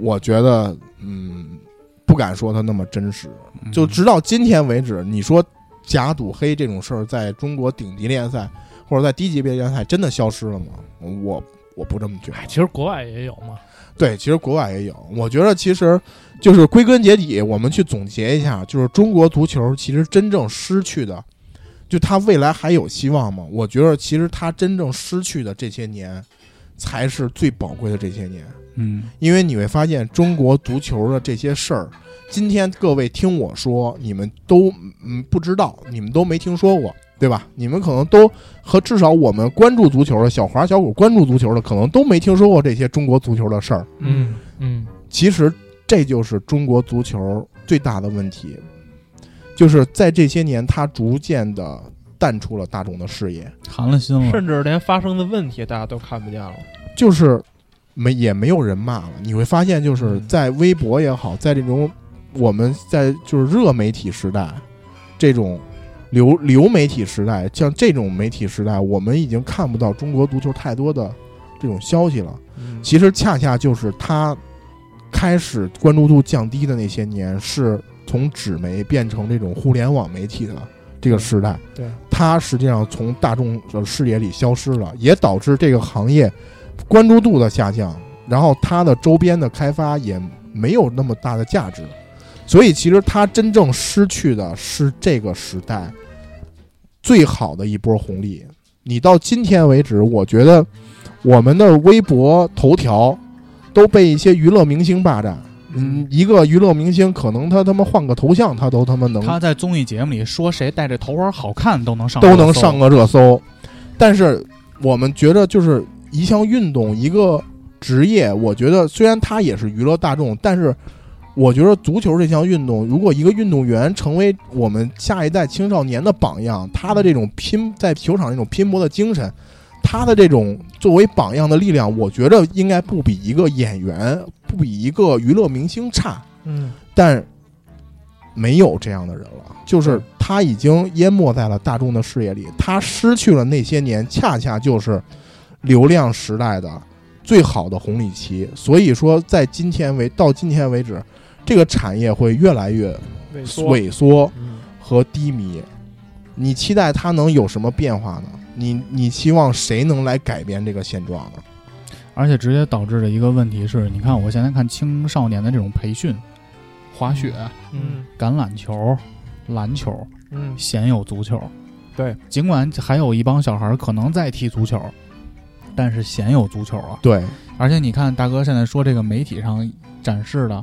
I: 我觉得嗯，不敢说它那么真实。就直到今天为止，你说假赌黑这种事儿在中国顶级联赛或者在低级别联赛真的消失了吗？我我不这么觉得。
K: 哎，其实国外也有嘛，
I: 对，其实国外也有。我觉得其实就是归根结底，我们去总结一下，就是中国足球其实真正失去的，就它未来还有希望吗？我觉得其实它真正失去的这些年，才是最宝贵的这些年。
J: 嗯
I: 因为你会发现中国足球的这些事儿，今天各位听我说，你们都嗯不知道，你们都没听说过，对吧？你们可能都和至少我们关注足球的小华、小谷关注足球的，可能都没听说过这些中国足球的事儿。
K: 嗯嗯，
I: 其实这就是中国足球最大的问题，就是在这些年，它逐渐的淡出了大众的视野，
J: 寒了心
I: 嗯
J: 了，
D: 甚至连发生的问题大家都看不见了。
I: 就是没也没有人骂了。你会发现，就是
D: 嗯
I: 在微博也好，在这种我们在就是热媒体时代，这种流流媒体时代，像这种媒体时代，我们已经看不到中国足球太多的这种消息了。
D: 嗯
I: 其实恰恰就是他开始关注度降低的那些年，是从纸媒变成这种互联网媒体的这个时代，
D: 对，
I: 它实际上从大众的视野里消失了，也导致这个行业关注度的下降，然后它的周边的开发也没有那么大的价值，所以其实它真正失去的是这个时代最好的一波红利。你到今天为止，我觉得我们的微博头条都被一些娱乐明星霸占。嗯，一个娱乐明星可能他他妈换个头像，他都他妈能
J: 他在综艺节目里说谁戴着头环好看都能上
I: 都
J: 热
I: 能
J: 搜
I: 上个热搜。但是我们觉得，就是一项运动，一个职业，我觉得虽然它也是娱乐大众，但是我觉得足球这项运动，如果一个运动员成为我们下一代青少年的榜样，他的这种拼在球场那种拼搏的精神。他的这种作为榜样的力量，我觉得应该不比一个演员、不比一个娱乐明星差。
D: 嗯，
I: 但没有这样的人了，就是他已经淹没在了大众的视野里，他失去了那些年，恰恰就是流量时代的最好的红利期。所以说，在今天为到今天为止，这个产业会越来越
D: 萎缩，
I: 萎缩
D: 嗯
I: 和低迷。你期待它能有什么变化呢？你你期望谁能来改变这个现状啊呢？
J: 而且直接导致的一个问题是，你看我现在看青少年的这种培训，滑雪、
D: 嗯
J: 橄榄球、篮球，
D: 嗯，
J: 鲜有足球。
D: 对，
J: 尽管还有一帮小孩儿可能在踢足球，但是鲜有足球啊。
I: 对，
J: 而且你看，大哥现在说这个媒体上展示的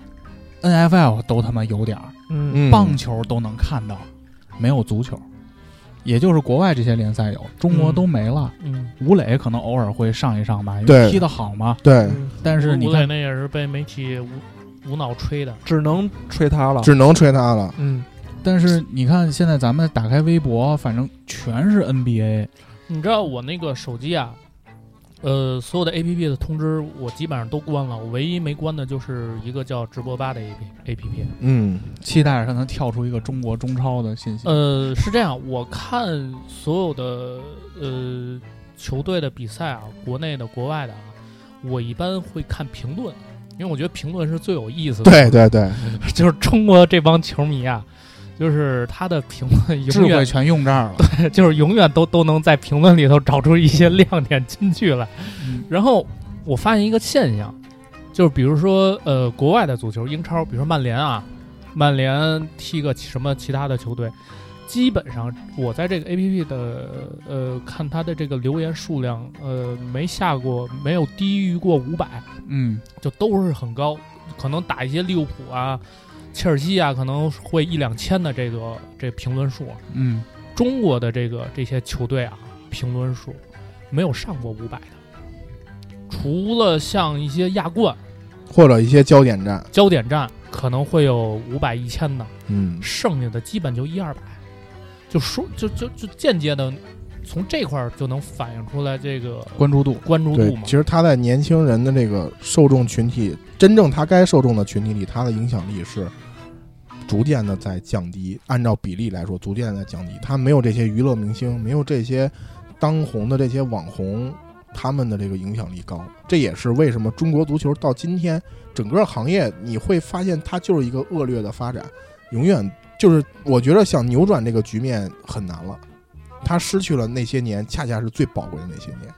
J: N F L 都他妈有点儿，
D: 嗯
I: 嗯，
J: 棒球都能看到，没有足球。也就是国外这些联赛有，中国都没了。
K: 嗯，
J: 吴磊可能偶尔会上一上吧，因
I: 对
J: 为踢得好嘛。
I: 对，
J: 但是你
K: 嗯吴磊
J: 看，
K: 那也是被媒体无无脑吹的，
D: 只能吹他了。
I: 只能吹他了。
D: 嗯，
J: 但是你看，现在咱们打开微博，反正全是 NBA。
K: 你知道我那个手机啊，呃，所有的 A P P 的通知我基本上都关了，我唯一没关的就是一个叫直播吧的 A P A P P。
I: 嗯，
J: 期待着它能跳出一个中国中超的信息。
K: 呃，是这样，我看所有的呃球队的比赛啊，国内的、国外的啊，我一般会看评论，因为我觉得评论是最有意思的。
I: 对，对对，
K: 就是中国这帮球迷啊，就是他的评论
J: 智
K: 永
J: 慧
K: 远
J: 全用这儿了。
K: 就是永远都都能在评论里头找出一些亮点金句来。
J: 嗯
K: 然后我发现一个现象，就是比如说呃，国外的足球，英超，比如说曼联啊，曼联踢个什么其他的球队，基本上我在这个 A P P 的呃看它的这个留言数量，呃，没下过没有低于过五百，
J: 嗯，
K: 就都是很高，可能打一些利物浦啊、切尔西啊，可能会一两千的这个这评论数。
J: 嗯，
K: 中国的这个这些球队啊，评论数没有上过五百的，除了像一些亚冠、
I: 或者一些焦点战，
K: 焦点战可能会有五百、一千的，
I: 嗯，
K: 剩下的基本就一二百，就说就就就间接的从这块儿就能反映出来这个
J: 关注度。
K: 关注
I: 对
K: 度，嘛
I: 其。实他在年轻人的这个受众群体，真正他该受众的群体里，他的影响力是逐渐的在降低。按照比例来说，逐渐地在降低。他没有这些娱乐明星，没有这些当红的这些网红，他们的这个影响力高。这也是为什么中国足球到今天整个行业，你会发现它就是一个恶劣的发展，永远就是我觉得想扭转这个局面很难了。他失去了那些年，恰恰是最宝贵的那些年。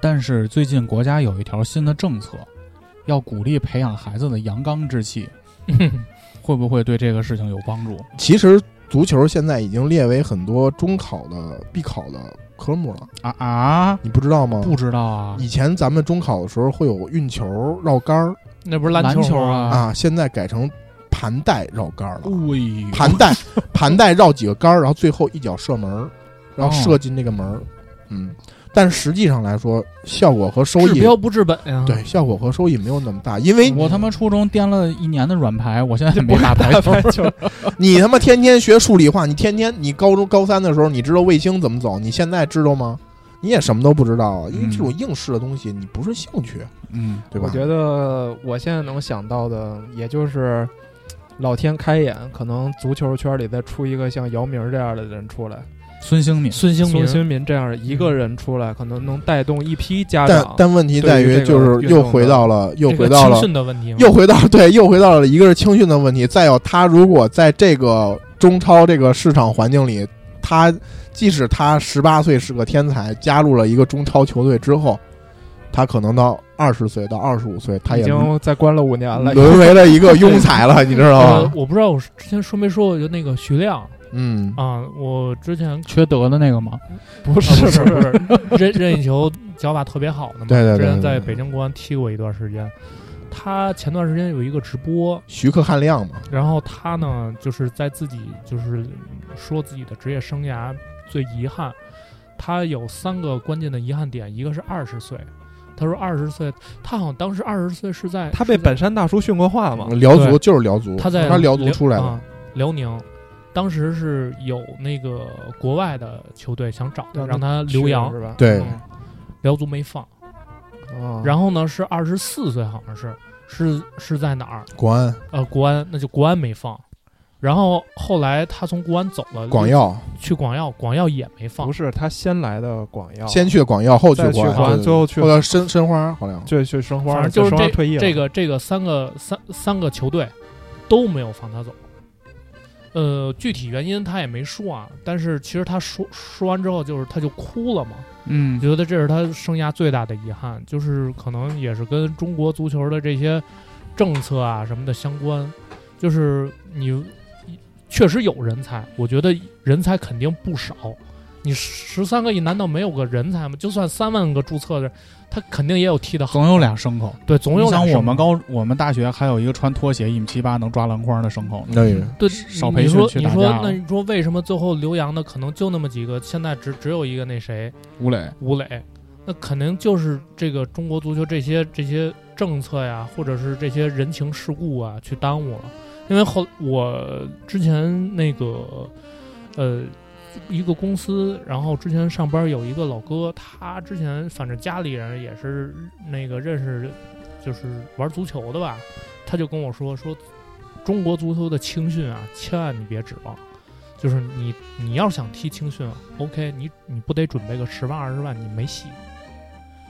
J: 但是最近国家有一条新的政策，要鼓励培养孩子的阳刚 之气，会不会对这个事情有帮助？
I: 其实足球现在已经列为很多中考的必考的科目了，
J: 啊啊！
I: 你不知道吗？
J: 不知道啊，
I: 以前咱们中考的时候会有运球绕杆儿
K: 那不是
J: 篮
K: 球
J: 啊，
I: 啊，现在改成盘带绕杆儿了。
J: 哎
I: 盘带 盘带绕几个杆儿，然后最后一脚射门儿，然后
J: 哦
I: 射进这个门儿。嗯，但实际上来说，效果和收
K: 治
I: 益
K: 标不治本啊呀、
I: 对效果和收益没有那么大，因为
J: 我他妈初中颠了一年的软排，我现在就没打排球。
I: 你他妈天天学数理化，你天天你高中高三的时候，你知道卫星怎么走，你现在知道吗？你也什么都不知道啊，因为这种应试的东西你不是兴趣，
J: 嗯，
I: 对
D: 嗯
I: 吧？
D: 我觉得我现在能想到的，也就是老天开眼，可能足球圈里再出一个像姚明这样的人出来，
J: 孙兴敏，
K: 孙兴
D: 孙
K: 民
D: 兴民这嗯样一个人出来，可能能带动一批家
I: 但
D: 长。
I: 但问题在
D: 对于
I: 于，
D: 这个
I: 就是
D: 运
I: 又
D: 动
I: 回
D: 的
I: 到了，又
K: 这
I: 回
K: 个
I: 到
K: 青
I: 了，
K: 训的问题嘛，
I: 又回到对，又回到了一个是青训的问题，再有他如果在这个中超这个市场环境里，他即使他十八岁是个天才，加入了一个中超球队之后，他可能到二十岁到二十五岁，他
D: 已
I: 也
D: 经在关了五年了，
I: 沦为了一个庸才了，你知道
K: 呃
I: 吗？，
K: 我不知道我之前说没说过，就那个徐亮
I: 嗯，
K: 啊，我之前
J: 缺德的那个吗？
D: 不
K: 啊不
D: 是
K: 是不是任任意球脚法特别好的嘛，
I: 对对对
K: 之前在
I: 对对
K: 北京国安踢过一段时间。他前段时间有一个直播，
I: 徐克汉亮嘛，
K: 然后他呢就是在自己就是说自己的职业生涯最遗憾，他有三个关键的遗憾点，一个是二十岁，他说二十岁，他好像当时二十岁是在
D: 他被
K: 是在
D: 本山大叔训过话嘛？
I: 辽足
K: 对
I: 就是辽足，
K: 他在
I: 他辽足出来的，
K: 啊辽宁，当时是有那个国外的球队想找他，让他留嗯洋
D: 是，吧？
I: 对，
K: 嗯辽足没放。
D: 哦
K: 然后呢是二十四岁，好像是是是在哪儿？
I: 国安、
K: 呃，国安，那就国安没放。然后后来他从国安走了，
I: 广药，
K: 去广药，广药也没放
D: 不。是他先来的广药，
I: 先去广药，后去
D: 再去
I: 国安，
D: 国安
I: 对对对
D: 最后去
I: 后来申申花，好像
D: 就去申花
K: 反
D: 了，
K: 正就是
D: 申花退役了
K: 这这个这个三个三三个球队都没有放他走。呃，具体原因他也没说啊，但是其实他说说完之后，就是他就哭了嘛，
J: 嗯，
K: 觉得这是他生涯最大的遗憾，就是可能也是跟中国足球的这些政策啊什么的相关。就是你确实有人才，我觉得人才肯定不少。你十三个亿难道没有个人才吗？就算三万个注册的，他肯定也有踢的好，
J: 总有俩牲口。
K: 对，总有
J: 你
K: 俩
J: 想
K: 什
J: 我
K: 么
J: 们高我们大学还有一个穿拖鞋一米七八能抓篮筐的牲口呢。
I: 那也
K: 对，
J: 少
K: 你
J: 培训
K: 说
J: 去
K: 你
J: 打
K: 说
J: 架啊
K: 那
J: 了
K: 你说为什么最后留洋的可能就那么几个？现在只只有一个那谁
J: 吴磊，
K: 吴磊，那肯定就是这个中国足球这些这些政策呀，或者是这些人情世故啊，去耽误了。因为后我之前那个呃一个公司，然后之前上班有一个老哥，他之前反正家里人也是那个认识，就是玩足球的吧，他就跟我说说，中国足球的青训啊，千万你别指望。就是你，你要是想踢青训，OK，你你不得准备个十万二十万，你没戏。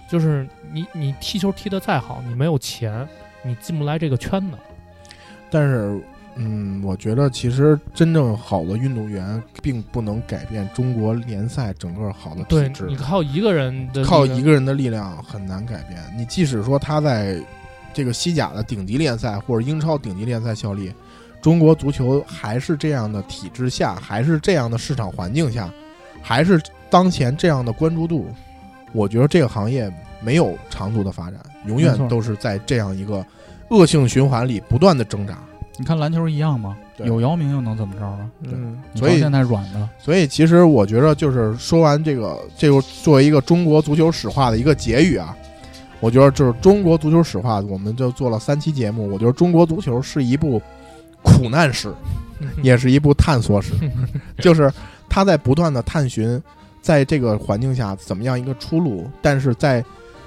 K: 就是你你踢球踢得再好，你没有钱，你进不来这个圈子。
I: 但是，嗯，我觉得其实真正好的运动员，并不能改变中国联赛整个好的体
K: 对
I: 制
K: 你，靠一个人的
I: 靠
K: 那
I: 一个人的力量很难改变。你即使说他在这个西甲的顶级联赛或者英超顶级联赛效力，中国足球还是这样的体制下，还是这样的市场环境下，还是当前这样的关注度，我觉得这个行业没有长足的发展，永远
J: 没错
I: 都是在这样一个恶性循环里不断的挣扎。
J: 你看篮球一样吗？
I: 对
J: 有姚明又能怎么着啊？
D: 嗯，
J: 你
I: 所
J: 到
I: 以
J: 现在软的，
I: 所以其实我觉得，就是说完这个，这个作为一个中国足球史话的一个结语啊，我觉得就是中国足球史话，我们就做了三期节目。我觉得中国足球是一部苦难史，也是一部探索史，就是他在不断的探寻，在这个环境下怎么样一个出路，但是在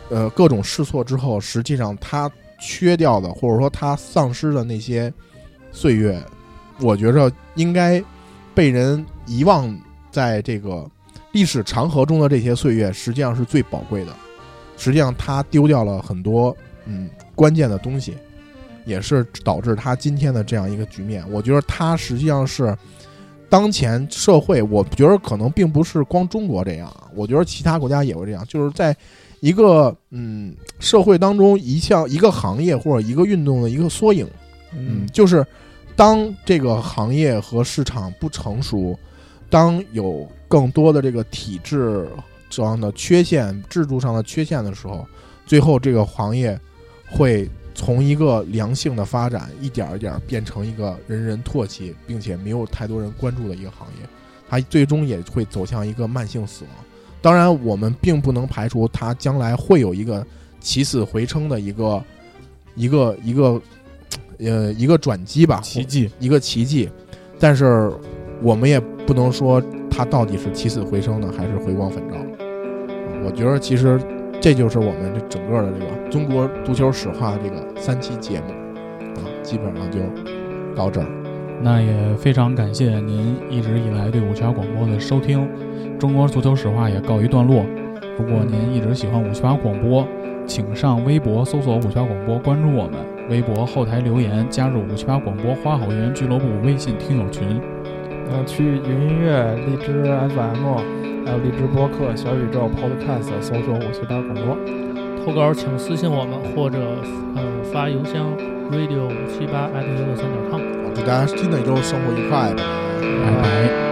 I: 呃各种试错之后，实际上他缺掉的或者说他丧失的那些岁月，我觉着应该被人遗忘在这个历史长河中的这些岁月，实际上是最宝贵的。实际上，他丢掉了很多嗯关键的东西，也是导致他今天的这样一个局面。我觉得他实际上是当前社会，我觉得可能并不是光中国这样，啊我觉得其他国家也会这样，就是在一个嗯社会当中一项一个行业或者一个运动的一个缩影。嗯，就是当这个行业和市场不成熟，当有更多的这个体制上的缺陷、制度上的缺陷的时候，最后这个行业会从一个良性的发展，一点儿一点儿变成一个人人唾弃，并且没有太多人关注的一个行业，它最终也会走向一个慢性死亡。当然，我们并不能排除它将来会有一个起死回生的一个一个一个呃一个转机吧，
J: 奇迹。
I: 一个奇迹，但是我们也不能说它到底是起死回生呢，还是回光返照。我觉得其实这就是我们这整个的这个中国足球史话这个三期节目啊，基本上就到这儿。
J: 那也非常感谢您一直以来对五七八广播的收听，中国足球史话也告一段落。如果您一直喜欢五七八广播，请上微博搜索五七八广播，关注我们。微博后台留言，加入五七八广播花好月圆俱乐部微信听友群。
D: 呃，去云音乐、荔枝 FM，还有荔枝播客、小宇宙、Podcast，搜索“五七八广播”。
K: 投稿请私信我们，或者呃发邮箱
I: 啊
K: radio 五七八 at 六六三点 com。
I: 祝大家新的一周生活愉快，拜
J: 拜拜。